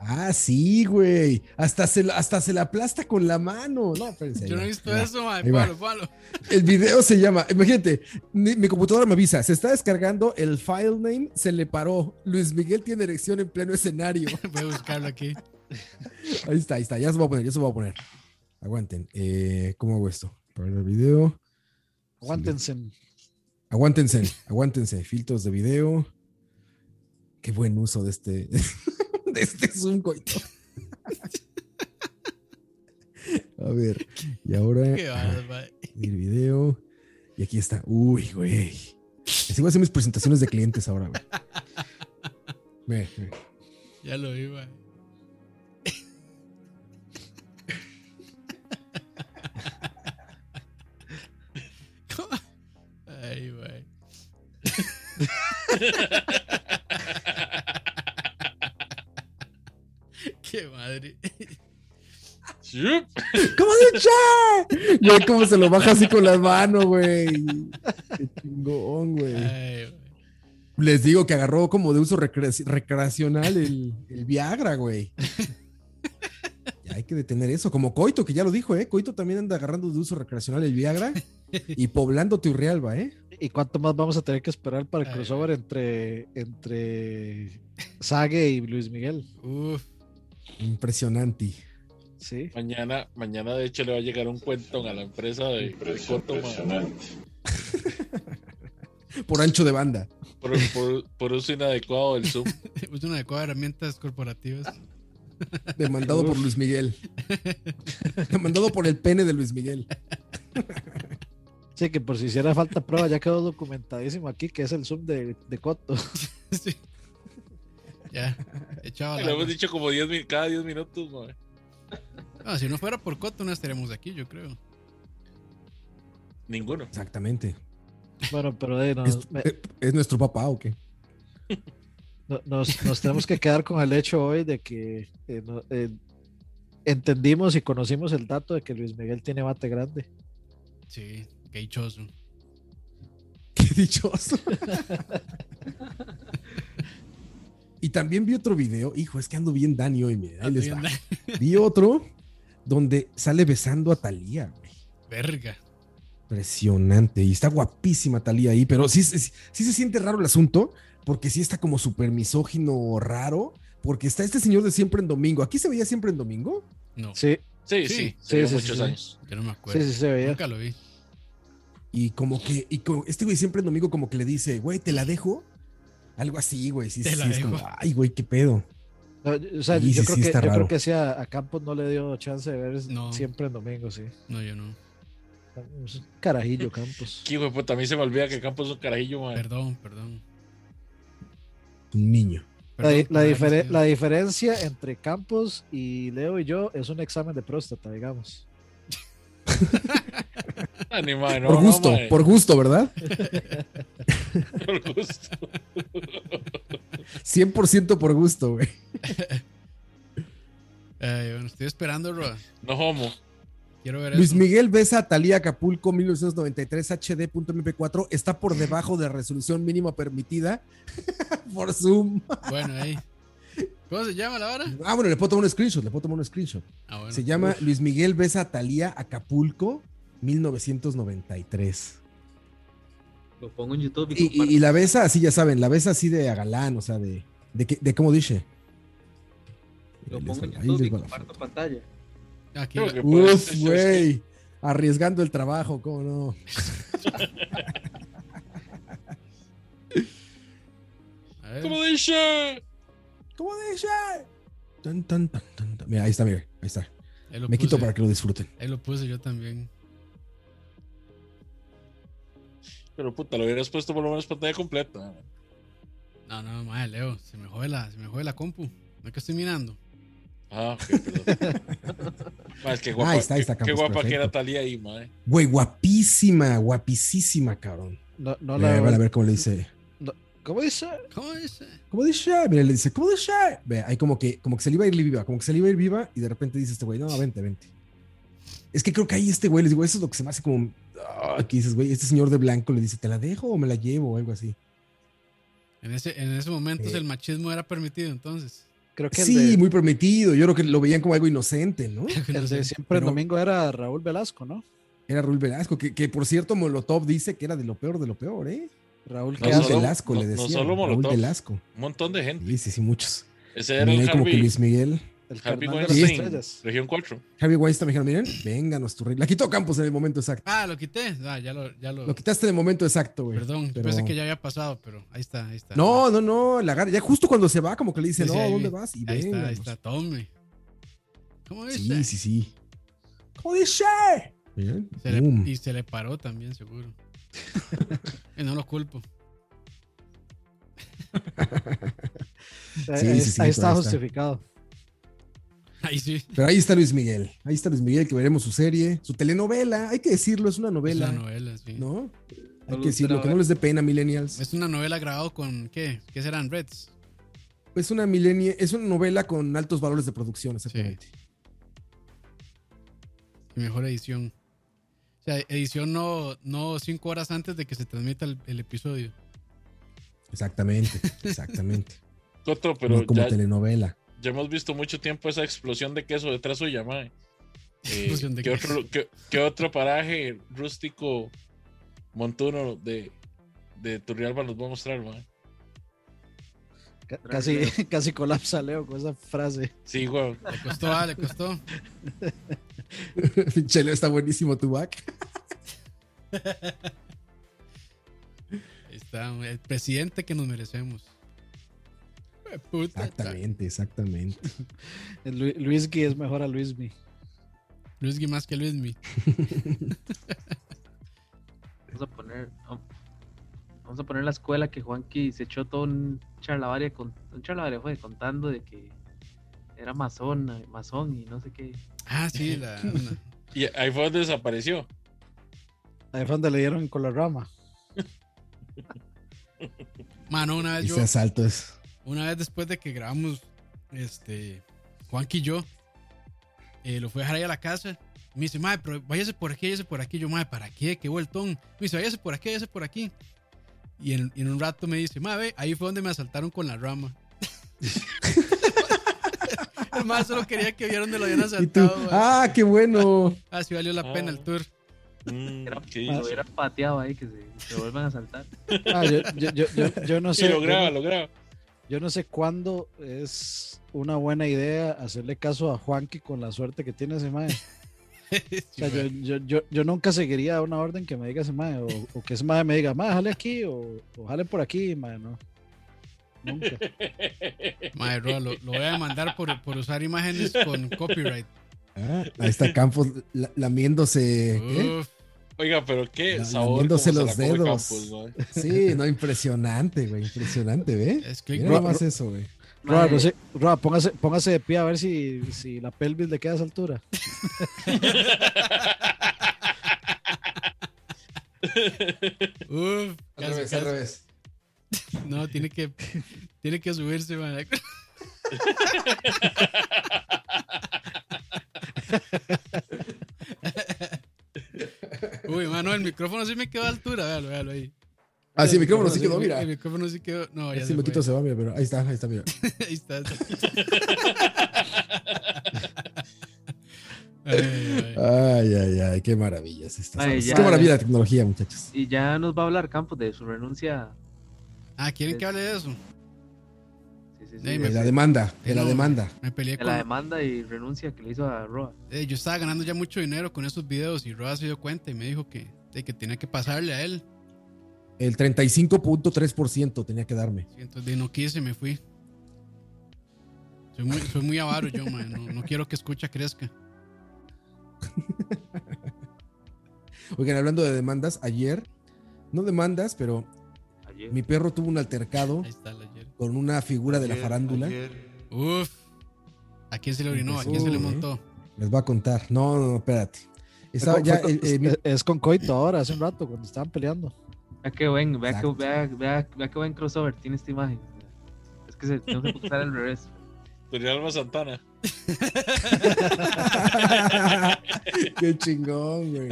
[SPEAKER 3] Ah, sí, güey. Hasta se, la- hasta se la aplasta con la mano. No, espérense, ahí
[SPEAKER 2] Yo no
[SPEAKER 3] va,
[SPEAKER 2] he visto
[SPEAKER 3] ahí va.
[SPEAKER 2] eso, ma.
[SPEAKER 3] ahí va.
[SPEAKER 2] Palo, palo. *laughs*
[SPEAKER 3] El video se llama, imagínate, mi, mi computadora me avisa, se está descargando el file name, se le paró. Luis Miguel tiene erección en pleno escenario.
[SPEAKER 2] Voy a buscarlo aquí.
[SPEAKER 3] Ahí está, ahí está. Ya se va a poner, ya se va a poner. Aguanten. Eh, ¿Cómo hago esto? Parar el video.
[SPEAKER 1] Aguántense.
[SPEAKER 3] Aguántense, aguántense. Filtros de video. Qué buen uso de este, *laughs* de este Zoom, coito. A ver, y ahora
[SPEAKER 2] Qué
[SPEAKER 3] ah,
[SPEAKER 2] bárbaro, ma.
[SPEAKER 3] el video. Y aquí está. Uy, güey. Así voy a hacer mis presentaciones de clientes ahora, güey. Ve, ve.
[SPEAKER 2] Ya lo vi, ma. ¿Cómo? Ay, ma. Qué madre.
[SPEAKER 5] Yup.
[SPEAKER 3] ¿Cómo dice? Güey, cómo se lo baja así con las manos, güey. Qué chingón, güey.
[SPEAKER 2] Ay, ma.
[SPEAKER 3] Les digo que agarró como de uso recre- recreacional el, el Viagra, *laughs* güey. Ya hay que detener eso. Como Coito, que ya lo dijo, ¿eh? Coito también anda agarrando de uso recreacional el Viagra y poblando Turrialba, ¿eh?
[SPEAKER 1] ¿Y cuánto más vamos a tener que esperar para el
[SPEAKER 2] Ay.
[SPEAKER 1] crossover entre, entre Sage y Luis Miguel?
[SPEAKER 2] Uf,
[SPEAKER 3] Impresionante.
[SPEAKER 1] Sí.
[SPEAKER 5] Mañana, mañana de hecho le va a llegar un cuentón a la empresa de, de Coto, ma,
[SPEAKER 3] Por ancho de banda.
[SPEAKER 5] por, por- por uso inadecuado del
[SPEAKER 3] *laughs*
[SPEAKER 5] Zoom.
[SPEAKER 2] es una adecuada herramientas corporativas. *laughs*
[SPEAKER 3] Demandado por Luis Miguel. Demandado por el pene de Luis Miguel.
[SPEAKER 1] Sí, que por si hiciera falta prueba, ya quedó documentadísimo aquí, que es el Zoom de, de Coto. *laughs*
[SPEAKER 2] Sí. Ya, echado al
[SPEAKER 5] Lo hemos
[SPEAKER 2] agua.
[SPEAKER 5] dicho como 10 mi- cada 10 minutos, ma.
[SPEAKER 2] No, si no fuera por Coto, no estaríamos aquí, yo creo.
[SPEAKER 5] Ninguno.
[SPEAKER 3] Exactamente.
[SPEAKER 1] Bueno, pero de,
[SPEAKER 3] ¿Es,
[SPEAKER 1] nos, me-
[SPEAKER 3] eh, ¿es nuestro papá o qué? *laughs*
[SPEAKER 1] no- nos, nos tenemos que quedar con el hecho hoy de que eh, no- eh, entendimos y conocimos el dato de que Luis Miguel tiene bate grande.
[SPEAKER 2] Sí, qué dichoso.
[SPEAKER 3] *laughs* Qué dichoso. Y también vi otro video, hijo, es que ando bien Dani hoy, mira, ahí les va. Vi otro donde sale besando a Talía, güey.
[SPEAKER 2] Verga.
[SPEAKER 3] Impresionante. Y está guapísima Talía ahí, pero sí, sí, sí se siente raro el asunto, porque sí está como súper misógino raro, porque está este señor de siempre en domingo. ¿Aquí se veía siempre en domingo?
[SPEAKER 2] No.
[SPEAKER 1] Sí,
[SPEAKER 5] Sí,
[SPEAKER 2] Sí,
[SPEAKER 5] sí,
[SPEAKER 1] sí,
[SPEAKER 5] sí,
[SPEAKER 1] sí,
[SPEAKER 5] muchos
[SPEAKER 1] sí.
[SPEAKER 5] años.
[SPEAKER 2] Yo no me acuerdo.
[SPEAKER 1] sí, sí, se veía.
[SPEAKER 2] Nunca lo vi.
[SPEAKER 3] Y como que, y como- este güey siempre en domingo como que le dice, güey, ¿te la dejo? Algo así, güey. Sí,
[SPEAKER 2] Te
[SPEAKER 3] sí,
[SPEAKER 2] la
[SPEAKER 3] sí, es
[SPEAKER 2] dejo.
[SPEAKER 3] como, ay, güey, qué pedo.
[SPEAKER 1] No, yo- o sea,
[SPEAKER 3] Sí,
[SPEAKER 1] yo,
[SPEAKER 3] sí,
[SPEAKER 1] creo
[SPEAKER 3] sí,
[SPEAKER 1] que,
[SPEAKER 3] está
[SPEAKER 1] yo creo
[SPEAKER 3] raro.
[SPEAKER 1] que sí a, a Campos no le dio chance de ver
[SPEAKER 2] No.
[SPEAKER 1] siempre en domingo, sí.
[SPEAKER 2] No, yo no.
[SPEAKER 1] Es un Carajillo,
[SPEAKER 2] *laughs*
[SPEAKER 1] Campos.
[SPEAKER 5] Aquí, güey, puta, a mí se me olvida que Campos es un carajillo,
[SPEAKER 3] Ah.
[SPEAKER 5] man.
[SPEAKER 2] Perdón, perdón.
[SPEAKER 3] Un niño.
[SPEAKER 1] La, di-
[SPEAKER 2] Perdón
[SPEAKER 1] la,
[SPEAKER 2] por
[SPEAKER 1] difere-
[SPEAKER 2] haberme
[SPEAKER 1] la diferencia entre Campos y Leo y yo es un examen de próstata, digamos.
[SPEAKER 5] Ah, ni madre, no,
[SPEAKER 3] por
[SPEAKER 5] no,
[SPEAKER 3] gusto,
[SPEAKER 5] madre.
[SPEAKER 3] por gusto, ¿verdad?
[SPEAKER 5] *laughs*
[SPEAKER 3] *laughs*
[SPEAKER 5] Por gusto.
[SPEAKER 3] 100% por gusto, güey.
[SPEAKER 2] seguido. Ay, Eh, bueno, estoy esperando, Roa.
[SPEAKER 5] No homo.
[SPEAKER 2] Quiero ver
[SPEAKER 3] Luis
[SPEAKER 2] eso.
[SPEAKER 3] Miguel besa a Talía Acapulco 1993 HD.mp4 está por debajo de resolución mínima permitida *laughs* por Zoom.
[SPEAKER 2] Bueno, ahí. ¿Cómo se llama la hora?
[SPEAKER 3] Ah, bueno, le puedo tomar un screenshot, le puedo tomar un screenshot.
[SPEAKER 2] Ah, bueno.
[SPEAKER 3] Se llama Luis Miguel besa a Talía Acapulco 1993.
[SPEAKER 6] Lo pongo en YouTube y,
[SPEAKER 3] Y, y- y la besa así, ya saben, la besa así de a galán, o sea, de, de, que- de cómo dice.
[SPEAKER 6] comparto. Lo
[SPEAKER 3] Ahí
[SPEAKER 6] pongo en
[SPEAKER 3] les va- ahí les
[SPEAKER 6] YouTube y
[SPEAKER 3] va la
[SPEAKER 6] comparto
[SPEAKER 3] foto.
[SPEAKER 6] pantalla.
[SPEAKER 2] Aquí
[SPEAKER 5] Creo
[SPEAKER 2] la-
[SPEAKER 5] que
[SPEAKER 6] *laughs*
[SPEAKER 5] puede ser.
[SPEAKER 3] Uf, güey. Arriesgando el trabajo, cómo no.
[SPEAKER 2] a ver.
[SPEAKER 5] ¿Cómo dice?
[SPEAKER 3] ¿Cómo dice? Tan, tan, tan, tan, tan. Mira, ahí está, mira, ahí está.
[SPEAKER 2] Ahí lo
[SPEAKER 3] Me quito
[SPEAKER 2] puse.
[SPEAKER 3] para que lo disfruten.
[SPEAKER 2] Ahí lo puse yo también.
[SPEAKER 5] Pero puta, lo hubieras puesto por lo menos pantalla completa. man.
[SPEAKER 2] No, no, madre, Leo. Se me jode la, se me jode la compu. No es que estoy mirando.
[SPEAKER 5] Ah, ok, perdón.
[SPEAKER 3] *laughs*
[SPEAKER 5] Ma, es que guapa,
[SPEAKER 3] Ahí Ah, está, ahí está,
[SPEAKER 5] qué- qué,
[SPEAKER 3] Campos,
[SPEAKER 5] guapa que
[SPEAKER 3] perfecto.
[SPEAKER 5] era Talía ahí, madre.
[SPEAKER 3] Güey, guapísima, guapísima, cabrón.
[SPEAKER 1] No, no
[SPEAKER 3] Mira,
[SPEAKER 1] la
[SPEAKER 3] van a ver cómo le dice.
[SPEAKER 1] ¿Cómo dice?
[SPEAKER 2] ¿Cómo es?
[SPEAKER 3] ¿Cómo dice? Mira, le dice, ¿cómo dice? Ve, ahí como que, como que se le iba a ir viva, como que se le iba a ir viva y de repente dice este güey, no, vente, vente. Es que creo que ahí este güey, les digo, eso es lo que se me hace como, ah, que dices, güey, este señor de blanco le dice, ¿te la dejo o me la llevo o algo así?
[SPEAKER 2] En ese, en ese momento
[SPEAKER 3] Eh.
[SPEAKER 2] el machismo era permitido, entonces. *laughs*
[SPEAKER 1] Creo que el
[SPEAKER 3] Sí,
[SPEAKER 1] de-
[SPEAKER 3] muy prometido. Yo creo que lo veían como algo inocente, ¿no?
[SPEAKER 2] No
[SPEAKER 1] el
[SPEAKER 2] sé.
[SPEAKER 1] de siempre en
[SPEAKER 3] pero-
[SPEAKER 1] domingo era Raúl Velasco, ¿no?
[SPEAKER 3] Era Raúl Velasco, que, que por cierto, Molotov dice que era de lo peor, de lo peor, ¿eh?
[SPEAKER 1] Raúl
[SPEAKER 5] No
[SPEAKER 1] que
[SPEAKER 3] Raúl
[SPEAKER 5] solo-
[SPEAKER 3] Velasco le
[SPEAKER 5] no- no
[SPEAKER 3] decía.
[SPEAKER 5] solo
[SPEAKER 3] Raúl
[SPEAKER 5] Molotov.
[SPEAKER 3] Velasco.
[SPEAKER 5] Un montón de gente.
[SPEAKER 3] Sí, sí, sí, muchos.
[SPEAKER 5] Ese era
[SPEAKER 3] Miren
[SPEAKER 5] el
[SPEAKER 3] ahí como que
[SPEAKER 5] Harvey,
[SPEAKER 3] Luis Miguel.
[SPEAKER 1] el
[SPEAKER 5] Harvey
[SPEAKER 1] carnal de las
[SPEAKER 5] Weinstein.
[SPEAKER 1] estrellas. Eh,
[SPEAKER 5] Región 4.
[SPEAKER 3] Javi Weinstein me dijeron, miren, vénganos tu rey. La quitó Campos en el momento exacto.
[SPEAKER 2] Ah, lo quité. Ah, ya lo, ya lo.
[SPEAKER 3] Lo quitaste en el momento exacto, güey.
[SPEAKER 2] Perdón,
[SPEAKER 3] pero-
[SPEAKER 2] pensé que ya había pasado, pero ahí está, ahí está.
[SPEAKER 3] No, no, no, la agarra. Ya justo cuando se va, como que le dice,
[SPEAKER 2] Sí, sí,
[SPEAKER 3] no,
[SPEAKER 2] ahí
[SPEAKER 3] ¿dónde
[SPEAKER 2] vi.
[SPEAKER 3] vas? Y
[SPEAKER 2] ahí
[SPEAKER 3] venga. pues.
[SPEAKER 2] está, ahí está, tome. ¿Cómo es?
[SPEAKER 3] Sí, sí, sí. ¿Cómo dice? Miren,
[SPEAKER 2] Se le-
[SPEAKER 3] boom.
[SPEAKER 2] y se le paró
[SPEAKER 3] *laughs*
[SPEAKER 2] también, seguro. y no lo culpo. *laughs*
[SPEAKER 1] Ahí-
[SPEAKER 3] Sí,
[SPEAKER 1] ahí,
[SPEAKER 3] sí, sí,
[SPEAKER 1] ahí
[SPEAKER 3] ahí
[SPEAKER 1] está
[SPEAKER 3] está.
[SPEAKER 1] justificado.
[SPEAKER 2] Ahí sí.
[SPEAKER 3] Pero ahí está Luis Miguel. Ahí está Luis Miguel, que veremos su serie, su telenovela. Hay que decirlo, es una
[SPEAKER 2] Es
[SPEAKER 3] novela.
[SPEAKER 2] una novela, sí.
[SPEAKER 3] ¿No? Hay
[SPEAKER 6] No
[SPEAKER 3] que
[SPEAKER 6] los
[SPEAKER 3] decirlo, que
[SPEAKER 6] graba.
[SPEAKER 3] no les dé pena, millennials.
[SPEAKER 2] Es una novela grabada con, ¿qué? ¿Qué serán? Reds.
[SPEAKER 3] Es una millennial, es una novela con altos valores de producción, exactamente.
[SPEAKER 2] Y mejor edición. O sea, edición no, no cinco horas antes de que se transmita el, el episodio.
[SPEAKER 3] Exactamente, exactamente.
[SPEAKER 5] Coto, pero
[SPEAKER 3] No como
[SPEAKER 5] ya,
[SPEAKER 3] telenovela.
[SPEAKER 5] ya hemos visto mucho tiempo esa explosión de queso detrás suya, madre. Eh,
[SPEAKER 2] Explosión de
[SPEAKER 5] ¿qué,
[SPEAKER 2] queso.
[SPEAKER 5] Otro, qué- qué otro paraje rústico montuno de, de Turrialba nos va a mostrar, madre?
[SPEAKER 1] Ca- Casi, *laughs* casi colapsa Leo con esa frase.
[SPEAKER 5] Sí, güey.
[SPEAKER 2] Le costó, ah,
[SPEAKER 3] *laughs*
[SPEAKER 2] le costó.
[SPEAKER 3] Chelo, está buenísimo tu back.
[SPEAKER 2] Ahí está, el presidente que nos merecemos. Eh, Puta.
[SPEAKER 3] Exactamente, exactamente.
[SPEAKER 1] El Lu- Luis Gui es mejor a Luis Mi.
[SPEAKER 2] Luis Gui más que Luis Mi.
[SPEAKER 6] Vamos a poner. vam- Vamos a poner la escuela que Juanqui se echó todo un charlavaria con un charlavaria fue contando de que era masón, masón y no sé qué.
[SPEAKER 2] Ah, sí,
[SPEAKER 3] *laughs*
[SPEAKER 2] la. una-
[SPEAKER 5] Y ahí fue donde desapareció.
[SPEAKER 1] Ahí fue donde le dieron con la rama.
[SPEAKER 2] Mano, una vez yo.
[SPEAKER 3] Ese asalto es.
[SPEAKER 2] Una vez después de que grabamos, este, Juanqui y yo, eh, lo fui a dejar ahí a la casa. Me dice, madre, pero váyase por aquí, váyase por aquí. Yo, madre, ¿para qué? Qué vueltón. Me dice, váyase por aquí, váyase por aquí. Y en, y en un rato me dice, madre, ahí fue donde me asaltaron con la rama. El más solo quería que vieron de lo habían
[SPEAKER 3] Y tú,
[SPEAKER 2] asaltado. güey. Ah,
[SPEAKER 3] ah, qué bueno.
[SPEAKER 2] sí valió la pena el tour. *laughs*
[SPEAKER 5] Mm,
[SPEAKER 6] Era-
[SPEAKER 5] ¿qué
[SPEAKER 6] Lo
[SPEAKER 5] hizo?
[SPEAKER 6] hubiera pateado ahí que se, se vuelvan a saltar.
[SPEAKER 1] Ah, yo, yo- yo- yo- yo
[SPEAKER 5] *laughs*
[SPEAKER 1] no
[SPEAKER 5] Sí,
[SPEAKER 1] sé.
[SPEAKER 5] lo
[SPEAKER 1] yo
[SPEAKER 5] graba,
[SPEAKER 1] no-
[SPEAKER 5] lo graba.
[SPEAKER 1] Yo no sé cuándo es una buena idea hacerle caso a Juanqui con la suerte que tiene ese mae. O sea, yo, yo, yo, yo nunca seguiría una orden que me diga ese mae, o, o que ese mae me diga, mae, jale aquí, o, o jale por aquí, mae, no. Nunca.
[SPEAKER 2] Madre, Roa, lo, lo voy a demandar por, por usar imágenes con copyright.
[SPEAKER 3] Ah, ahí está Campos la- lamiéndose. ¿qué?
[SPEAKER 2] Uf,
[SPEAKER 5] Oiga, pero qué
[SPEAKER 3] La-
[SPEAKER 5] sabor. como
[SPEAKER 3] lamiéndose
[SPEAKER 5] se la
[SPEAKER 3] los
[SPEAKER 5] come
[SPEAKER 3] dedos.
[SPEAKER 5] Campos, mae.
[SPEAKER 3] Sí, no, impresionante, güey. Impresionante, ¿ve?
[SPEAKER 2] es click-
[SPEAKER 3] Mira nada más eso, güey.
[SPEAKER 1] Roa,
[SPEAKER 6] Madre,
[SPEAKER 1] no sé- Roa, póngase, póngase de pie a ver si, si la pelvis le queda a esa altura.
[SPEAKER 2] uf, casi, casi.
[SPEAKER 3] revés.
[SPEAKER 2] No, tiene que, tiene que subirse, madre. Uy, mano, el micrófono sí me quedó a altura, véalo, véalo ahí.
[SPEAKER 3] Ah, sí, el micrófono sí quedó,
[SPEAKER 2] El-
[SPEAKER 3] mira.
[SPEAKER 2] El micrófono sí quedó. No, ya
[SPEAKER 3] Ese
[SPEAKER 2] se fue.
[SPEAKER 3] loquito se va, mira, pero ahí está, ahí está, mira.
[SPEAKER 2] Ahí está. *laughs* Ay, ay, ay.
[SPEAKER 3] Ay, ay, ay, qué maravilla es esta.
[SPEAKER 6] Ay,
[SPEAKER 3] Es
[SPEAKER 6] ya.
[SPEAKER 3] Qué maravilla la tecnología, muchachos.
[SPEAKER 6] Y ya nos va a hablar Campos de su renuncia.
[SPEAKER 2] Ah, ¿quieren que hable de eso?
[SPEAKER 6] Sí, sí, sí,
[SPEAKER 2] Ney,
[SPEAKER 6] de-
[SPEAKER 3] De la demanda, de la demanda.
[SPEAKER 2] Me peleé
[SPEAKER 6] de
[SPEAKER 2] con.
[SPEAKER 6] la demanda y renuncia que le hizo a Roa.
[SPEAKER 2] eh, yo estaba ganando ya mucho dinero con esos videos y Roa se dio cuenta y me dijo que, de que tenía que pasarle a él.
[SPEAKER 3] El 35.3% tenía que darme.
[SPEAKER 2] Sí, Entonces de no quise, me fui. Soy muy, soy muy avaro yo, man. No, no quiero que escucha crezca.
[SPEAKER 3] Oigan, hablando de demandas, ayer, no demandas, pero
[SPEAKER 6] Ayer.
[SPEAKER 3] mi perro tuvo un altercado
[SPEAKER 2] Ahí está la Jerry.
[SPEAKER 3] con una figura de la farándula.
[SPEAKER 2] Uf. ¿A quién se le orinó? ¿A quién se le
[SPEAKER 3] Uy, eh.
[SPEAKER 2] montó?
[SPEAKER 3] Les voy a contar. No, no, no, espérate. Estaba ya.
[SPEAKER 1] Fue-
[SPEAKER 3] eh, eh, mi-
[SPEAKER 1] es, *laughs* es con Coito ahora, hace un rato, cuando estaban peleando.
[SPEAKER 6] Vea qué buen, vea qué,
[SPEAKER 3] Exacto.
[SPEAKER 6] vea, vea- vea qué buen crossover tiene esta imagen. Es que se tengo que pulsar al revés.
[SPEAKER 5] Turiel Alba Santana.
[SPEAKER 3] *laughs* Qué chingón,
[SPEAKER 1] *laughs*
[SPEAKER 3] güey.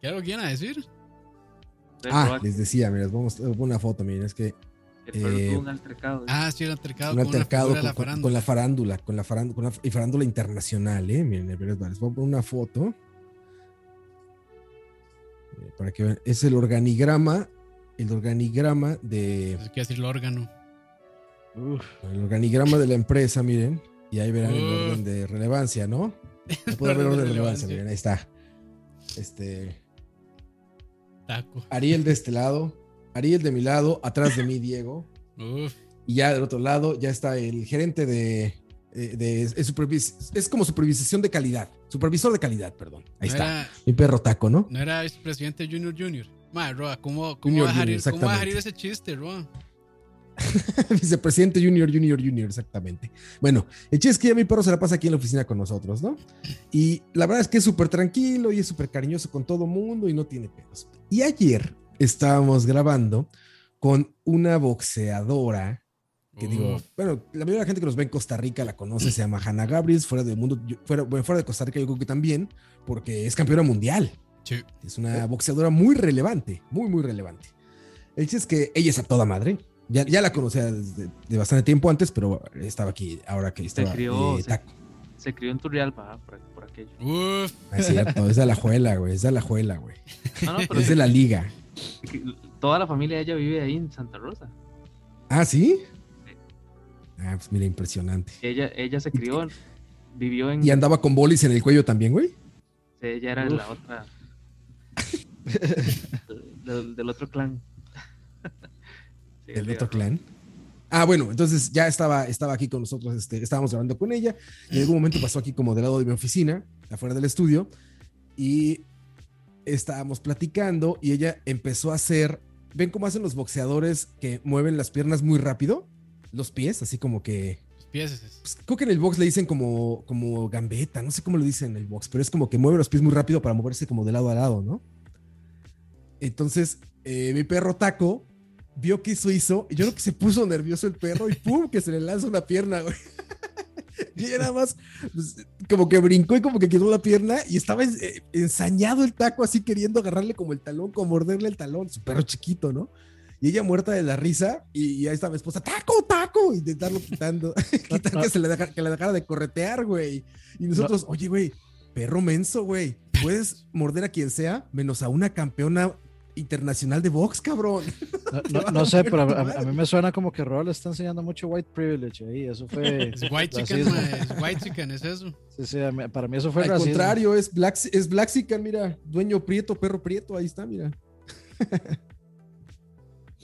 [SPEAKER 2] ¿Qué algo quieren a decir?
[SPEAKER 6] Entonces,
[SPEAKER 3] Ah,
[SPEAKER 6] Roa,
[SPEAKER 3] les decía, mira, les vamos a poner una foto, miren, es que
[SPEAKER 6] el perro
[SPEAKER 3] eh,
[SPEAKER 6] tuvo un altercado.
[SPEAKER 2] Ah, sí, el altercado
[SPEAKER 3] un
[SPEAKER 2] con una
[SPEAKER 3] altercado
[SPEAKER 2] figura
[SPEAKER 3] con,
[SPEAKER 2] de la
[SPEAKER 3] con-
[SPEAKER 2] farándula.
[SPEAKER 3] con la farándula, con la farándula, con la y farándula internacional, ¿eh? Miren, les voy a les voy a poner una foto. Eh, Para que vean, es el organigrama, el organigrama de,
[SPEAKER 2] Hay que decir el órgano.
[SPEAKER 3] el organigrama de la empresa, miren, y ahí verán el
[SPEAKER 2] Uf.
[SPEAKER 3] orden de relevancia,
[SPEAKER 2] *laughs*
[SPEAKER 3] ¿no? No puede haber orden de relevancia, miren, ahí está. Este,
[SPEAKER 2] Taco.
[SPEAKER 3] Ariel de este lado, Ariel de mi lado, atrás de mí Diego,
[SPEAKER 2] Uf.
[SPEAKER 3] Y ya del otro lado ya está el gerente de, de- de- es, supervis- es como supervisación de calidad, supervisor de calidad, perdón. Ahí
[SPEAKER 2] no
[SPEAKER 3] está.
[SPEAKER 2] Era,
[SPEAKER 3] Mi perro taco,
[SPEAKER 2] *laughs*
[SPEAKER 3] ¿no?
[SPEAKER 2] no era vicepresidente Junior Junior. Madre, Roa, ¿cómo, cómo,
[SPEAKER 3] Junior,
[SPEAKER 2] va a dejar
[SPEAKER 3] Junior,
[SPEAKER 2] ir, ¿cómo va a dejar ir
[SPEAKER 3] exactamente.
[SPEAKER 2] ese chiste, Roa?
[SPEAKER 3] Vicepresidente Junior, Junior, Junior, exactamente. Bueno, el chiste es que ya mi perro se la pasa aquí en la oficina con nosotros, ¿no? Y la verdad es que es súper tranquilo y es súper cariñoso con todo mundo y no tiene pedos. Y ayer estábamos grabando con una boxeadora que digo,
[SPEAKER 2] Uf.
[SPEAKER 3] bueno, la mayoría de la gente que nos ve en Costa Rica la conoce, se llama Hannah Gabriels, fuera del mundo, yo- fuera, bueno, fuera de Costa Rica yo creo que también, porque es campeona mundial.
[SPEAKER 2] Sí.
[SPEAKER 3] Es una boxeadora muy relevante, muy, muy relevante. El chiste es que ella es a toda madre. Ya, ya la conocía desde- de bastante tiempo antes, pero estaba aquí ahora que estaba
[SPEAKER 6] crió,
[SPEAKER 3] eh,
[SPEAKER 6] se-
[SPEAKER 3] taco.
[SPEAKER 6] Se crió en Turrialba ah, por, por
[SPEAKER 3] *laughs*
[SPEAKER 6] aquello.
[SPEAKER 2] Uf.
[SPEAKER 3] Ah, Es cierto, es de Alajuela, güey, es de Alajuela, güey.
[SPEAKER 6] No, no, pero
[SPEAKER 3] Es de la liga.
[SPEAKER 6] que- toda la familia de ella vive ahí en Santa Rosa.
[SPEAKER 3] Ah, ¿sí? Ah, pues mira, impresionante.
[SPEAKER 6] Ella, ella se
[SPEAKER 3] *laughs*
[SPEAKER 6] crió, en- vivió en.
[SPEAKER 3] Y andaba con bolis en el cuello también, güey.
[SPEAKER 6] Ella era
[SPEAKER 1] Uf.
[SPEAKER 6] la
[SPEAKER 3] *laughs*
[SPEAKER 6] otra. del, del otro clan. Sí,
[SPEAKER 3] del
[SPEAKER 6] sí,
[SPEAKER 3] otro
[SPEAKER 6] Roa.
[SPEAKER 3] clan. Ah, bueno, entonces ya estaba, estaba aquí con nosotros, este, estábamos hablando con ella. y En algún momento pasó aquí como del lado de mi oficina, afuera del estudio, y estábamos platicando y ella empezó a hacer, ¿ven cómo hacen los boxeadores que mueven las piernas muy rápido? Los pies, así como que...
[SPEAKER 2] Los pies.
[SPEAKER 3] pues, creo que en el box le dicen como, como gambeta, no sé cómo lo dicen en el box, pero es como que mueve los pies muy rápido para moverse como de lado a lado, ¿no? Entonces, eh, mi perro Taco vio que eso hizo, y yo creo que se puso nervioso el perro y ¡pum! que se le lanza una pierna, güey. *laughs* Y ya nada más, pues, como que brincó y como que quedó la pierna y estaba en- eh, ensañado el taco, así queriendo agarrarle como el talón, como morderle el talón, su perro chiquito, ¿no? Y ella muerta de la risa y, y ahí estaba mi esposa, taco, taco, intentarlo quitando, quitar que, se le dejara, que la dejara de corretear, güey. Y nosotros, oye, güey, perro menso, güey, puedes morder a quien sea, menos a una campeona internacional de box,
[SPEAKER 2] *laughs*
[SPEAKER 3] cabrón.
[SPEAKER 1] No, no- no sé, pero a, a mí me suena como que Roa le está enseñando mucho white privilege ahí. Eso fue.
[SPEAKER 2] Es white chicken,
[SPEAKER 1] racismo.
[SPEAKER 2] mae, es white chicken, es eso.
[SPEAKER 1] Sí, sí, a mí- para mí eso fue
[SPEAKER 3] Al
[SPEAKER 1] racismo.
[SPEAKER 3] contrario, es Black, es Blaxican, mira, dueño prieto, perro prieto, ahí está, mira.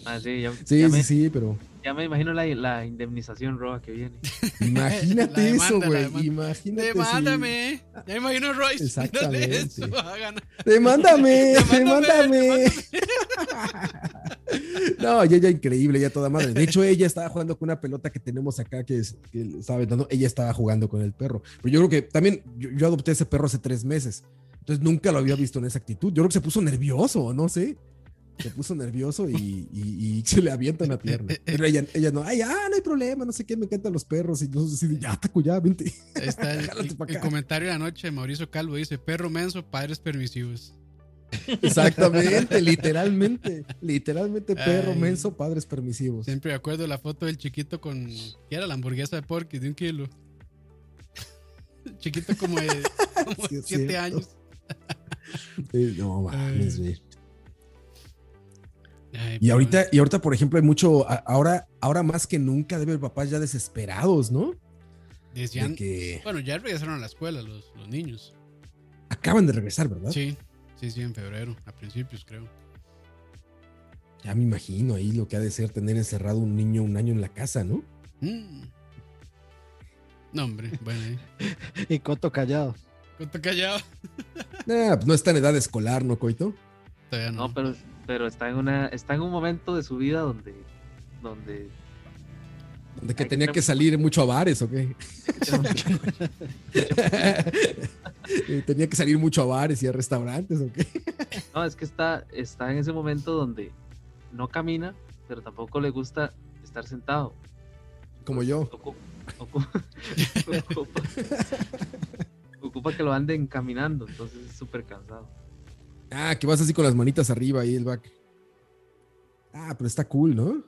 [SPEAKER 6] Ah, sí, ya,
[SPEAKER 3] Sí,
[SPEAKER 6] ya
[SPEAKER 3] sí,
[SPEAKER 6] me,
[SPEAKER 3] sí, pero
[SPEAKER 6] ya me imagino la, la indemnización roja que viene.
[SPEAKER 3] imagínate
[SPEAKER 2] *laughs* La demanda,
[SPEAKER 3] eso,
[SPEAKER 2] la
[SPEAKER 3] güey.
[SPEAKER 2] demanda.
[SPEAKER 3] Imagínate. si-
[SPEAKER 2] Demándame. Ya imagino a Royce.
[SPEAKER 3] Exactamente.
[SPEAKER 2] dándole eso, a ganar.
[SPEAKER 3] *laughs* Demándame,
[SPEAKER 2] Demándame,
[SPEAKER 3] demándame. No, ya, ya increíble, ya toda madre. De hecho, ella estaba jugando con una pelota que tenemos acá que, es- que le estaba aventando. Ella estaba jugando con el perro. Pero yo creo que también yo, yo adopté ese perro hace tres meses. Entonces nunca lo había visto en esa actitud. Yo creo que se puso nervioso, no sé. Se puso nervioso y, y- y se le avienta una *laughs* pierna. Pero ella, ella no, ay, ah, no hay problema, no sé qué, me encantan los perros. Y yo así de, ya, taco, ya, vente.
[SPEAKER 2] Ahí está el,
[SPEAKER 3] Jálate
[SPEAKER 2] el-
[SPEAKER 3] pa'
[SPEAKER 2] el
[SPEAKER 3] acá.
[SPEAKER 2] comentario de la noche de Mauricio Calvo. Dice, perro menso, padres permisivos. *laughs*
[SPEAKER 3] Exactamente, literalmente, literalmente perro
[SPEAKER 2] Ay.
[SPEAKER 3] menso, padres permisivos.
[SPEAKER 2] Siempre me acuerdo la foto del chiquito con... ¿Qué era? La hamburguesa de porky de un kilo. chiquito como de, como
[SPEAKER 3] Sí,
[SPEAKER 2] de
[SPEAKER 3] es
[SPEAKER 2] siete
[SPEAKER 3] cierto.
[SPEAKER 2] años.
[SPEAKER 3] Eh, No mames, güey.
[SPEAKER 2] Ay,
[SPEAKER 3] Y
[SPEAKER 2] pero
[SPEAKER 3] ahorita, y ahorita, por ejemplo, hay mucho, a- ahora, ahora más que nunca debe haber papás ya desesperados, ¿no?
[SPEAKER 2] bueno,
[SPEAKER 3] De
[SPEAKER 2] Decían...
[SPEAKER 3] que
[SPEAKER 2] Bueno, ya regresaron a la escuela los, los niños.
[SPEAKER 3] acaban de regresar, ¿verdad?
[SPEAKER 2] Sí, sí, sí, en febrero, a principios creo.
[SPEAKER 3] Ya me imagino ahí lo que ha de ser tener encerrado un niño un año en la casa, ¿no?
[SPEAKER 2] Mm. No, hombre, bueno, ahí.
[SPEAKER 1] Y Coto callado.
[SPEAKER 2] Coto callado.
[SPEAKER 3] Nah, pues no está en edad escolar, ¿no, Coito?
[SPEAKER 2] Todavía no.
[SPEAKER 6] No, pero, pero está, en una, está en un momento de su vida donde,
[SPEAKER 3] *laughs*
[SPEAKER 6] donde
[SPEAKER 3] De que
[SPEAKER 6] Ay,
[SPEAKER 3] tenía
[SPEAKER 6] qué-
[SPEAKER 3] que salir mucho a bares, ¿o qué? *laughs* Eh, tenía que salir mucho a bares y a restaurantes, ¿o qué?
[SPEAKER 6] No, es que está, está en ese momento donde no camina, pero tampoco le gusta estar sentado.
[SPEAKER 3] Como yo.
[SPEAKER 6] Ocu- ocu- ocupa, ocupa que lo anden caminando, entonces es súper cansado.
[SPEAKER 3] Ah, que vas así con las manitas arriba y el back. Ah, pero está cool, ¿no?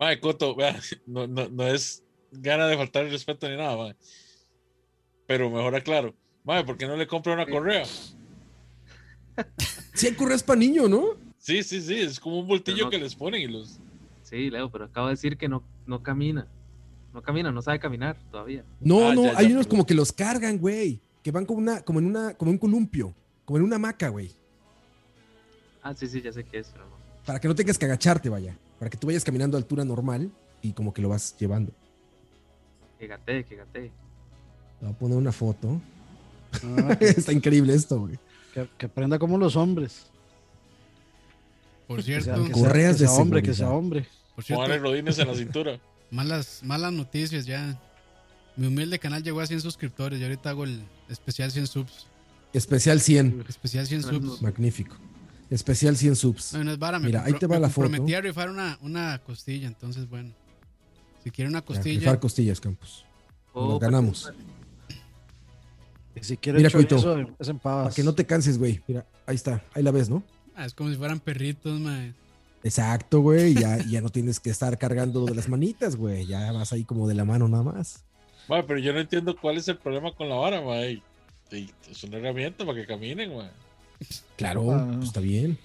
[SPEAKER 5] Mae, Coto, vea, *laughs* no, no, no es gana de faltar el respeto ni nada, mae. Pero mejor aclaro. Mae, ¿por qué no le compra una correa?
[SPEAKER 3] Sí, hay correas para niño, ¿no?
[SPEAKER 5] Sí, sí, sí, es como un voltillo
[SPEAKER 6] no-
[SPEAKER 5] que les ponen y los.
[SPEAKER 6] Sí, Leo, pero acabo de decir que no, no camina. No camina, no sabe caminar todavía.
[SPEAKER 3] No,
[SPEAKER 5] Ah,
[SPEAKER 3] no,
[SPEAKER 5] ya, ya,
[SPEAKER 3] hay unos
[SPEAKER 5] perdón.
[SPEAKER 3] como que los cargan, güey. Que van como una, como en una, como en un columpio, como en una hamaca, güey.
[SPEAKER 6] Ah, sí, sí, ya sé qué es, pero no.
[SPEAKER 3] Para que no tengas que agacharte, vaya. Para que tú vayas caminando a altura normal y como que lo vas llevando.
[SPEAKER 6] Que gatee, que gatee.
[SPEAKER 3] Te voy a poner una foto.
[SPEAKER 1] Ah, que,
[SPEAKER 3] *laughs* Está increíble esto, güey.
[SPEAKER 1] que- que aprenda como los hombres.
[SPEAKER 2] Por
[SPEAKER 1] Que sea,
[SPEAKER 2] cierto,
[SPEAKER 1] que sea-
[SPEAKER 3] Correas
[SPEAKER 1] que sea
[SPEAKER 3] de
[SPEAKER 1] hombre, que sea
[SPEAKER 3] seguridad.
[SPEAKER 1] hombre.
[SPEAKER 2] por cierto,
[SPEAKER 5] Pongan
[SPEAKER 3] *laughs*
[SPEAKER 5] rodines en la cintura.
[SPEAKER 2] malas, malas noticias ya. Mi humilde canal llegó a 100 suscriptores y ahorita hago el especial 100 subs.
[SPEAKER 3] Especial 100.
[SPEAKER 2] Especial 100 subs.
[SPEAKER 3] Magnífico. Especial 100 subs.
[SPEAKER 2] No, no es vara, me,
[SPEAKER 3] Mira, ahí
[SPEAKER 2] compro-
[SPEAKER 3] te va
[SPEAKER 2] me
[SPEAKER 3] la foto.
[SPEAKER 2] comprometí a rifar una, una costilla, entonces bueno. Si quiere una
[SPEAKER 3] Para
[SPEAKER 2] costilla,
[SPEAKER 3] rifar costillas, Campos.
[SPEAKER 6] Oh,
[SPEAKER 3] Nos ganamos.
[SPEAKER 5] pues,
[SPEAKER 1] Y si quiere
[SPEAKER 3] Mira,
[SPEAKER 1] chorizo,
[SPEAKER 3] Coito.
[SPEAKER 1] es en pavas.
[SPEAKER 3] Para que no te canses, güey. Mira, ahí está. Ahí la ves, ¿no?
[SPEAKER 2] ah, es como si fueran perritos, mae.
[SPEAKER 3] Exacto, güey. Ya, ya no tienes que estar cargando lo de las manitas, güey. Ya vas ahí como de la mano nada más.
[SPEAKER 5] Mae, pero yo no entiendo cuál es el problema con la vara, mae. Y- y Es una herramienta para que caminen, mae.
[SPEAKER 3] Claro,
[SPEAKER 1] Ah, no.
[SPEAKER 3] pues está bien.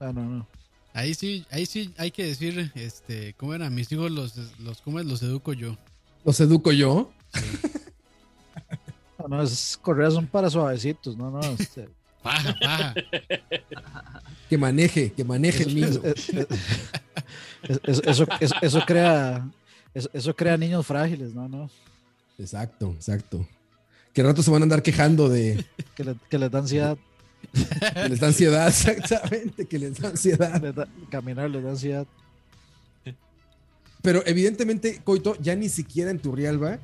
[SPEAKER 1] Ah, no, no.
[SPEAKER 2] Ahí sí, ahí sí hay que decir, este, ¿cómo era? Mis hijos los, los, ¿cómo es? Los educo yo.
[SPEAKER 3] ¿Los educo yo?
[SPEAKER 1] Ah, No, no, esas correas son para suavecitos. No, no. este,
[SPEAKER 2] Paja, paja.
[SPEAKER 3] Que maneje, que maneje
[SPEAKER 1] *laughs*
[SPEAKER 3] el niño.
[SPEAKER 1] es- eh. es- es- es- eso, eso- eso crea. Eso, eso crea niños frágiles, no, no.
[SPEAKER 3] Exacto, exacto. Que al rato se van a andar quejando de
[SPEAKER 1] Que, le- que les da ansiedad.
[SPEAKER 3] que les da ansiedad, *laughs* exactamente, que les da ansiedad.
[SPEAKER 1] les da- caminar les da ansiedad.
[SPEAKER 3] Pero evidentemente, Coito, ya ni siquiera en Turrialba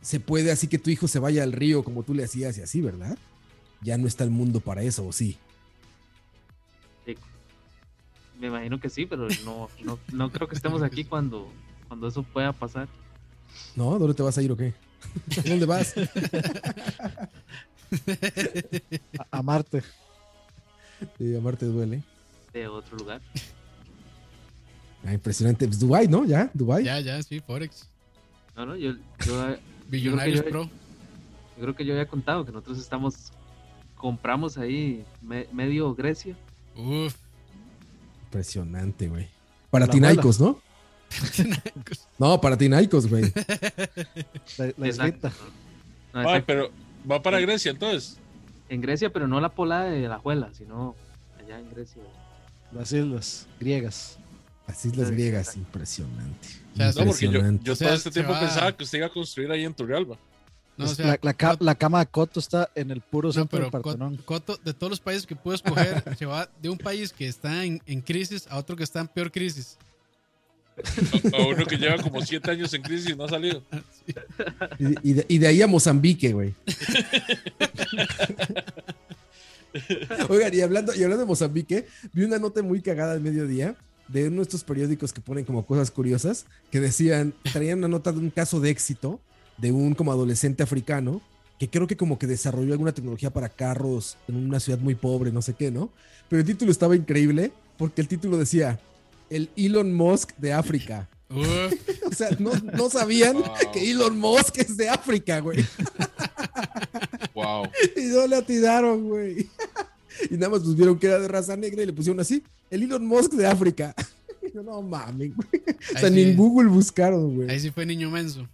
[SPEAKER 3] se puede así que tu hijo se vaya al río como tú le hacías y así, ¿verdad? Ya no está el mundo para eso, ¿o sí?
[SPEAKER 6] pues, Me imagino que sí, pero no, no, no creo que estemos aquí cuando, cuando eso pueda pasar.
[SPEAKER 3] ¿No? ¿Dónde te vas a ir o qué? *laughs* ¿Dónde
[SPEAKER 1] *laughs*
[SPEAKER 3] vas?
[SPEAKER 1] A, a Marte.
[SPEAKER 3] Sí, amarte duele.
[SPEAKER 6] de otro lugar.
[SPEAKER 3] Ah, impresionante. Pues Dubai, ¿no? Ya, Dubai.
[SPEAKER 2] Ya, ya, sí, Forex.
[SPEAKER 6] No, no, yo, yo, yo
[SPEAKER 2] Billonarios
[SPEAKER 6] yo-
[SPEAKER 2] Pro.
[SPEAKER 6] creo que yo había contado que nosotros estamos, compramos ahí me- medio Grecia.
[SPEAKER 2] Uf.
[SPEAKER 3] Impresionante, güey. Para Tinaicos, ¿no? No, para Tinaicos, güey.
[SPEAKER 1] La, la
[SPEAKER 6] Exacto.
[SPEAKER 1] islita.
[SPEAKER 6] No,
[SPEAKER 5] Mae,
[SPEAKER 6] Ah, exacto.
[SPEAKER 5] pero va para Grecia entonces.
[SPEAKER 6] En Grecia, pero no la pola de la Juela, sino allá en Grecia.
[SPEAKER 1] Las islas griegas.
[SPEAKER 3] Las islas griegas, impresionante.
[SPEAKER 2] O sea,
[SPEAKER 5] No, porque yo,
[SPEAKER 3] Impresionante.
[SPEAKER 5] yo
[SPEAKER 2] Se-
[SPEAKER 5] todo este
[SPEAKER 2] se
[SPEAKER 5] tiempo
[SPEAKER 2] va-
[SPEAKER 5] pensaba que usted iba a construir ahí en Turrialba.
[SPEAKER 2] No,
[SPEAKER 1] Es-
[SPEAKER 2] o sea,
[SPEAKER 1] la, la ca- la cama de Coto está en el puro
[SPEAKER 2] No,
[SPEAKER 1] centro
[SPEAKER 2] pero
[SPEAKER 1] del
[SPEAKER 2] Cot-
[SPEAKER 1] Partenón.
[SPEAKER 2] Coto, de todos los países que puedo escoger,
[SPEAKER 1] *laughs*
[SPEAKER 2] se va de un país que está en, en crisis a otro que está en peor crisis.
[SPEAKER 5] A uno que lleva como siete años en crisis y no ha salido.
[SPEAKER 3] Y, y de, y de ahí a Mozambique, güey. Oigan, y hablando, y hablando de Mozambique, vi una nota muy cagada al mediodía de uno de estos periódicos que ponen como cosas curiosas, que decían, traían una nota de un caso de éxito de un como adolescente africano que creo que como que desarrolló alguna tecnología para carros en una ciudad muy pobre, no sé qué, ¿no? Pero el título estaba increíble porque el título decía, el Elon Musk de África.
[SPEAKER 1] *laughs*
[SPEAKER 2] Uf,
[SPEAKER 3] *laughs* O sea, no, no sabían
[SPEAKER 5] Wow.
[SPEAKER 3] que Elon Musk es de África, güey.
[SPEAKER 5] Wow.
[SPEAKER 3] Y no le atinaron, güey. Y nada más pues vieron que era de raza negra y le pusieron así, el Elon Musk de África. *laughs* Y yo, no mames, güey. O sea,
[SPEAKER 2] ahí
[SPEAKER 3] ni
[SPEAKER 2] sí-
[SPEAKER 3] en Google buscaron, güey.
[SPEAKER 2] Ahí sí fue niño menso.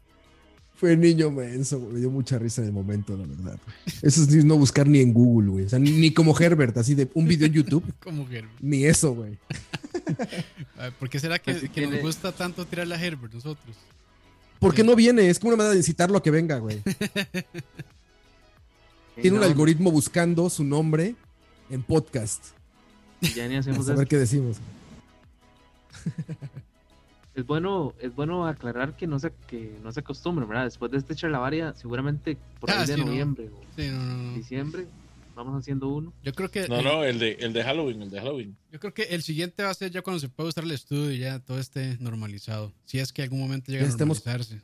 [SPEAKER 3] Fue niño menso, güey. Me dio mucha risa en el momento, la verdad. Eso es no buscar ni en Google, güey. O sea, ni, ni como Herbert, así de un video en YouTube.
[SPEAKER 2] Como que,
[SPEAKER 3] Ni eso, güey.
[SPEAKER 2] ay, ¿Por qué será
[SPEAKER 6] Pues
[SPEAKER 2] que,
[SPEAKER 6] sí
[SPEAKER 2] que nos
[SPEAKER 6] tiene-
[SPEAKER 2] gusta tanto tirar la Herbert nosotros?
[SPEAKER 3] Porque no viene, es como una manera de incitarlo a que venga, güey. Tiene un
[SPEAKER 6] No,
[SPEAKER 3] algoritmo buscando su nombre en podcast.
[SPEAKER 6] Ya
[SPEAKER 3] *laughs*
[SPEAKER 6] ni
[SPEAKER 3] A
[SPEAKER 2] Pues
[SPEAKER 6] hacemos
[SPEAKER 3] saber
[SPEAKER 6] eso.
[SPEAKER 3] qué decimos.
[SPEAKER 6] Es bueno, es bueno aclarar que no se, que no se acostumbren, ¿verdad? Después de este charlavaria, seguramente por ahí
[SPEAKER 2] Ah,
[SPEAKER 6] de
[SPEAKER 2] sí, ¿no? Mm.
[SPEAKER 6] noviembre
[SPEAKER 2] Sí, no, no,
[SPEAKER 6] o
[SPEAKER 2] no.
[SPEAKER 6] diciembre, vamos haciendo uno.
[SPEAKER 2] Yo creo que
[SPEAKER 5] No, no, el de, el de Halloween, el de Halloween.
[SPEAKER 2] yo creo que el siguiente va a ser ya cuando se pueda usar el estudio y ya todo esté normalizado. Si es que algún momento llega
[SPEAKER 3] Ya
[SPEAKER 2] a
[SPEAKER 3] estamos-
[SPEAKER 2] normalizarse.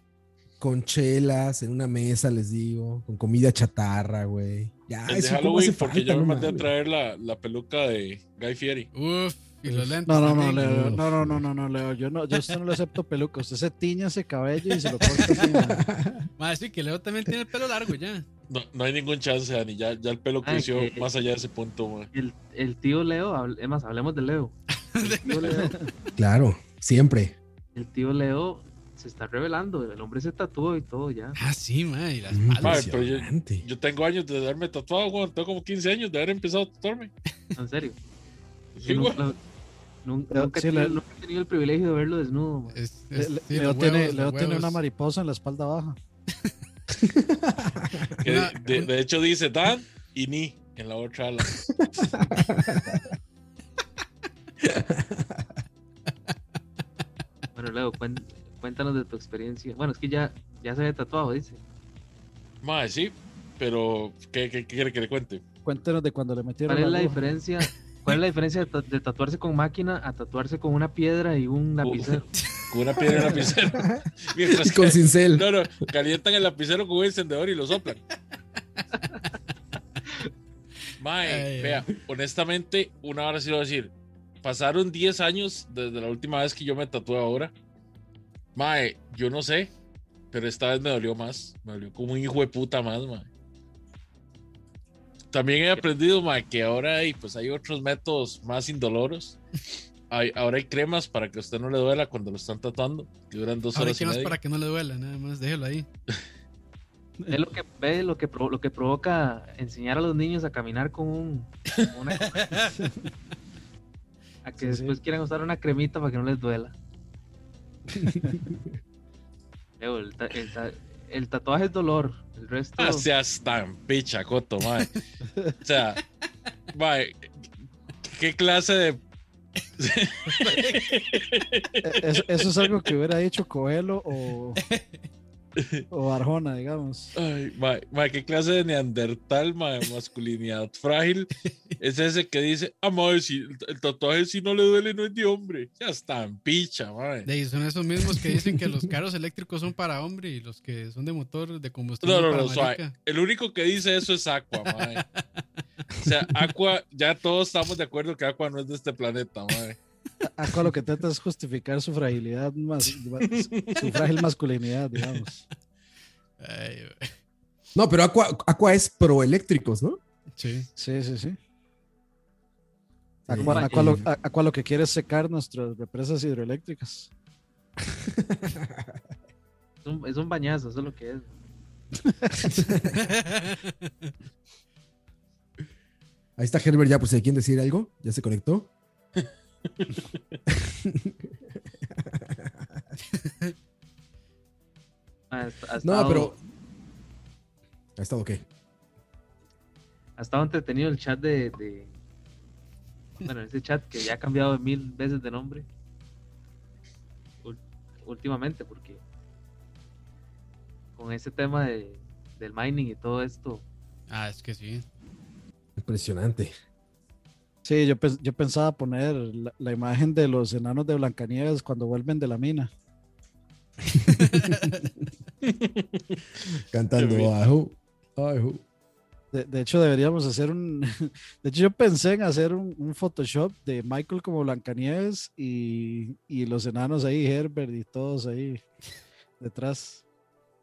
[SPEAKER 3] con chelas en una mesa, les digo, con comida chatarra, güey. Ya,
[SPEAKER 5] El de
[SPEAKER 3] Ah, eso cómo hace
[SPEAKER 5] Halloween, porque
[SPEAKER 3] falta,
[SPEAKER 5] yo me
[SPEAKER 3] no
[SPEAKER 5] mandé a
[SPEAKER 3] mames.
[SPEAKER 5] traer la, la peluca de Guy Fieri.
[SPEAKER 2] Uf, y los lentes.
[SPEAKER 1] No, no, no,
[SPEAKER 2] también.
[SPEAKER 1] Leo.
[SPEAKER 3] Uf,
[SPEAKER 1] No, no, no, no, no, Leo. Yo no, yo a usted no le acepto peluca. Usted se tiña ese cabello y se lo corta
[SPEAKER 2] *laughs*
[SPEAKER 1] así, mae.
[SPEAKER 2] Madre, sí, que Leo también tiene el pelo largo ya.
[SPEAKER 5] No, no hay ningún chance, Dani. Ya, ya el pelo
[SPEAKER 6] Ay,
[SPEAKER 5] creció
[SPEAKER 6] que-
[SPEAKER 5] más allá de ese punto, mae.
[SPEAKER 6] El, el tío Leo, hable- es más, hablemos de
[SPEAKER 2] *laughs*
[SPEAKER 6] Leo. El tío Leo,
[SPEAKER 3] Claro, siempre.
[SPEAKER 6] el tío Leo se está revelando, el hombre se tatuó y todo ya.
[SPEAKER 2] Ah, sí, madre, y las
[SPEAKER 3] Mm,
[SPEAKER 1] pues
[SPEAKER 2] palas.
[SPEAKER 5] Madre, pero yo-
[SPEAKER 3] Impresionante.
[SPEAKER 5] Yo tengo años de haberme tatuado, weón. Tengo como 15 años de haber empezado a tatuarme.
[SPEAKER 2] *laughs*
[SPEAKER 6] En serio.
[SPEAKER 5] Sí,
[SPEAKER 6] Yo *laughs*
[SPEAKER 5] weón.
[SPEAKER 6] nunca, nunca-
[SPEAKER 1] Leo,
[SPEAKER 6] nunca he
[SPEAKER 1] sí,
[SPEAKER 6] tenido,
[SPEAKER 1] Leo.
[SPEAKER 6] nunca he tenido el privilegio de verlo desnudo. man.
[SPEAKER 2] Es- es-
[SPEAKER 1] Le-
[SPEAKER 2] sí,
[SPEAKER 1] Leo
[SPEAKER 2] los
[SPEAKER 1] tiene,
[SPEAKER 2] huevos,
[SPEAKER 1] Leo
[SPEAKER 2] los
[SPEAKER 1] tiene una
[SPEAKER 2] huevos.
[SPEAKER 1] mariposa en la espalda baja.
[SPEAKER 5] Que
[SPEAKER 2] Una-
[SPEAKER 5] de, de hecho dice Dan y Ni en la otra ala.
[SPEAKER 6] Bueno, Leo, cuen- cuéntanos de tu experiencia. Bueno, es que ya, ya se había tatuado, dice.
[SPEAKER 5] Mae, sí, pero ¿qué, qué, qué quiere que le cuente?
[SPEAKER 1] Cuéntenos de cuando le metieron
[SPEAKER 6] ¿Cuál es la
[SPEAKER 1] la aguja.
[SPEAKER 6] diferencia? ¿Cuál es la diferencia de, ta- de tatuarse con máquina a tatuarse con una piedra y un lapicero?
[SPEAKER 5] Con una piedra
[SPEAKER 3] *laughs*
[SPEAKER 5] y un lapicero.
[SPEAKER 3] Y
[SPEAKER 5] Mientras
[SPEAKER 3] con
[SPEAKER 5] que,
[SPEAKER 3] cincel.
[SPEAKER 5] no, no, calientan el lapicero con un encendedor y lo soplan. Mae,
[SPEAKER 2] Ay,
[SPEAKER 5] vea, honestamente, una hora sí lo voy a decir. Pasaron 10 años desde la última vez que yo me tatué ahora. Mae, yo no sé, pero esta vez me dolió más. Me dolió como un hijo de puta más, mae. También he aprendido, mae, que ahora hay, pues, hay otros métodos más indoloros. Hay- ahora hay cremas para que a usted no le duela cuando lo están tatuando, que duran dos
[SPEAKER 2] Ahora
[SPEAKER 5] horas
[SPEAKER 2] que
[SPEAKER 5] y
[SPEAKER 2] no es
[SPEAKER 5] media.
[SPEAKER 2] para que no le duela, nada más, déjelo ahí.
[SPEAKER 6] Es lo que ve lo que pro- lo que provoca enseñar a los niños a caminar con un con una a
[SPEAKER 1] Sí,
[SPEAKER 6] que
[SPEAKER 1] sí.
[SPEAKER 6] después quieran usar una cremita para que no les duela. Leo, el, ta- el ta- el tatuaje es dolor, el resto
[SPEAKER 5] Ah, seas tan picha, Coto, mae. O sea, mae, ¿qué clase de.
[SPEAKER 1] Eh, Eso, eso es algo que hubiera dicho Coelho o, o Arjona, digamos.
[SPEAKER 5] Ay, mae, mae, ¿qué clase de neandertal, mae? Masculinidad frágil Es ese que dice, ah, madre, si el, el tatuaje si no le duele no es de hombre. Ya está en picha, madre.
[SPEAKER 2] De ahí son esos mismos que dicen que los carros eléctricos son para hombre y los que son de motor de combustible.
[SPEAKER 5] No, no,
[SPEAKER 2] para
[SPEAKER 5] no, suave.
[SPEAKER 2] marica.
[SPEAKER 5] El único que dice eso es Aqua, madre. O sea, Aqua, ya todos estamos de acuerdo que Aqua no es de este planeta, madre.
[SPEAKER 1] Aqua lo que trata es justificar su fragilidad, más, su frágil masculinidad, digamos.
[SPEAKER 2] Ay, güey.
[SPEAKER 3] No, pero Aqua, Aqua es proeléctricos, ¿no?
[SPEAKER 2] sí.
[SPEAKER 1] Sí, sí, sí.
[SPEAKER 3] Sí.
[SPEAKER 2] Ah,
[SPEAKER 3] eh,
[SPEAKER 1] Aqua, Aqua lo, a- Aqua lo que quiere es secar nuestras represas hidroeléctricas.
[SPEAKER 6] Es un, es un bañazo, eso es lo que es.
[SPEAKER 3] Ahí está Herbert ya, por si quieren decir algo, ya se conectó.
[SPEAKER 6] Ha, est- ha
[SPEAKER 3] No,
[SPEAKER 6] estado,
[SPEAKER 3] pero. ¿Ha estado qué?
[SPEAKER 6] ha estado entretenido el chat de, de- Bueno, ese chat que ya ha cambiado mil veces de nombre. Ul- últimamente, porque. Con ese tema de, del mining y todo esto.
[SPEAKER 2] Ah, es que sí.
[SPEAKER 3] Impresionante.
[SPEAKER 1] Sí, yo, pens- yo pensaba poner la, la imagen de los enanos de Blancanieves cuando vuelven de la mina.
[SPEAKER 5] Qué
[SPEAKER 3] Cantando
[SPEAKER 5] bien.
[SPEAKER 3] ajo, ajo.
[SPEAKER 1] De, de hecho, deberíamos hacer un. *laughs* De hecho, yo pensé en hacer un, un Photoshop de Michael como Blancanieves y, y los enanos ahí, Herbert y todos ahí detrás.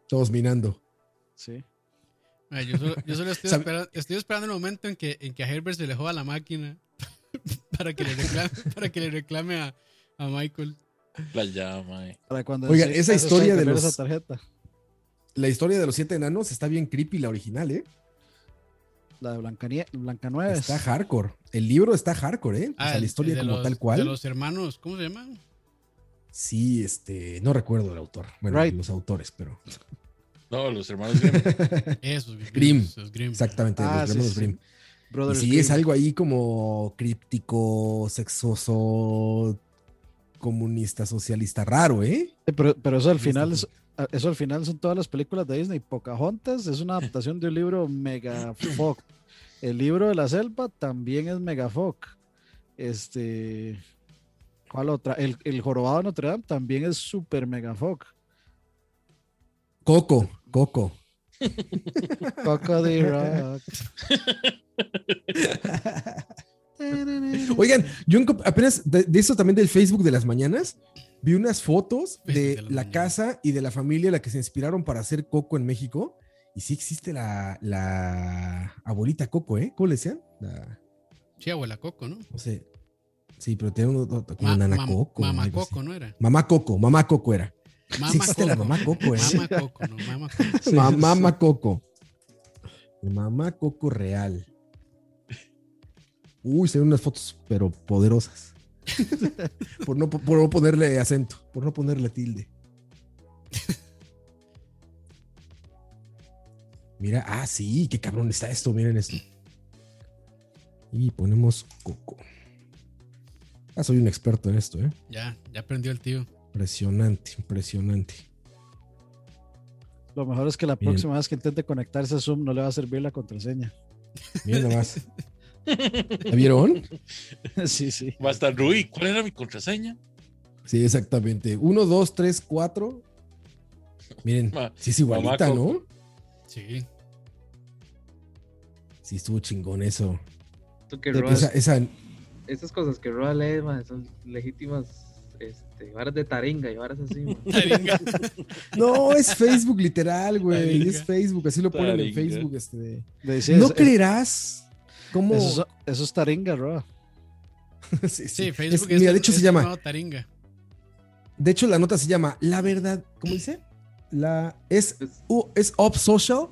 [SPEAKER 3] Todos minando.
[SPEAKER 1] Sí.
[SPEAKER 2] Ay, Yo solo, yo solo estoy,
[SPEAKER 3] Sab-
[SPEAKER 2] esperando, estoy esperando el momento en que, en que a Herbert se le joda la máquina *laughs* para que le reclame, para que le reclame a, a Michael.
[SPEAKER 5] La llama, eh.
[SPEAKER 1] Para cuando
[SPEAKER 3] Oigan,
[SPEAKER 1] enseñe
[SPEAKER 3] esa
[SPEAKER 1] casos hay
[SPEAKER 3] historia
[SPEAKER 1] que
[SPEAKER 3] de
[SPEAKER 1] ver
[SPEAKER 3] los-
[SPEAKER 1] esa tarjeta,
[SPEAKER 3] La historia de los siete enanos está bien creepy, la original, ¿eh?
[SPEAKER 1] la de Blancanie Blancanieves.
[SPEAKER 3] Está hardcore. El libro está hardcore, ¿eh? O sea,
[SPEAKER 2] Ah, el-
[SPEAKER 3] la historia
[SPEAKER 2] de
[SPEAKER 3] como
[SPEAKER 2] los-
[SPEAKER 3] tal cual.
[SPEAKER 2] De los hermanos, ¿cómo se llaman?
[SPEAKER 3] Sí, este. No recuerdo el autor. Bueno,
[SPEAKER 1] Right.
[SPEAKER 3] los autores, pero.
[SPEAKER 5] No, los
[SPEAKER 2] *laughs*
[SPEAKER 5] hermanos Grimm.
[SPEAKER 2] Esos. Grimm.
[SPEAKER 3] Grimm.
[SPEAKER 2] esos Grimm.
[SPEAKER 3] Exactamente,
[SPEAKER 1] Ah,
[SPEAKER 3] los
[SPEAKER 1] sí,
[SPEAKER 3] hermanos
[SPEAKER 1] sí.
[SPEAKER 3] Grimm. Y
[SPEAKER 1] Brothers
[SPEAKER 3] sí, es
[SPEAKER 1] Grimm.
[SPEAKER 3] algo ahí como críptico, sexoso, comunista, socialista, raro, ¿eh?
[SPEAKER 1] Sí, Pero, pero eso al
[SPEAKER 3] Disney,
[SPEAKER 1] final
[SPEAKER 3] pues.
[SPEAKER 1] es- a- eso al final son todas las películas de Disney. Pocahontas es una adaptación de un libro mega folk. El libro de la selva también es mega folk. Este, ¿cuál otra? El, el jorobado de Notre Dame también es super mega folk.
[SPEAKER 3] Coco, Coco.
[SPEAKER 1] Coco de Rock.
[SPEAKER 3] Oigan, yo enco- apenas de, de eso también del Facebook de las mañanas, vi unas fotos
[SPEAKER 2] Facebook de
[SPEAKER 3] de
[SPEAKER 2] las
[SPEAKER 3] la
[SPEAKER 2] mañanas.
[SPEAKER 3] casa y de la familia a la que se inspiraron para hacer Coco en México. Y sí existe la, la abuelita Coco, ¿eh? ¿Cómo le decían? La-
[SPEAKER 2] Sí, abuela Coco, ¿no?
[SPEAKER 3] no sé. Sí, pero tiene uno otro- como
[SPEAKER 2] Ma-
[SPEAKER 3] nana
[SPEAKER 2] mam-
[SPEAKER 3] Coco.
[SPEAKER 2] Mama
[SPEAKER 3] algo así.
[SPEAKER 2] Coco, ¿no era?
[SPEAKER 3] Mamá Coco, mamá Coco era.
[SPEAKER 2] Mama
[SPEAKER 3] existe la mamá Coco, ¿eh?
[SPEAKER 2] Mama Coco, no,
[SPEAKER 3] *laughs*
[SPEAKER 2] Mama Coco.
[SPEAKER 1] *laughs* Sí,
[SPEAKER 3] Ma-
[SPEAKER 1] sí.
[SPEAKER 3] Mamá Coco. Mamá Coco real. Uy, se ven unas fotos, pero
[SPEAKER 1] *laughs*
[SPEAKER 3] poderosas. por, no, por no ponerle acento, por no ponerle tilde. Mira, ah, sí, qué cabrón está esto, miren esto. Y ponemos Coco. Ah, soy un experto en esto, ¿eh?
[SPEAKER 2] Ya, ya aprendió el tío.
[SPEAKER 3] Impresionante, impresionante.
[SPEAKER 1] Lo mejor es que la
[SPEAKER 3] Miren.
[SPEAKER 1] próxima vez que intente conectarse a Zoom no le va a servir la contraseña. *laughs*
[SPEAKER 3] Miren nada más. ¿La vieron?
[SPEAKER 1] Sí, sí.
[SPEAKER 5] Va a estar Rui. ¿Cuál era mi contraseña?
[SPEAKER 3] Sí, exactamente. Uno, dos, tres, cuatro. Miren,
[SPEAKER 5] Ma-
[SPEAKER 3] sí es igualita,
[SPEAKER 5] Mamá
[SPEAKER 3] ¿no?
[SPEAKER 2] Sí.
[SPEAKER 3] Sí, estuvo chingón eso.
[SPEAKER 6] Tú que Roa-
[SPEAKER 3] Esa, esa-
[SPEAKER 6] Esas cosas que Roa lee, ma, son legítimas. Este, varas de taringa y varas así, ma.
[SPEAKER 1] *laughs*
[SPEAKER 2] Taringa.
[SPEAKER 3] No, es Facebook literal, güey.
[SPEAKER 2] Taringa.
[SPEAKER 3] Es Facebook, así lo ponen en
[SPEAKER 5] Taringa.
[SPEAKER 3] Facebook. Este.
[SPEAKER 1] De- sí,
[SPEAKER 3] No
[SPEAKER 1] es-
[SPEAKER 3] creerás cómo.
[SPEAKER 1] eso, es- eso es taringa, Roa.
[SPEAKER 3] *laughs* sí, sí.
[SPEAKER 2] Sí,
[SPEAKER 3] Es-
[SPEAKER 2] Facebook
[SPEAKER 3] mira, de hecho
[SPEAKER 2] es
[SPEAKER 3] se llama.
[SPEAKER 2] llamado Taringa.
[SPEAKER 3] De hecho, la nota se llama La verdad. ¿Cómo dice? La es
[SPEAKER 6] Es-
[SPEAKER 3] u- es Op Social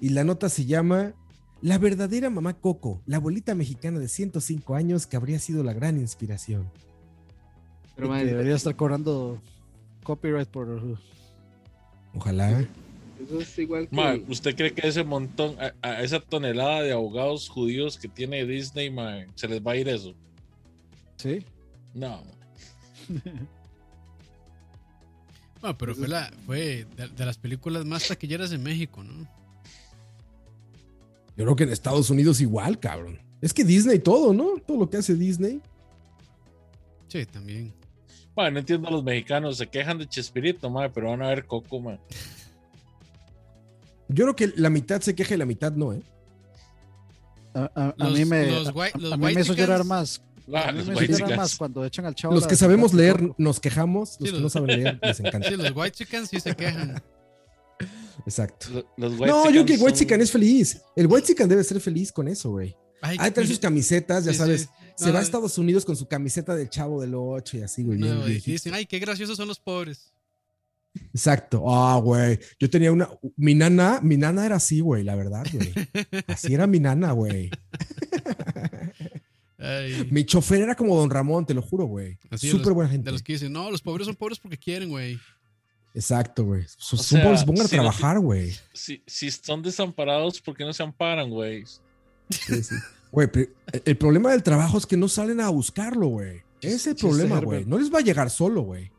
[SPEAKER 3] y la nota se llama La verdadera mamá Coco, la abuelita mexicana de 105 años que habría sido la gran inspiración.
[SPEAKER 6] Pero,
[SPEAKER 1] Y
[SPEAKER 6] ma,
[SPEAKER 1] que debería estar cobrando copyright por
[SPEAKER 3] Ojalá.
[SPEAKER 6] eso es igual que.
[SPEAKER 5] Ma, ¿usted cree que ese montón, a, a esa tonelada de abogados judíos que tiene Disney, ma, se les va a ir eso?
[SPEAKER 1] sí
[SPEAKER 5] No, ma.
[SPEAKER 2] Bueno, pero fue, la, fue de, de las películas más taquilleras en México, ¿no?
[SPEAKER 3] Yo creo que en Estados Unidos igual, cabrón. Es que Disney todo, ¿no? Todo lo que hace Disney.
[SPEAKER 2] Sí, también.
[SPEAKER 5] Bueno, no entiendo a los mexicanos, se quejan de Chespirito, mae, pero van a ver Coco, mae.
[SPEAKER 3] Yo creo que la mitad se queja y la mitad no, ¿eh?
[SPEAKER 1] A, a- a
[SPEAKER 2] Los-
[SPEAKER 1] mí me,
[SPEAKER 2] los
[SPEAKER 1] a-
[SPEAKER 2] guai-
[SPEAKER 1] a-
[SPEAKER 2] los
[SPEAKER 1] a mí me hizo
[SPEAKER 2] guayticans-
[SPEAKER 1] llorar más.
[SPEAKER 5] Ah,
[SPEAKER 1] a mí
[SPEAKER 5] los
[SPEAKER 1] me hizo
[SPEAKER 5] white
[SPEAKER 1] llorar
[SPEAKER 5] chicans.
[SPEAKER 1] más cuando echan al chavo.
[SPEAKER 3] Los
[SPEAKER 1] la-
[SPEAKER 3] que sabemos
[SPEAKER 1] la-
[SPEAKER 3] leer nos quejamos, los
[SPEAKER 2] Sí,
[SPEAKER 3] que no
[SPEAKER 2] los-
[SPEAKER 3] saben leer les encanta.
[SPEAKER 2] Sí, los white chickens sí se quejan.
[SPEAKER 3] Exacto.
[SPEAKER 5] Lo- los white
[SPEAKER 3] No, yo creo que el
[SPEAKER 5] chicans
[SPEAKER 3] White
[SPEAKER 5] son-
[SPEAKER 3] es feliz. El White debe ser feliz con eso, güey.
[SPEAKER 2] Ay,
[SPEAKER 3] Ah, trae sus
[SPEAKER 2] mire,
[SPEAKER 3] camisetas, ya
[SPEAKER 2] sí,
[SPEAKER 3] sabes.
[SPEAKER 2] sí.
[SPEAKER 3] Se
[SPEAKER 2] No,
[SPEAKER 3] va a Estados Unidos con su camiseta del chavo del 8 y así, güey.
[SPEAKER 2] no,
[SPEAKER 3] bien
[SPEAKER 2] y
[SPEAKER 3] viejito.
[SPEAKER 2] dicen, ay, qué graciosos son los pobres.
[SPEAKER 3] Exacto. Ah, güey. Yo tenía una. Mi nana, mi nana era así, güey, la verdad,
[SPEAKER 2] *laughs*
[SPEAKER 3] güey. Así era mi nana, güey.
[SPEAKER 2] Ay,
[SPEAKER 3] Mi chofer era como Don Ramón, te lo juro, güey.
[SPEAKER 2] Así de
[SPEAKER 3] Súper buena gente.
[SPEAKER 2] de los que dicen, no, los pobres son pobres porque quieren, güey.
[SPEAKER 3] Exacto, güey. Su-
[SPEAKER 5] O sea,
[SPEAKER 3] supo- se pongan a
[SPEAKER 5] si no te-
[SPEAKER 3] trabajar, güey.
[SPEAKER 5] Si, si son desamparados, ¿por qué no se amparan, güey? *laughs*
[SPEAKER 3] Sí, sí. Güey, pero el- el problema del trabajo es que no salen a buscarlo, güey. Ese es el
[SPEAKER 1] Chiste,
[SPEAKER 3] problema,
[SPEAKER 1] Herbert.
[SPEAKER 3] güey. No les va a llegar solo,
[SPEAKER 1] *laughs*
[SPEAKER 3] güey.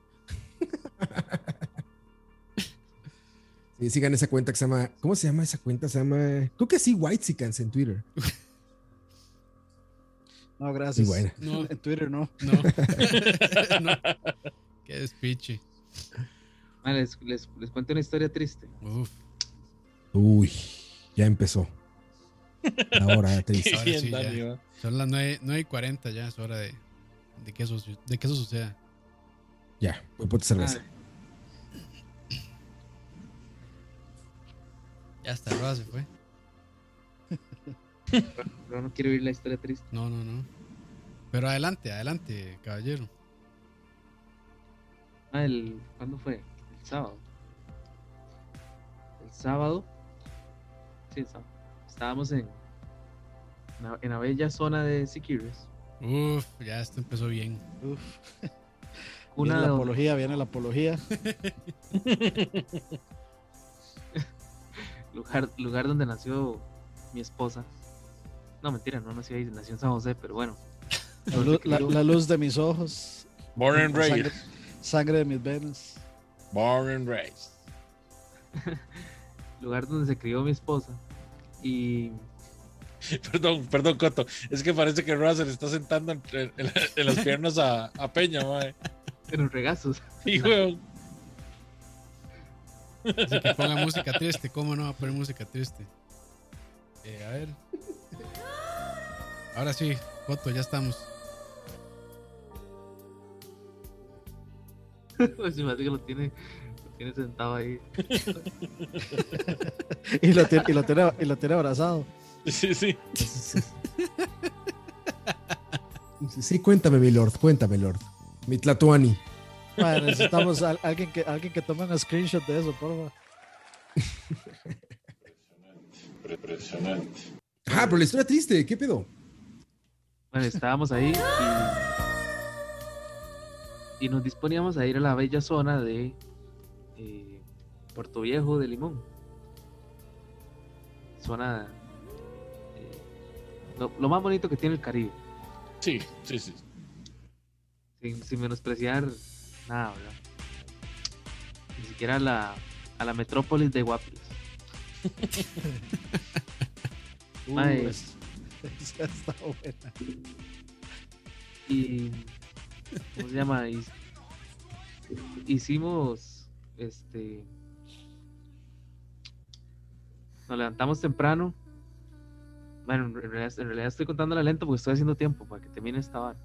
[SPEAKER 3] Sí, sigan esa cuenta que se llama. ¿Cómo se llama esa cuenta? Se llama. Creo que sí, White en Twitter.
[SPEAKER 1] No,
[SPEAKER 3] Sí,
[SPEAKER 1] gracias.
[SPEAKER 3] bueno.
[SPEAKER 2] No,
[SPEAKER 1] En Twitter no.
[SPEAKER 2] no. *laughs* no. Qué despiche.
[SPEAKER 6] Ah, les, les, les cuento una historia triste.
[SPEAKER 2] Uf,
[SPEAKER 3] Uy, ya empezó. La hora
[SPEAKER 1] *laughs*
[SPEAKER 5] Qué
[SPEAKER 3] triste.
[SPEAKER 2] ahora
[SPEAKER 5] bien,
[SPEAKER 2] sí, ya.
[SPEAKER 5] Dani, mae.
[SPEAKER 2] son las 9, 9 y 40 ya, es hora de, de, que, eso, su- de que eso suceda.
[SPEAKER 3] Ya, voy por tu cerveza.
[SPEAKER 6] Ah,
[SPEAKER 2] Ya está, Roa se fue.
[SPEAKER 6] Ah, pero no quiero oír la historia triste.
[SPEAKER 2] No, no, no. Pero adelante, adelante, caballero.
[SPEAKER 6] Ah, el, ¿Cuándo fue? El sábado. El sábado. Sí, el sábado. Estábamos en, en la- en la bella zona de Siquirres.
[SPEAKER 2] Uf, ya esto empezó bien.
[SPEAKER 1] Uf,
[SPEAKER 6] Una
[SPEAKER 1] viene
[SPEAKER 6] de
[SPEAKER 1] la
[SPEAKER 6] donde-
[SPEAKER 1] apología, viene la apología.
[SPEAKER 6] lugar, lugar donde nació mi esposa. No, mentira, no nació ahí, nació en San José, pero bueno.
[SPEAKER 1] *laughs* La, lu- la- la luz de mis ojos.
[SPEAKER 5] Born and
[SPEAKER 1] Sangre,
[SPEAKER 5] raised.
[SPEAKER 1] sangre de mis venas.
[SPEAKER 5] Born and raised.
[SPEAKER 6] Lugar donde se crió mi esposa. Y
[SPEAKER 5] *laughs* Perdón, perdón, Coto. Es que parece que Roa se le está sentando en, en- en las piernas a, a Peña, mae.
[SPEAKER 6] en los regazos. *laughs*
[SPEAKER 5] Y, weón,
[SPEAKER 2] Así que ponga música triste, ¿cómo no va a poner música triste? Eh, a ver. Ahora sí, Coto, ya estamos.
[SPEAKER 6] Pues me parece que lo tiene, lo tiene sentado ahí.
[SPEAKER 1] Y lo tiene, y lo tiene, y lo tiene abrazado.
[SPEAKER 5] Sí, sí.
[SPEAKER 1] Ah.
[SPEAKER 3] Sí, sí, cuéntame, mi lord. Cuéntame, lord. Mi Tlatuani.
[SPEAKER 1] Madre, necesitamos a alguien, que, alguien que tome un screenshot de eso, por favor.
[SPEAKER 7] Impresionante.
[SPEAKER 3] Ah, pero la historia triste. ¿Qué pedo?
[SPEAKER 6] Bueno, estábamos ahí y, y nos disponíamos a ir a la bella zona de eh, Puerto Viejo de Limón. Zona... eh, lo- lo más bonito que tiene el Caribe.
[SPEAKER 5] Sí, sí, sí.
[SPEAKER 6] sin, sin menospreciar nada, ¿verdad? Ni siquiera a la, a la metrópolis de Guapiles.
[SPEAKER 1] Uh,
[SPEAKER 6] Mae.
[SPEAKER 1] es- esa está buena.
[SPEAKER 6] Y. ¿Cómo se llama? Y- hicimos. Este. Nos levantamos temprano. Bueno, en realidad, en realidad estoy contándola lento porque estoy haciendo tiempo para que termine esta hora.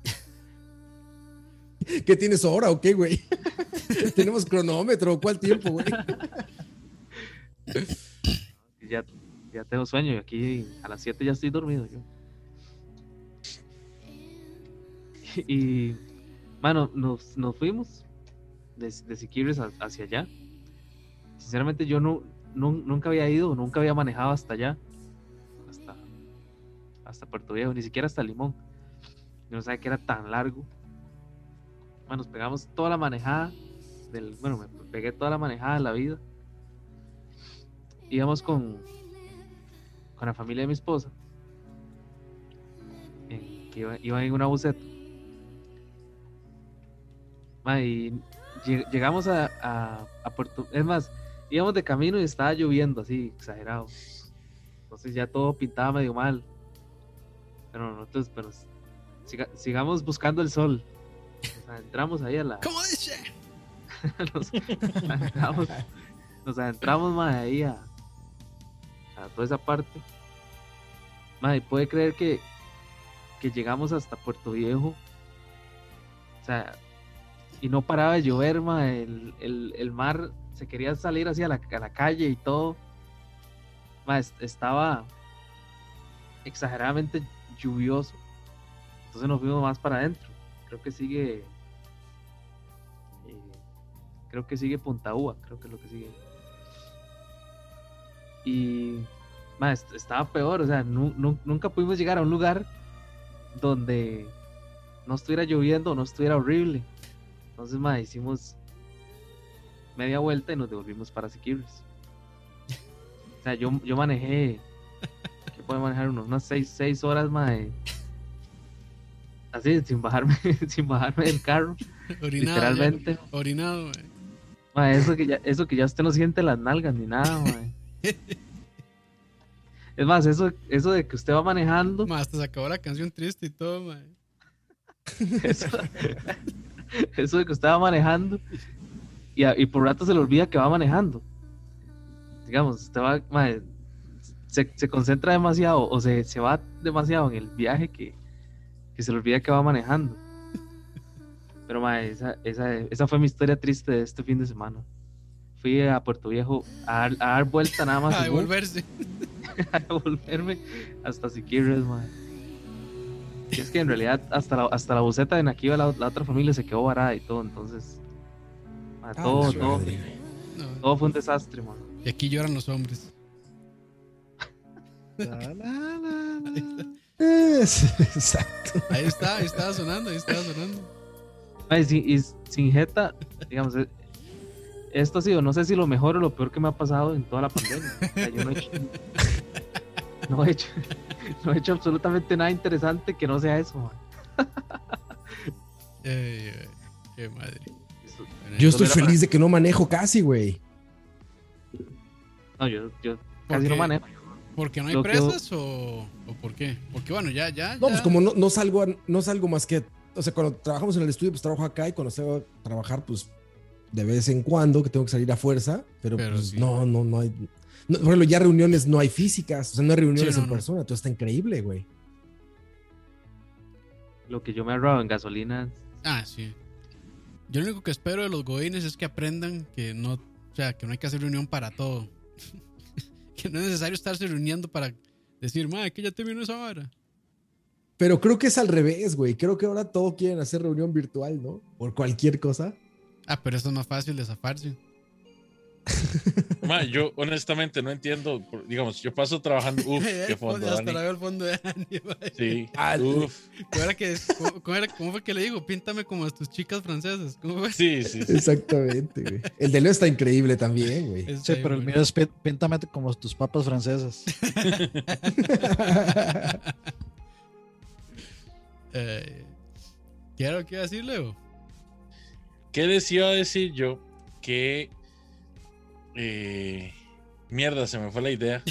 [SPEAKER 3] ¿Qué tienes ahora o qué, güey? *laughs* Tenemos cronómetro. ¿Cuál tiempo, güey?
[SPEAKER 6] Y ya, ya tengo sueño y aquí a las 7 ya estoy dormido yo. Y, mano, nos, nos fuimos de, de Siquirres a- hacia allá. Sinceramente yo no, no- nunca había ido, nunca había manejado hasta allá, hasta, hasta Puerto Viejo, ni siquiera hasta Limón. Yo no sabía que era tan largo. Bueno, nos pegamos toda la manejada, del, bueno, me pegué toda la manejada de la vida íbamos con, con la familia de mi esposa, en- que iba- iban en una buceta. Ma, y lle- llegamos a, a, a Puerto. Es más, íbamos de camino y estaba lloviendo así, exagerado. Entonces ya todo pintaba medio mal. Pero Pero nosotros, pero siga- sigamos buscando el sol. Nos adentramos ahí a la.
[SPEAKER 2] ¿Cómo dice?
[SPEAKER 6] *laughs* nos, adentramos, nos adentramos más ahí a, a toda esa parte. Madre, puede creer que, que llegamos hasta Puerto Viejo. O sea, y no paraba de llover, madre. El, el- el mar se quería salir hacia la, a la calle y todo. Madre, es- estaba exageradamente lluvioso. Entonces nos fuimos más para adentro. Creo que sigue. eh, creo que sigue Punta Uva, creo que es lo que sigue. Y ma, est- estaba peor, o sea, nu- nu- nunca pudimos llegar a un lugar donde no estuviera lloviendo, no estuviera horrible. Entonces, ma, hicimos media vuelta y nos devolvimos para Siquibres. O sea, yo, yo manejé, que puede manejar uno? Unas 6 seis, horas, ma, de- así, sin bajarme, *laughs* sin bajarme del carro,
[SPEAKER 2] Orinado. ya,
[SPEAKER 6] literalmente.
[SPEAKER 2] Orinado, mae.
[SPEAKER 6] Ma, eso, que ya, eso que ya usted no siente las nalgas ni nada, ma. Es más, eso, eso de que usted va manejando,
[SPEAKER 2] Mae, hasta se acabó la canción triste y todo, mae.
[SPEAKER 6] *laughs* eso, eso de que usted va manejando y, a- y por rato se le olvida que va manejando. Digamos, usted va, ma, se, se concentra demasiado o se, se va demasiado en el viaje que, que se le olvida que va manejando. Pero ma, esa, esa, esa fue mi historia triste de este fin de semana. Fui a Puerto Viejo a dar, a dar vuelta nada
[SPEAKER 2] *laughs*
[SPEAKER 6] más.
[SPEAKER 2] A
[SPEAKER 6] y vuelta.
[SPEAKER 2] devolverse.
[SPEAKER 6] a *laughs* volverme hasta Siquirres, madre. Y es que en realidad hasta la, hasta la buceta de Nakiba, la, la otra familia se quedó varada y todo, entonces.
[SPEAKER 3] Ah,
[SPEAKER 6] ma, todo,
[SPEAKER 3] la
[SPEAKER 6] todo,
[SPEAKER 3] madre.
[SPEAKER 2] No.
[SPEAKER 6] todo fue un desastre, man.
[SPEAKER 2] Y aquí lloran los hombres.
[SPEAKER 1] La, la, la, la.
[SPEAKER 3] Es- exacto.
[SPEAKER 2] Ahí está, ahí estaba sonando, ahí estaba sonando.
[SPEAKER 6] Ma, Y sin, y sin jeta, digamos, eh, esto ha sido, no sé si lo mejor o lo peor que me ha pasado en toda la pandemia. O sea, yo no he hecho. *laughs* No he hecho, *laughs* no he hecho absolutamente nada interesante que no sea eso, man.
[SPEAKER 2] Ey, ey, Eh, qué madre.
[SPEAKER 6] Eso-
[SPEAKER 2] Bueno,
[SPEAKER 3] Yo estoy
[SPEAKER 6] Esto era
[SPEAKER 3] feliz de que no manejo casi, güey.
[SPEAKER 6] No, yo, yo
[SPEAKER 2] ¿Por
[SPEAKER 6] casi no
[SPEAKER 2] qué?
[SPEAKER 6] manejo.
[SPEAKER 2] ¿Porque no hay
[SPEAKER 6] Lo que-
[SPEAKER 2] presas o, o por qué? Porque bueno, ya, ya.
[SPEAKER 3] No,
[SPEAKER 2] ya.
[SPEAKER 3] pues como no, no salgo, a- no salgo más que. O sea, cuando trabajamos en el estudio, pues trabajo acá y cuando salgo a trabajar, pues de vez en cuando, que tengo que salir a fuerza, pero,
[SPEAKER 2] Pero
[SPEAKER 3] pues,
[SPEAKER 2] sí.
[SPEAKER 3] no, no, no hay. no, por ejemplo, ya reuniones no hay físicas, o sea, no hay reuniones
[SPEAKER 2] Sí, no,
[SPEAKER 3] en
[SPEAKER 2] no.
[SPEAKER 3] persona, todo está increíble, güey.
[SPEAKER 6] Lo que yo me he ahorrado en gasolina
[SPEAKER 2] Ah, sí. Yo lo único que espero de los godines es que aprendan que no, o sea, que no hay que hacer reunión para todo. *laughs* que no es necesario estarse reuniendo para decir, madre, que ya terminó esa vara.
[SPEAKER 3] Pero creo que es al revés, güey. Creo que ahora todo quieren hacer reunión virtual, ¿no? Por cualquier cosa.
[SPEAKER 2] Ah, pero eso es más fácil de zafarse.
[SPEAKER 5] Ma, yo honestamente no entiendo, por- digamos, yo paso trabajando,
[SPEAKER 2] *laughs*
[SPEAKER 5] uf, qué fondo,
[SPEAKER 2] Hasta
[SPEAKER 5] Dani.
[SPEAKER 2] la veo el fondo de Dani, *laughs* mae.
[SPEAKER 5] Sí,
[SPEAKER 3] Ah,
[SPEAKER 5] uf,
[SPEAKER 2] ¿Cómo, era que, cómo- cómo era- cómo fue que le dijo? Píntame como a tus chicas francesas. ¿Cómo *laughs* fue?
[SPEAKER 5] sí, sí, sí.
[SPEAKER 3] Exactamente, güey. El de Leo está increíble también, güey.
[SPEAKER 2] Está
[SPEAKER 1] Sí,
[SPEAKER 2] bien
[SPEAKER 1] pero el
[SPEAKER 2] bueno.
[SPEAKER 1] mío es pé- péntame como tus
[SPEAKER 2] *laughs*
[SPEAKER 1] papas francesas.
[SPEAKER 2] Eh, ¿Qué era lo que iba a decir, Leo?
[SPEAKER 5] ¿Qué les iba a decir yo? Que. eh, mierda, se me fue la idea.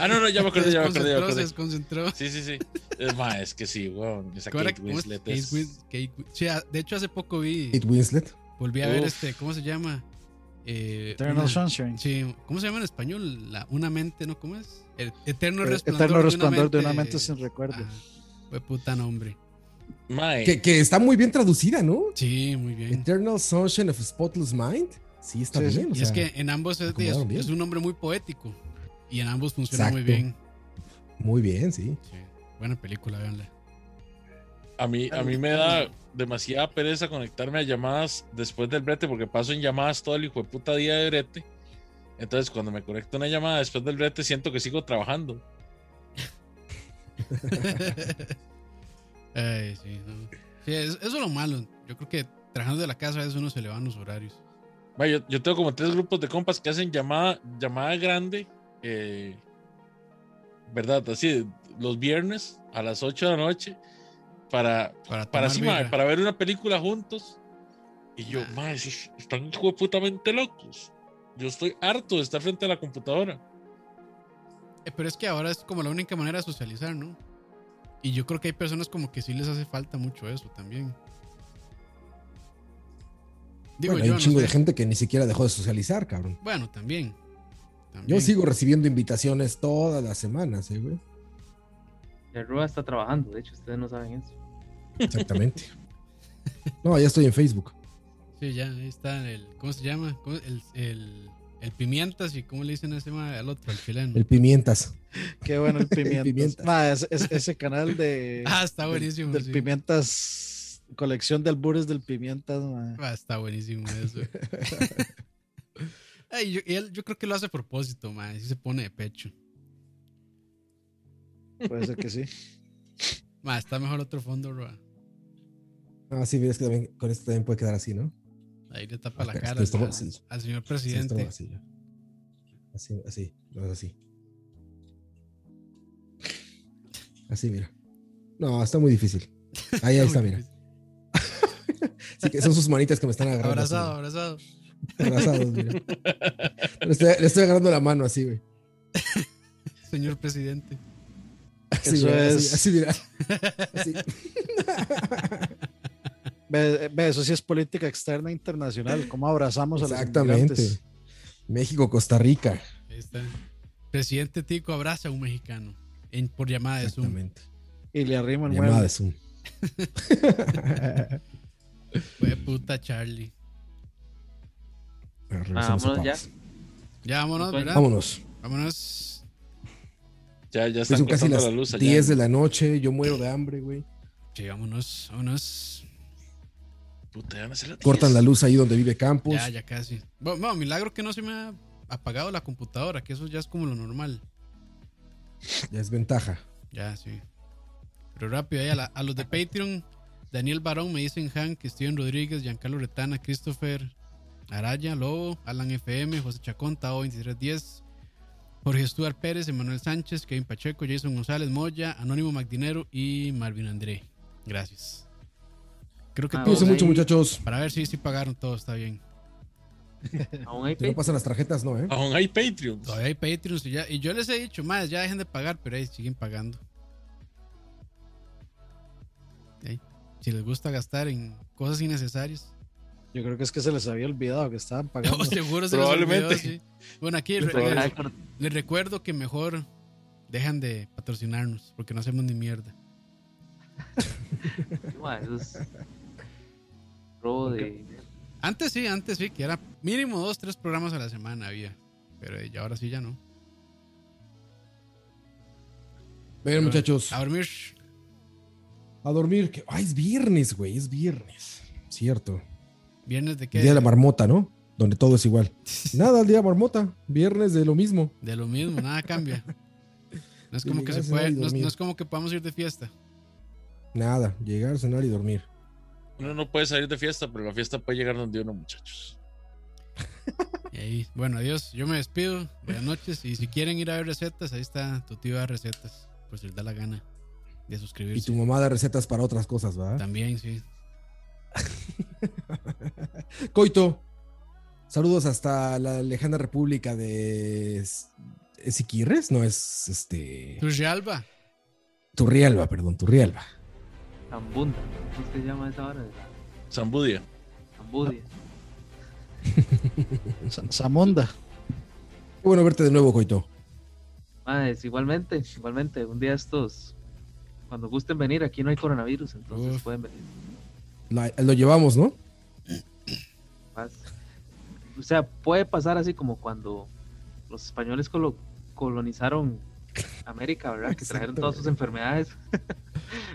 [SPEAKER 5] Ah, no, no, ya me acordé, ya me acordé, ya
[SPEAKER 2] Desconcentró,
[SPEAKER 5] me
[SPEAKER 2] se
[SPEAKER 5] acordé.
[SPEAKER 2] desconcentró.
[SPEAKER 5] Sí, sí, sí. Es más, es que sí, weón. Esa
[SPEAKER 2] ¿Cómo era-
[SPEAKER 5] Kate
[SPEAKER 2] cómo es?
[SPEAKER 5] Winslet
[SPEAKER 2] Kate
[SPEAKER 5] es-
[SPEAKER 2] Wins- Kate Win- Sí, ah, de hecho hace poco vi,
[SPEAKER 3] Kate Winslet.
[SPEAKER 2] volví a ver
[SPEAKER 5] Uf.
[SPEAKER 2] este, ¿cómo se llama? Eh,
[SPEAKER 1] Eternal
[SPEAKER 2] una-
[SPEAKER 1] Sunshine.
[SPEAKER 2] Sí, ¿cómo se llama en español? La, una mente, ¿no? ¿Cómo es? El eterno
[SPEAKER 1] Eh,
[SPEAKER 2] resplandor,
[SPEAKER 1] Eterno resplandor de una mente sin recuerdo.
[SPEAKER 2] Ah, fue puta nombre.
[SPEAKER 5] Mae,
[SPEAKER 3] Que, que está muy bien traducida, ¿no?
[SPEAKER 2] Sí, muy bien.
[SPEAKER 3] Eternal Sunshine of a Spotless Mind. Sí, está
[SPEAKER 1] Sí, sí.
[SPEAKER 3] bien. o
[SPEAKER 2] y es
[SPEAKER 3] sea,
[SPEAKER 2] que en ambos es, es-
[SPEAKER 3] acomodaron bien.
[SPEAKER 2] es un nombre muy poético. Y en ambos funciona muy
[SPEAKER 3] Exacto.
[SPEAKER 2] bien.
[SPEAKER 3] Muy bien, sí.
[SPEAKER 2] Sí, buena película, véanla. *laughs*
[SPEAKER 5] a mí, a mí me da demasiada pereza conectarme a llamadas después del brete, porque paso en llamadas todo el hijo de puta día de brete. Entonces, cuando me conecto a una llamada después del brete, siento que sigo trabajando.
[SPEAKER 2] Ay, sí, no. Sí, es- eso es lo malo. Yo creo que trabajando de la casa a veces uno se le van los horarios.
[SPEAKER 5] Mae, yo, yo tengo como tres grupos de compas que hacen llamada, llamada grande, eh, ¿verdad? Así, los viernes a las 8 de la noche, para,
[SPEAKER 2] Para,
[SPEAKER 5] para
[SPEAKER 2] tomar
[SPEAKER 5] sí, mae,
[SPEAKER 2] birra.
[SPEAKER 5] para ver una película juntos. Y yo, madre, están putamente locos. Yo estoy harto de estar frente a la computadora.
[SPEAKER 2] Eh, Pero es que ahora es como la única manera de socializar, ¿no? Y yo creo que hay personas como que sí les hace falta mucho eso también.
[SPEAKER 3] Digo, bueno, hay un
[SPEAKER 2] no
[SPEAKER 3] chingo de
[SPEAKER 2] sé.
[SPEAKER 3] gente que ni siquiera dejó de socializar, cabrón.
[SPEAKER 2] Bueno, también. También.
[SPEAKER 3] Yo sigo recibiendo invitaciones todas las semanas, ¿eh, güey.
[SPEAKER 6] Ya Roa está trabajando, de hecho, ustedes no saben eso.
[SPEAKER 3] Exactamente. *laughs* No, ya estoy en Facebook.
[SPEAKER 2] Sí, ya, ahí está el. ¿Cómo se llama? ¿Cómo- el, el, el pimientas y cómo le dicen a ese ma- al otro, al chileno.
[SPEAKER 3] El Pimientas.
[SPEAKER 1] Qué bueno el Pimientas.
[SPEAKER 3] Pimientas.
[SPEAKER 1] Ma, es- es- ese canal de.
[SPEAKER 2] *laughs* *laughs* ah, está
[SPEAKER 1] del-
[SPEAKER 2] buenísimo.
[SPEAKER 1] Del,
[SPEAKER 2] sí.
[SPEAKER 1] Pimientas. Colección de albures del Pimientas, ma.
[SPEAKER 2] Ah, está buenísimo
[SPEAKER 3] *laughs*
[SPEAKER 2] eso. Ay, yo, y él, yo creo que lo hace a propósito, man. Sí se pone de pecho.
[SPEAKER 1] Puede ser
[SPEAKER 2] *laughs*
[SPEAKER 1] que sí.
[SPEAKER 2] Ma, está mejor otro fondo, Roa.
[SPEAKER 3] Ah, sí, ves que también, con esto también puede quedar así, ¿no?
[SPEAKER 2] Ahí le tapa la
[SPEAKER 3] Acá,
[SPEAKER 2] cara
[SPEAKER 3] esto
[SPEAKER 2] al,
[SPEAKER 3] es todo así.
[SPEAKER 2] al señor
[SPEAKER 3] Sí, esto
[SPEAKER 2] presidente.
[SPEAKER 3] así, ya. así, así, no es así. Así, mira. No, está muy difícil.
[SPEAKER 2] *laughs*
[SPEAKER 3] Ahí, ahí está, mira. Así que son sus manitas que me están agarrando. así,
[SPEAKER 2] Abrazado, abrazado.
[SPEAKER 3] mira. Abrazados, mira. Le estoy, le estoy agarrando la mano así, güey.
[SPEAKER 2] Señor presidente.
[SPEAKER 3] Así,
[SPEAKER 1] Eso
[SPEAKER 3] mira, así,
[SPEAKER 1] es.
[SPEAKER 3] así, mira.
[SPEAKER 1] *laughs*
[SPEAKER 3] Así.
[SPEAKER 1] Ve, ve, eso sí es política externa internacional. ¿Cómo abrazamos a los
[SPEAKER 3] Exactamente.
[SPEAKER 1] inmigrantes?
[SPEAKER 3] México, Costa Rica.
[SPEAKER 2] Ahí está. Presidente Tico abraza a un mexicano en, por llamada de Zoom.
[SPEAKER 3] Exactamente.
[SPEAKER 1] Y le arrimo el
[SPEAKER 3] Llamada de
[SPEAKER 1] mueble.
[SPEAKER 3] Zoom.
[SPEAKER 2] Fue puta Charlie.
[SPEAKER 3] Bueno,
[SPEAKER 6] Ah,
[SPEAKER 3] regresamos a
[SPEAKER 6] vámonos ya.
[SPEAKER 3] Pavas.
[SPEAKER 2] Ya vámonos,
[SPEAKER 6] Entonces,
[SPEAKER 2] ¿verdad?
[SPEAKER 3] Vámonos.
[SPEAKER 2] Vámonos.
[SPEAKER 5] Ya, ya
[SPEAKER 3] Son
[SPEAKER 5] están
[SPEAKER 3] casi
[SPEAKER 5] cortando
[SPEAKER 3] las
[SPEAKER 5] la luz allá.
[SPEAKER 3] 10 de la noche. Yo muero de hambre, güey.
[SPEAKER 2] Sí, vámonos, vámonos.
[SPEAKER 5] Puta, ya van a ser las
[SPEAKER 3] Cortan
[SPEAKER 5] 10.
[SPEAKER 3] la luz ahí donde vive Campos.
[SPEAKER 2] ya, ya casi. Bueno, bueno, milagro que no se me ha apagado la computadora, que eso ya es como lo normal.
[SPEAKER 3] Ya es ventaja.
[SPEAKER 2] Ya, sí. Pero rápido, ahí a, la- a los de Patreon, Daniel Barón, me dicen Hank, Steven Rodríguez, Giancarlo Retana, Christopher Araya, Lobo, Alan FM, José Chacón, Tao 2310, Jorge Stuart Pérez, Emanuel Sánchez, Kevin Pacheco, Jason González, Moya, Anónimo Magdinero y Marvin André. Gracias. Creo que
[SPEAKER 6] Ah,
[SPEAKER 2] todos,
[SPEAKER 3] Cuídense
[SPEAKER 6] ok.
[SPEAKER 3] mucho, muchachos.
[SPEAKER 2] para ver si sí pagaron todo, está bien.
[SPEAKER 6] Aún hay
[SPEAKER 3] Si no
[SPEAKER 6] Patreon.
[SPEAKER 3] pasan las tarjetas, no, ¿eh?
[SPEAKER 5] Aún hay Patreon.
[SPEAKER 2] Todavía hay Patreons y, ya, y yo les he dicho, más, ya dejen de pagar, pero ahí siguen pagando. Ey, Si les gusta gastar en cosas innecesarias,
[SPEAKER 1] Yo creo que es que se les había olvidado que estaban
[SPEAKER 2] *laughs*
[SPEAKER 1] pagando.
[SPEAKER 2] no, seguro se les olvidó,
[SPEAKER 5] Probablemente.
[SPEAKER 2] sí. Bueno, aquí re-
[SPEAKER 6] Ojalá
[SPEAKER 2] les,
[SPEAKER 6] cor-
[SPEAKER 2] les recuerdo que mejor dejan de patrocinarnos porque no hacemos ni mierda.
[SPEAKER 6] Mae, eso es robo de.
[SPEAKER 2] Antes sí, antes sí, que era mínimo dos, tres programas a la semana había. Pero eh, ya ahora sí ya no.
[SPEAKER 3] Vengan,
[SPEAKER 5] Ah.
[SPEAKER 3] muchachos.
[SPEAKER 2] A dormir.
[SPEAKER 3] A dormir. que- Ay, es viernes, güey. Es viernes. Cierto.
[SPEAKER 2] Viernes de qué?
[SPEAKER 3] El día de la marmota, ¿no? Donde todo es igual. Nada, el día de la marmota. Viernes de lo mismo.
[SPEAKER 2] De lo mismo, nada cambia. No
[SPEAKER 3] *laughs*
[SPEAKER 2] es
[SPEAKER 3] Sí,
[SPEAKER 2] como que se
[SPEAKER 3] llegarse
[SPEAKER 2] puede,
[SPEAKER 3] y
[SPEAKER 2] no es-
[SPEAKER 3] dormir.
[SPEAKER 2] no es como que podamos ir de fiesta.
[SPEAKER 3] Nada. Llegar, cenar y dormir.
[SPEAKER 5] Uno no puede salir de fiesta, pero la fiesta puede llegar donde uno, muchachos.
[SPEAKER 2] Y ahí, bueno, adiós. Yo me despido. Buenas noches. Y si quieren ir a ver recetas, ahí está tu tío de recetas. Por si les da la gana de
[SPEAKER 3] Y tu
[SPEAKER 2] suscribirse.
[SPEAKER 3] mamá da recetas para otras cosas, ¿verdad?
[SPEAKER 2] También, sí.
[SPEAKER 3] Coito. Saludos hasta la lejana república de... ¿Es es Iquirres? No, es este...
[SPEAKER 2] Turrialba.
[SPEAKER 3] Turrialba, perdón, Turrialba.
[SPEAKER 6] Zambunda. ¿Cómo es que se llama esa hora? De la
[SPEAKER 5] Zambudia.
[SPEAKER 6] Zambudia.
[SPEAKER 1] Sa- Samonda.
[SPEAKER 3] Qué bueno verte de nuevo, Coito.
[SPEAKER 6] Madres, igualmente, igualmente. Un día estos. Cuando gusten venir, aquí no hay coronavirus, entonces
[SPEAKER 2] Uf.
[SPEAKER 6] pueden venir.
[SPEAKER 3] La- lo llevamos, ¿no?
[SPEAKER 6] Paz. O sea, puede pasar así como cuando los españoles colo- colonizaron América, ¿verdad? Que trajeron
[SPEAKER 3] Exacto,
[SPEAKER 6] todas sus
[SPEAKER 3] güey.
[SPEAKER 6] enfermedades.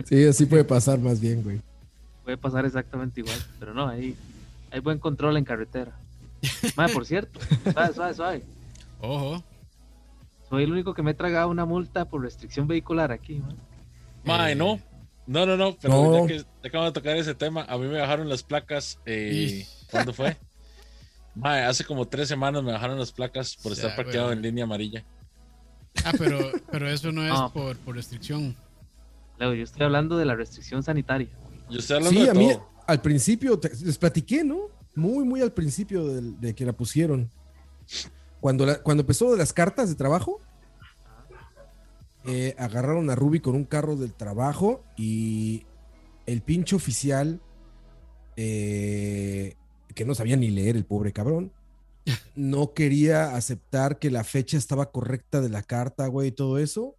[SPEAKER 3] Sí, así puede pasar más bien, güey.
[SPEAKER 6] Puede pasar exactamente igual, pero no, ahí hay buen control en carretera. Madre, por cierto, suave, suave, suave.
[SPEAKER 2] Ojo.
[SPEAKER 6] Soy el único que me he tragado una multa por restricción vehicular aquí, man.
[SPEAKER 5] Mae,
[SPEAKER 2] Eh,
[SPEAKER 5] no. No, no, no. Pero
[SPEAKER 3] No.
[SPEAKER 5] ya que acabamos de tocar ese tema, a mí me bajaron las placas. Eh,
[SPEAKER 2] Ish.
[SPEAKER 5] ¿Cuándo
[SPEAKER 3] *laughs*
[SPEAKER 5] fue? Mae, hace como tres semanas me bajaron las placas por
[SPEAKER 2] O sea,
[SPEAKER 5] estar parqueado
[SPEAKER 2] güey.
[SPEAKER 5] en línea amarilla.
[SPEAKER 2] Ah, pero, pero eso no es
[SPEAKER 6] Ah.
[SPEAKER 2] por, por restricción.
[SPEAKER 6] Leo, yo estoy hablando de la restricción sanitaria.
[SPEAKER 5] Yo estoy hablando
[SPEAKER 3] Sí,
[SPEAKER 5] de
[SPEAKER 3] a mí
[SPEAKER 5] todo.
[SPEAKER 3] al principio te- les platiqué, ¿no? Muy, muy al principio del- de, que la pusieron. Cuando, la- cuando empezó de las cartas de trabajo, eh, agarraron a Ruby con un carro del trabajo y el pinche oficial, eh, que no sabía ni leer el pobre cabrón, no quería aceptar que la fecha estaba correcta de la carta, güey, y todo eso.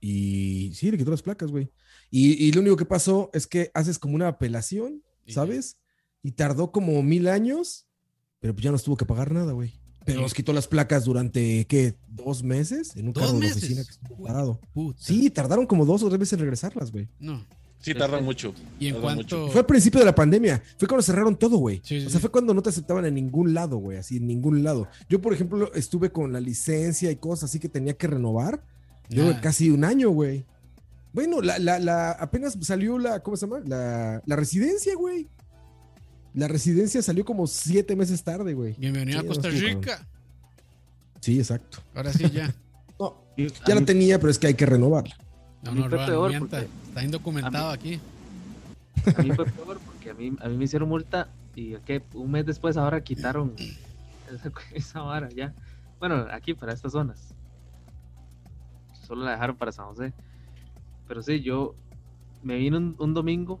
[SPEAKER 3] Y sí, le quitó las placas, güey. Y, y lo único que pasó es que haces como una apelación,
[SPEAKER 2] Y ya.
[SPEAKER 3] ¿sabes? Y tardó como mil años, pero pues ya no estuvo que pagar nada, güey. Pero nos quitó las placas durante, ¿qué? ¿Dos meses? En un
[SPEAKER 2] ¿Dos
[SPEAKER 3] carro de la
[SPEAKER 2] meses?
[SPEAKER 3] oficina que estuvo parado.
[SPEAKER 2] Puta.
[SPEAKER 3] Sí, tardaron como dos o tres veces en regresarlas, güey.
[SPEAKER 2] No.
[SPEAKER 5] Sí, tarda mucho.
[SPEAKER 2] Y en
[SPEAKER 5] tarda
[SPEAKER 2] cuanto.
[SPEAKER 3] Fue al principio de la pandemia. Fue cuando cerraron todo, güey.
[SPEAKER 2] Sí, sí,
[SPEAKER 3] o
[SPEAKER 2] sí.
[SPEAKER 3] sea, fue cuando no te aceptaban en ningún lado, güey. Así, en ningún lado. Yo, por ejemplo, estuve con la licencia y cosas así que tenía que renovar. Yo
[SPEAKER 2] Nah.
[SPEAKER 3] casi un año, güey. Bueno, la, la, la, apenas salió la, ¿cómo se llama? La, la residencia, güey. La residencia salió como siete meses tarde, güey.
[SPEAKER 2] Bienvenido
[SPEAKER 3] Sí,
[SPEAKER 2] a Costa
[SPEAKER 3] no estuvo cabrón.
[SPEAKER 2] Rica.
[SPEAKER 3] Sí, exacto.
[SPEAKER 2] Ahora sí, ya.
[SPEAKER 3] No,
[SPEAKER 6] A
[SPEAKER 3] ya la
[SPEAKER 6] mí-
[SPEAKER 3] tenía, pero es que hay que renovarla.
[SPEAKER 2] No,
[SPEAKER 6] A mí
[SPEAKER 2] no,
[SPEAKER 6] fue
[SPEAKER 2] Roa, no
[SPEAKER 6] peor
[SPEAKER 2] mienta.
[SPEAKER 6] porque-
[SPEAKER 2] Está indocumentado aquí.
[SPEAKER 6] A mí fue peor porque a mí, a mí me hicieron multa y ¿qué? un mes después ahora quitaron esa, *laughs* esa vara ya. Bueno, aquí para estas zonas. Solo la dejaron para San José. Pero sí, yo me vine un, un domingo.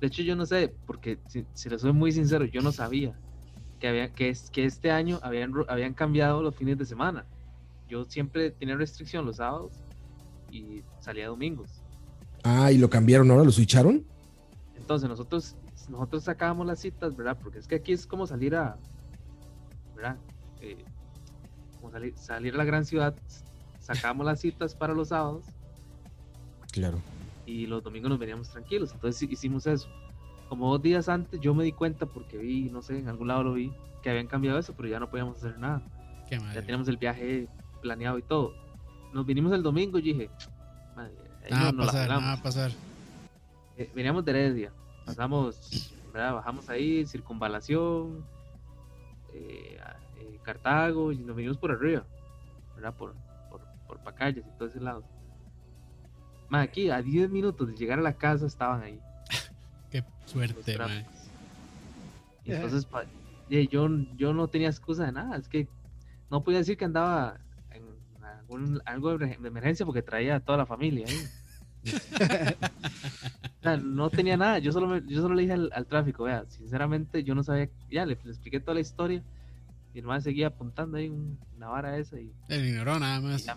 [SPEAKER 6] De hecho, yo no sé, porque si, si les soy muy sincero, yo no sabía que, había, que, es- que este año habían, ro- habían cambiado los fines de semana. Yo siempre tenía restricción los sábados y salía domingos.
[SPEAKER 3] Ah, y lo cambiaron ahora, lo switcharon.
[SPEAKER 6] Entonces nosotros, nosotros sacábamos las citas, ¿verdad? Porque es que aquí es como salir a, ¿verdad? Eh, como salir, salir a la gran ciudad, sacábamos las citas para los sábados
[SPEAKER 3] Claro.
[SPEAKER 6] y los domingos nos veníamos tranquilos. Entonces hi- hicimos eso. Como dos días antes yo me di cuenta porque vi, no sé, en algún lado lo vi, que habían cambiado eso, pero ya no podíamos hacer nada.
[SPEAKER 2] Qué madre.
[SPEAKER 6] Ya teníamos el viaje planeado y todo. Nos vinimos el domingo y dije, madre, ahí
[SPEAKER 2] Nada va
[SPEAKER 6] no-
[SPEAKER 2] a
[SPEAKER 6] nos la
[SPEAKER 2] pasar, nada va
[SPEAKER 6] pelamos".
[SPEAKER 2] a pasar.
[SPEAKER 6] Eh, veníamos de Heredia, pasamos, ¿verdad? bajamos ahí, circunvalación, eh, a- eh, Cartago, y nos vinimos por arriba, ¿verdad? Por, por, por Pacayas y todos esos lados. Más aquí, a 10 minutos de llegar a la casa estaban ahí
[SPEAKER 2] Qué
[SPEAKER 6] los
[SPEAKER 2] suerte,
[SPEAKER 6] trapos.
[SPEAKER 2] madre.
[SPEAKER 6] Y entonces pa- y yo, yo no tenía excusa de nada, es que no podía decir que andaba en algún, algo de emer- de emergencia porque traía a toda la familia ahí. O sea, no tenía nada, yo solo, me- yo solo le dije al, al tráfico, vea, sinceramente yo no sabía, ya le, le expliqué toda la historia, mi hermana seguía apuntando ahí un- una vara esa y,
[SPEAKER 2] El dinero nada
[SPEAKER 6] y
[SPEAKER 2] más.
[SPEAKER 6] ya,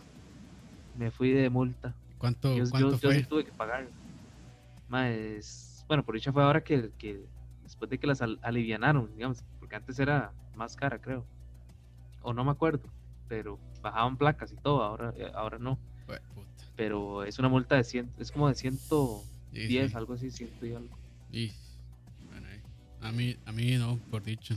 [SPEAKER 6] me fui de multa.
[SPEAKER 2] ¿Cuánto,
[SPEAKER 6] Yo,
[SPEAKER 2] cuánto
[SPEAKER 6] yo, yo sí
[SPEAKER 2] fue?
[SPEAKER 6] tuve que pagar. Más, bueno, por dicha fue ahora que, que después de que las al- alivianaron, digamos, porque antes era más cara, creo. O no me acuerdo, pero bajaban placas y todo, ahora, eh, ahora no.
[SPEAKER 2] Jue- Pues, puta.
[SPEAKER 6] Pero es una multa de 100, es como de 110,
[SPEAKER 2] Sí, sí.
[SPEAKER 6] algo así, 100 y algo.
[SPEAKER 2] Y, bueno, ahí. a mí, a mí no, por dicho.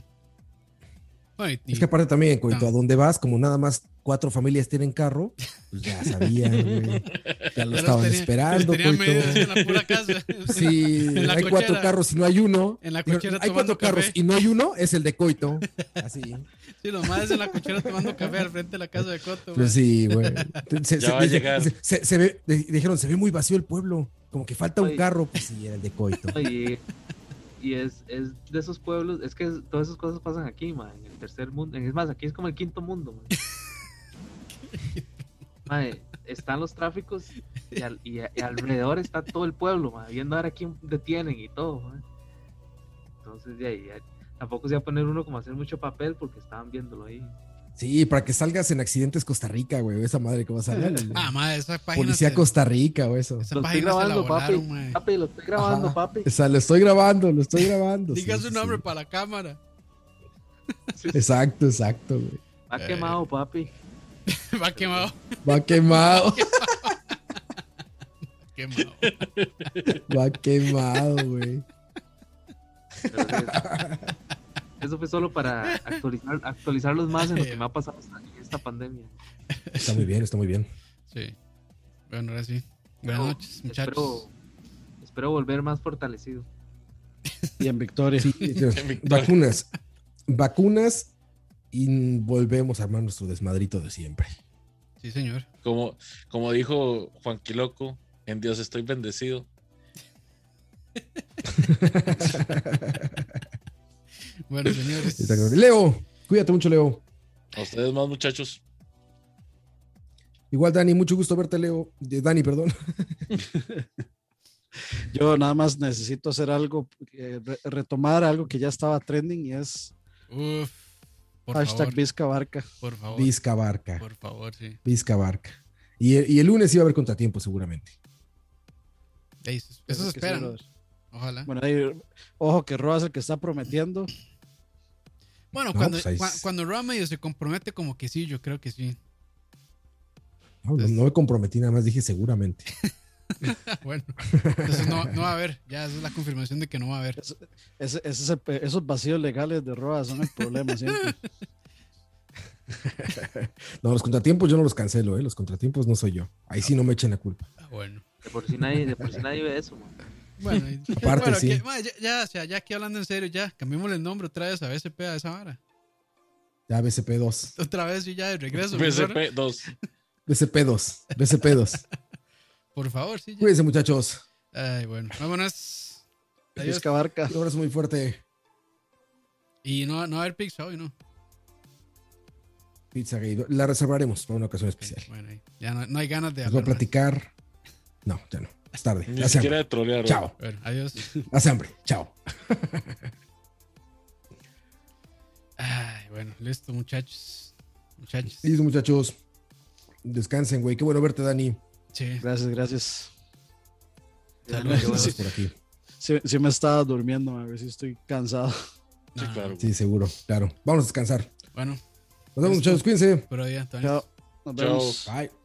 [SPEAKER 2] Bueno, y-
[SPEAKER 3] Es que aparte también,
[SPEAKER 2] No.
[SPEAKER 3] cuento, a dónde vas, como nada más cuatro familias tienen carro, pues ya sabían,
[SPEAKER 2] *laughs*
[SPEAKER 3] güey. Ya lo
[SPEAKER 2] ya los
[SPEAKER 3] estaban
[SPEAKER 2] tenía-
[SPEAKER 3] esperando,
[SPEAKER 2] los tenía
[SPEAKER 3] coito.
[SPEAKER 2] medidos en la
[SPEAKER 3] *laughs*
[SPEAKER 2] pura casa. *laughs*
[SPEAKER 3] Sí,
[SPEAKER 2] en la
[SPEAKER 3] hay cuatro
[SPEAKER 2] cochera.
[SPEAKER 3] carros y no hay uno.
[SPEAKER 2] En la
[SPEAKER 3] Dijeron,
[SPEAKER 2] cochera
[SPEAKER 3] hay
[SPEAKER 2] tomando
[SPEAKER 3] cuatro carros
[SPEAKER 2] café.
[SPEAKER 3] y no hay uno, es el de coito. Así.
[SPEAKER 2] Sí, los madres en la cochera tomando café al frente de la casa de Coto.
[SPEAKER 3] Pues sí, güey. Se,
[SPEAKER 5] Ya va a
[SPEAKER 3] dije-
[SPEAKER 5] llegar.
[SPEAKER 3] se- se- se ve, di- dijeron, se ve muy vacío el pueblo, como que falta un
[SPEAKER 6] Oye.
[SPEAKER 3] carro. Pues sí, era el de coito.
[SPEAKER 6] *laughs* Y, y es, es de esos pueblos, es que es- todas esas cosas pasan aquí, ma, en el tercer mundo. Es más, aquí es como el quinto mundo. ma. Ma, están los tráficos y, al- y a- y alrededor está todo el pueblo, ma, viendo ahora quién detienen y todo. ma. Entonces, de ahí, ya- tampoco se va a poner uno como a hacer mucho papel porque estaban viéndolo ahí.
[SPEAKER 3] Sí, para que salgas en accidentes Costa Rica, güey. Esa madre que vas a hablar. el
[SPEAKER 2] Ah, madre, esa página.
[SPEAKER 3] Policía
[SPEAKER 2] se-
[SPEAKER 3] Costa Rica o eso.
[SPEAKER 2] Esa
[SPEAKER 6] Lo estoy
[SPEAKER 2] página se la
[SPEAKER 6] grabando, papi.
[SPEAKER 2] volaron, madre.
[SPEAKER 6] Papi, lo estoy grabando,
[SPEAKER 3] Ajá.
[SPEAKER 6] papi.
[SPEAKER 3] O sea, lo estoy grabando, lo estoy grabando.
[SPEAKER 2] Diga
[SPEAKER 3] sí,
[SPEAKER 2] su
[SPEAKER 3] sí,
[SPEAKER 2] nombre
[SPEAKER 3] sí.
[SPEAKER 2] para la cámara. *laughs*
[SPEAKER 3] Exacto, exacto, güey.
[SPEAKER 6] Va
[SPEAKER 2] Eh.
[SPEAKER 6] quemado, papi.
[SPEAKER 2] Va quemado.
[SPEAKER 3] Va
[SPEAKER 2] *laughs*
[SPEAKER 3] quemado,
[SPEAKER 2] Quemado.
[SPEAKER 3] va quemado, güey.
[SPEAKER 6] Pero sí, Eso fue solo para actualizar, actualizarlos más en lo que me ha pasado esta- en esta pandemia.
[SPEAKER 3] Está muy bien, está muy
[SPEAKER 2] *laughs*
[SPEAKER 3] bien.
[SPEAKER 2] Sí. Bueno, ahora sí. Buenas
[SPEAKER 6] Pero
[SPEAKER 2] noches, muchachos.
[SPEAKER 6] Espero, espero volver más fortalecido.
[SPEAKER 1] Y en Victoria.
[SPEAKER 3] Sí,
[SPEAKER 1] *laughs*
[SPEAKER 3] pero
[SPEAKER 5] Victoria.
[SPEAKER 3] vacunas, vacunas y volvemos a armar nuestro desmadrito de siempre.
[SPEAKER 2] Sí, señor.
[SPEAKER 5] Como, como dijo Juan Quiloco, en Dios estoy bendecido.
[SPEAKER 2] Bueno, señores.
[SPEAKER 3] Exactamente. Leo, cuídate mucho, Leo.
[SPEAKER 5] A ustedes más, muchachos.
[SPEAKER 3] Igual, Dani, mucho gusto verte, Leo. De- Dani, perdón.
[SPEAKER 1] Yo nada más necesito hacer algo, eh, re- retomar algo que ya estaba trending y es
[SPEAKER 2] Uf, por
[SPEAKER 1] hashtag
[SPEAKER 2] favor,
[SPEAKER 1] Vizca Barca.
[SPEAKER 2] por favor,
[SPEAKER 3] *laughs* Vizca Barca.
[SPEAKER 2] por favor, sí.
[SPEAKER 3] Vizca Barca. Y, el- y el lunes iba a haber contratiempo, seguramente.
[SPEAKER 2] Ey, Eso, eso se
[SPEAKER 1] Es que sí,
[SPEAKER 2] espera, ¿no?
[SPEAKER 1] brother.
[SPEAKER 2] ojalá. Bueno,
[SPEAKER 1] Bueno, ahí, ojo que Roa es el que está prometiendo.
[SPEAKER 3] No,
[SPEAKER 2] cuando,
[SPEAKER 3] pues ahí
[SPEAKER 2] cua-
[SPEAKER 3] sí.
[SPEAKER 2] cuando Roa medio se compromete, como que sí, yo creo que sí. *laughs*
[SPEAKER 3] No, no- no me comprometí, nada más dije seguramente.
[SPEAKER 2] Ah,
[SPEAKER 3] *laughs*
[SPEAKER 2] bueno, entonces no, no va a haber, ya esa es la confirmación de que no va a haber.
[SPEAKER 1] Ese- ese es el pe- esos vacíos legales de Roa son el
[SPEAKER 2] *laughs*
[SPEAKER 1] problema siempre.
[SPEAKER 3] No, los contratiempos yo no los cancelo, ¿eh? Los contratiempos no soy yo. Ahí sí no me echen la culpa.
[SPEAKER 2] Ah, Bueno,
[SPEAKER 6] De por sí nadie, de por sí nadie ve eso, man.
[SPEAKER 3] *laughs*
[SPEAKER 2] bueno, y-
[SPEAKER 3] Aparte,
[SPEAKER 2] bueno,
[SPEAKER 3] sí.
[SPEAKER 2] que- ma, ya, ya, o sea, ya aquí hablando en serio, ya, cambiémosle el nombre otra vez a BCP a esa vara. *laughs*
[SPEAKER 3] Ya BCP2.
[SPEAKER 2] Otra vez y ya de
[SPEAKER 5] *laughs*
[SPEAKER 2] regreso. mejor.
[SPEAKER 3] *laughs*
[SPEAKER 5] BCP 2.
[SPEAKER 3] BCP2. BCP2.
[SPEAKER 2] Por favor, sí. ya.
[SPEAKER 3] Cuídense, muchachos.
[SPEAKER 2] Ay, bueno, vámonos. Adiós.
[SPEAKER 1] Vizca Barca.
[SPEAKER 3] Un abrazo muy fuerte.
[SPEAKER 2] Y no, no va a haber pizza hoy, ¿no?
[SPEAKER 3] Pizza Gate. La reservaremos para una ocasión especial.
[SPEAKER 2] Bueno, ahí. ya no, no hay ganas de
[SPEAKER 3] Les voy
[SPEAKER 2] hablar.
[SPEAKER 3] a
[SPEAKER 2] más.
[SPEAKER 3] platicar. No, ya no. Es tarde.
[SPEAKER 5] Ni
[SPEAKER 3] Hace hambre.
[SPEAKER 5] siquiera de trolear. güey.
[SPEAKER 3] Chao.
[SPEAKER 2] Bueno, adiós.
[SPEAKER 3] Hace hambre. Chao.
[SPEAKER 2] Ay, bueno, listo, muchachos. Muchachos.
[SPEAKER 3] Listo, muchachos. Descansen, güey. Qué bueno verte, Dani.
[SPEAKER 2] Sí.
[SPEAKER 1] Gracias, gracias.
[SPEAKER 2] Saludos.
[SPEAKER 6] Qué bueno.
[SPEAKER 3] Gracias por aquí.
[SPEAKER 1] Sí, sí me estaba durmiendo, a ver si estoy cansado.
[SPEAKER 5] Sí,
[SPEAKER 2] No,
[SPEAKER 5] claro.
[SPEAKER 3] Sí, seguro. Claro. Vamos a descansar.
[SPEAKER 2] Bueno,
[SPEAKER 3] Nos vemos, muchachos. Cuídense.
[SPEAKER 2] pero ya, todavía.
[SPEAKER 1] Chao. Nos
[SPEAKER 5] Chao.
[SPEAKER 1] vemos.
[SPEAKER 3] Bye.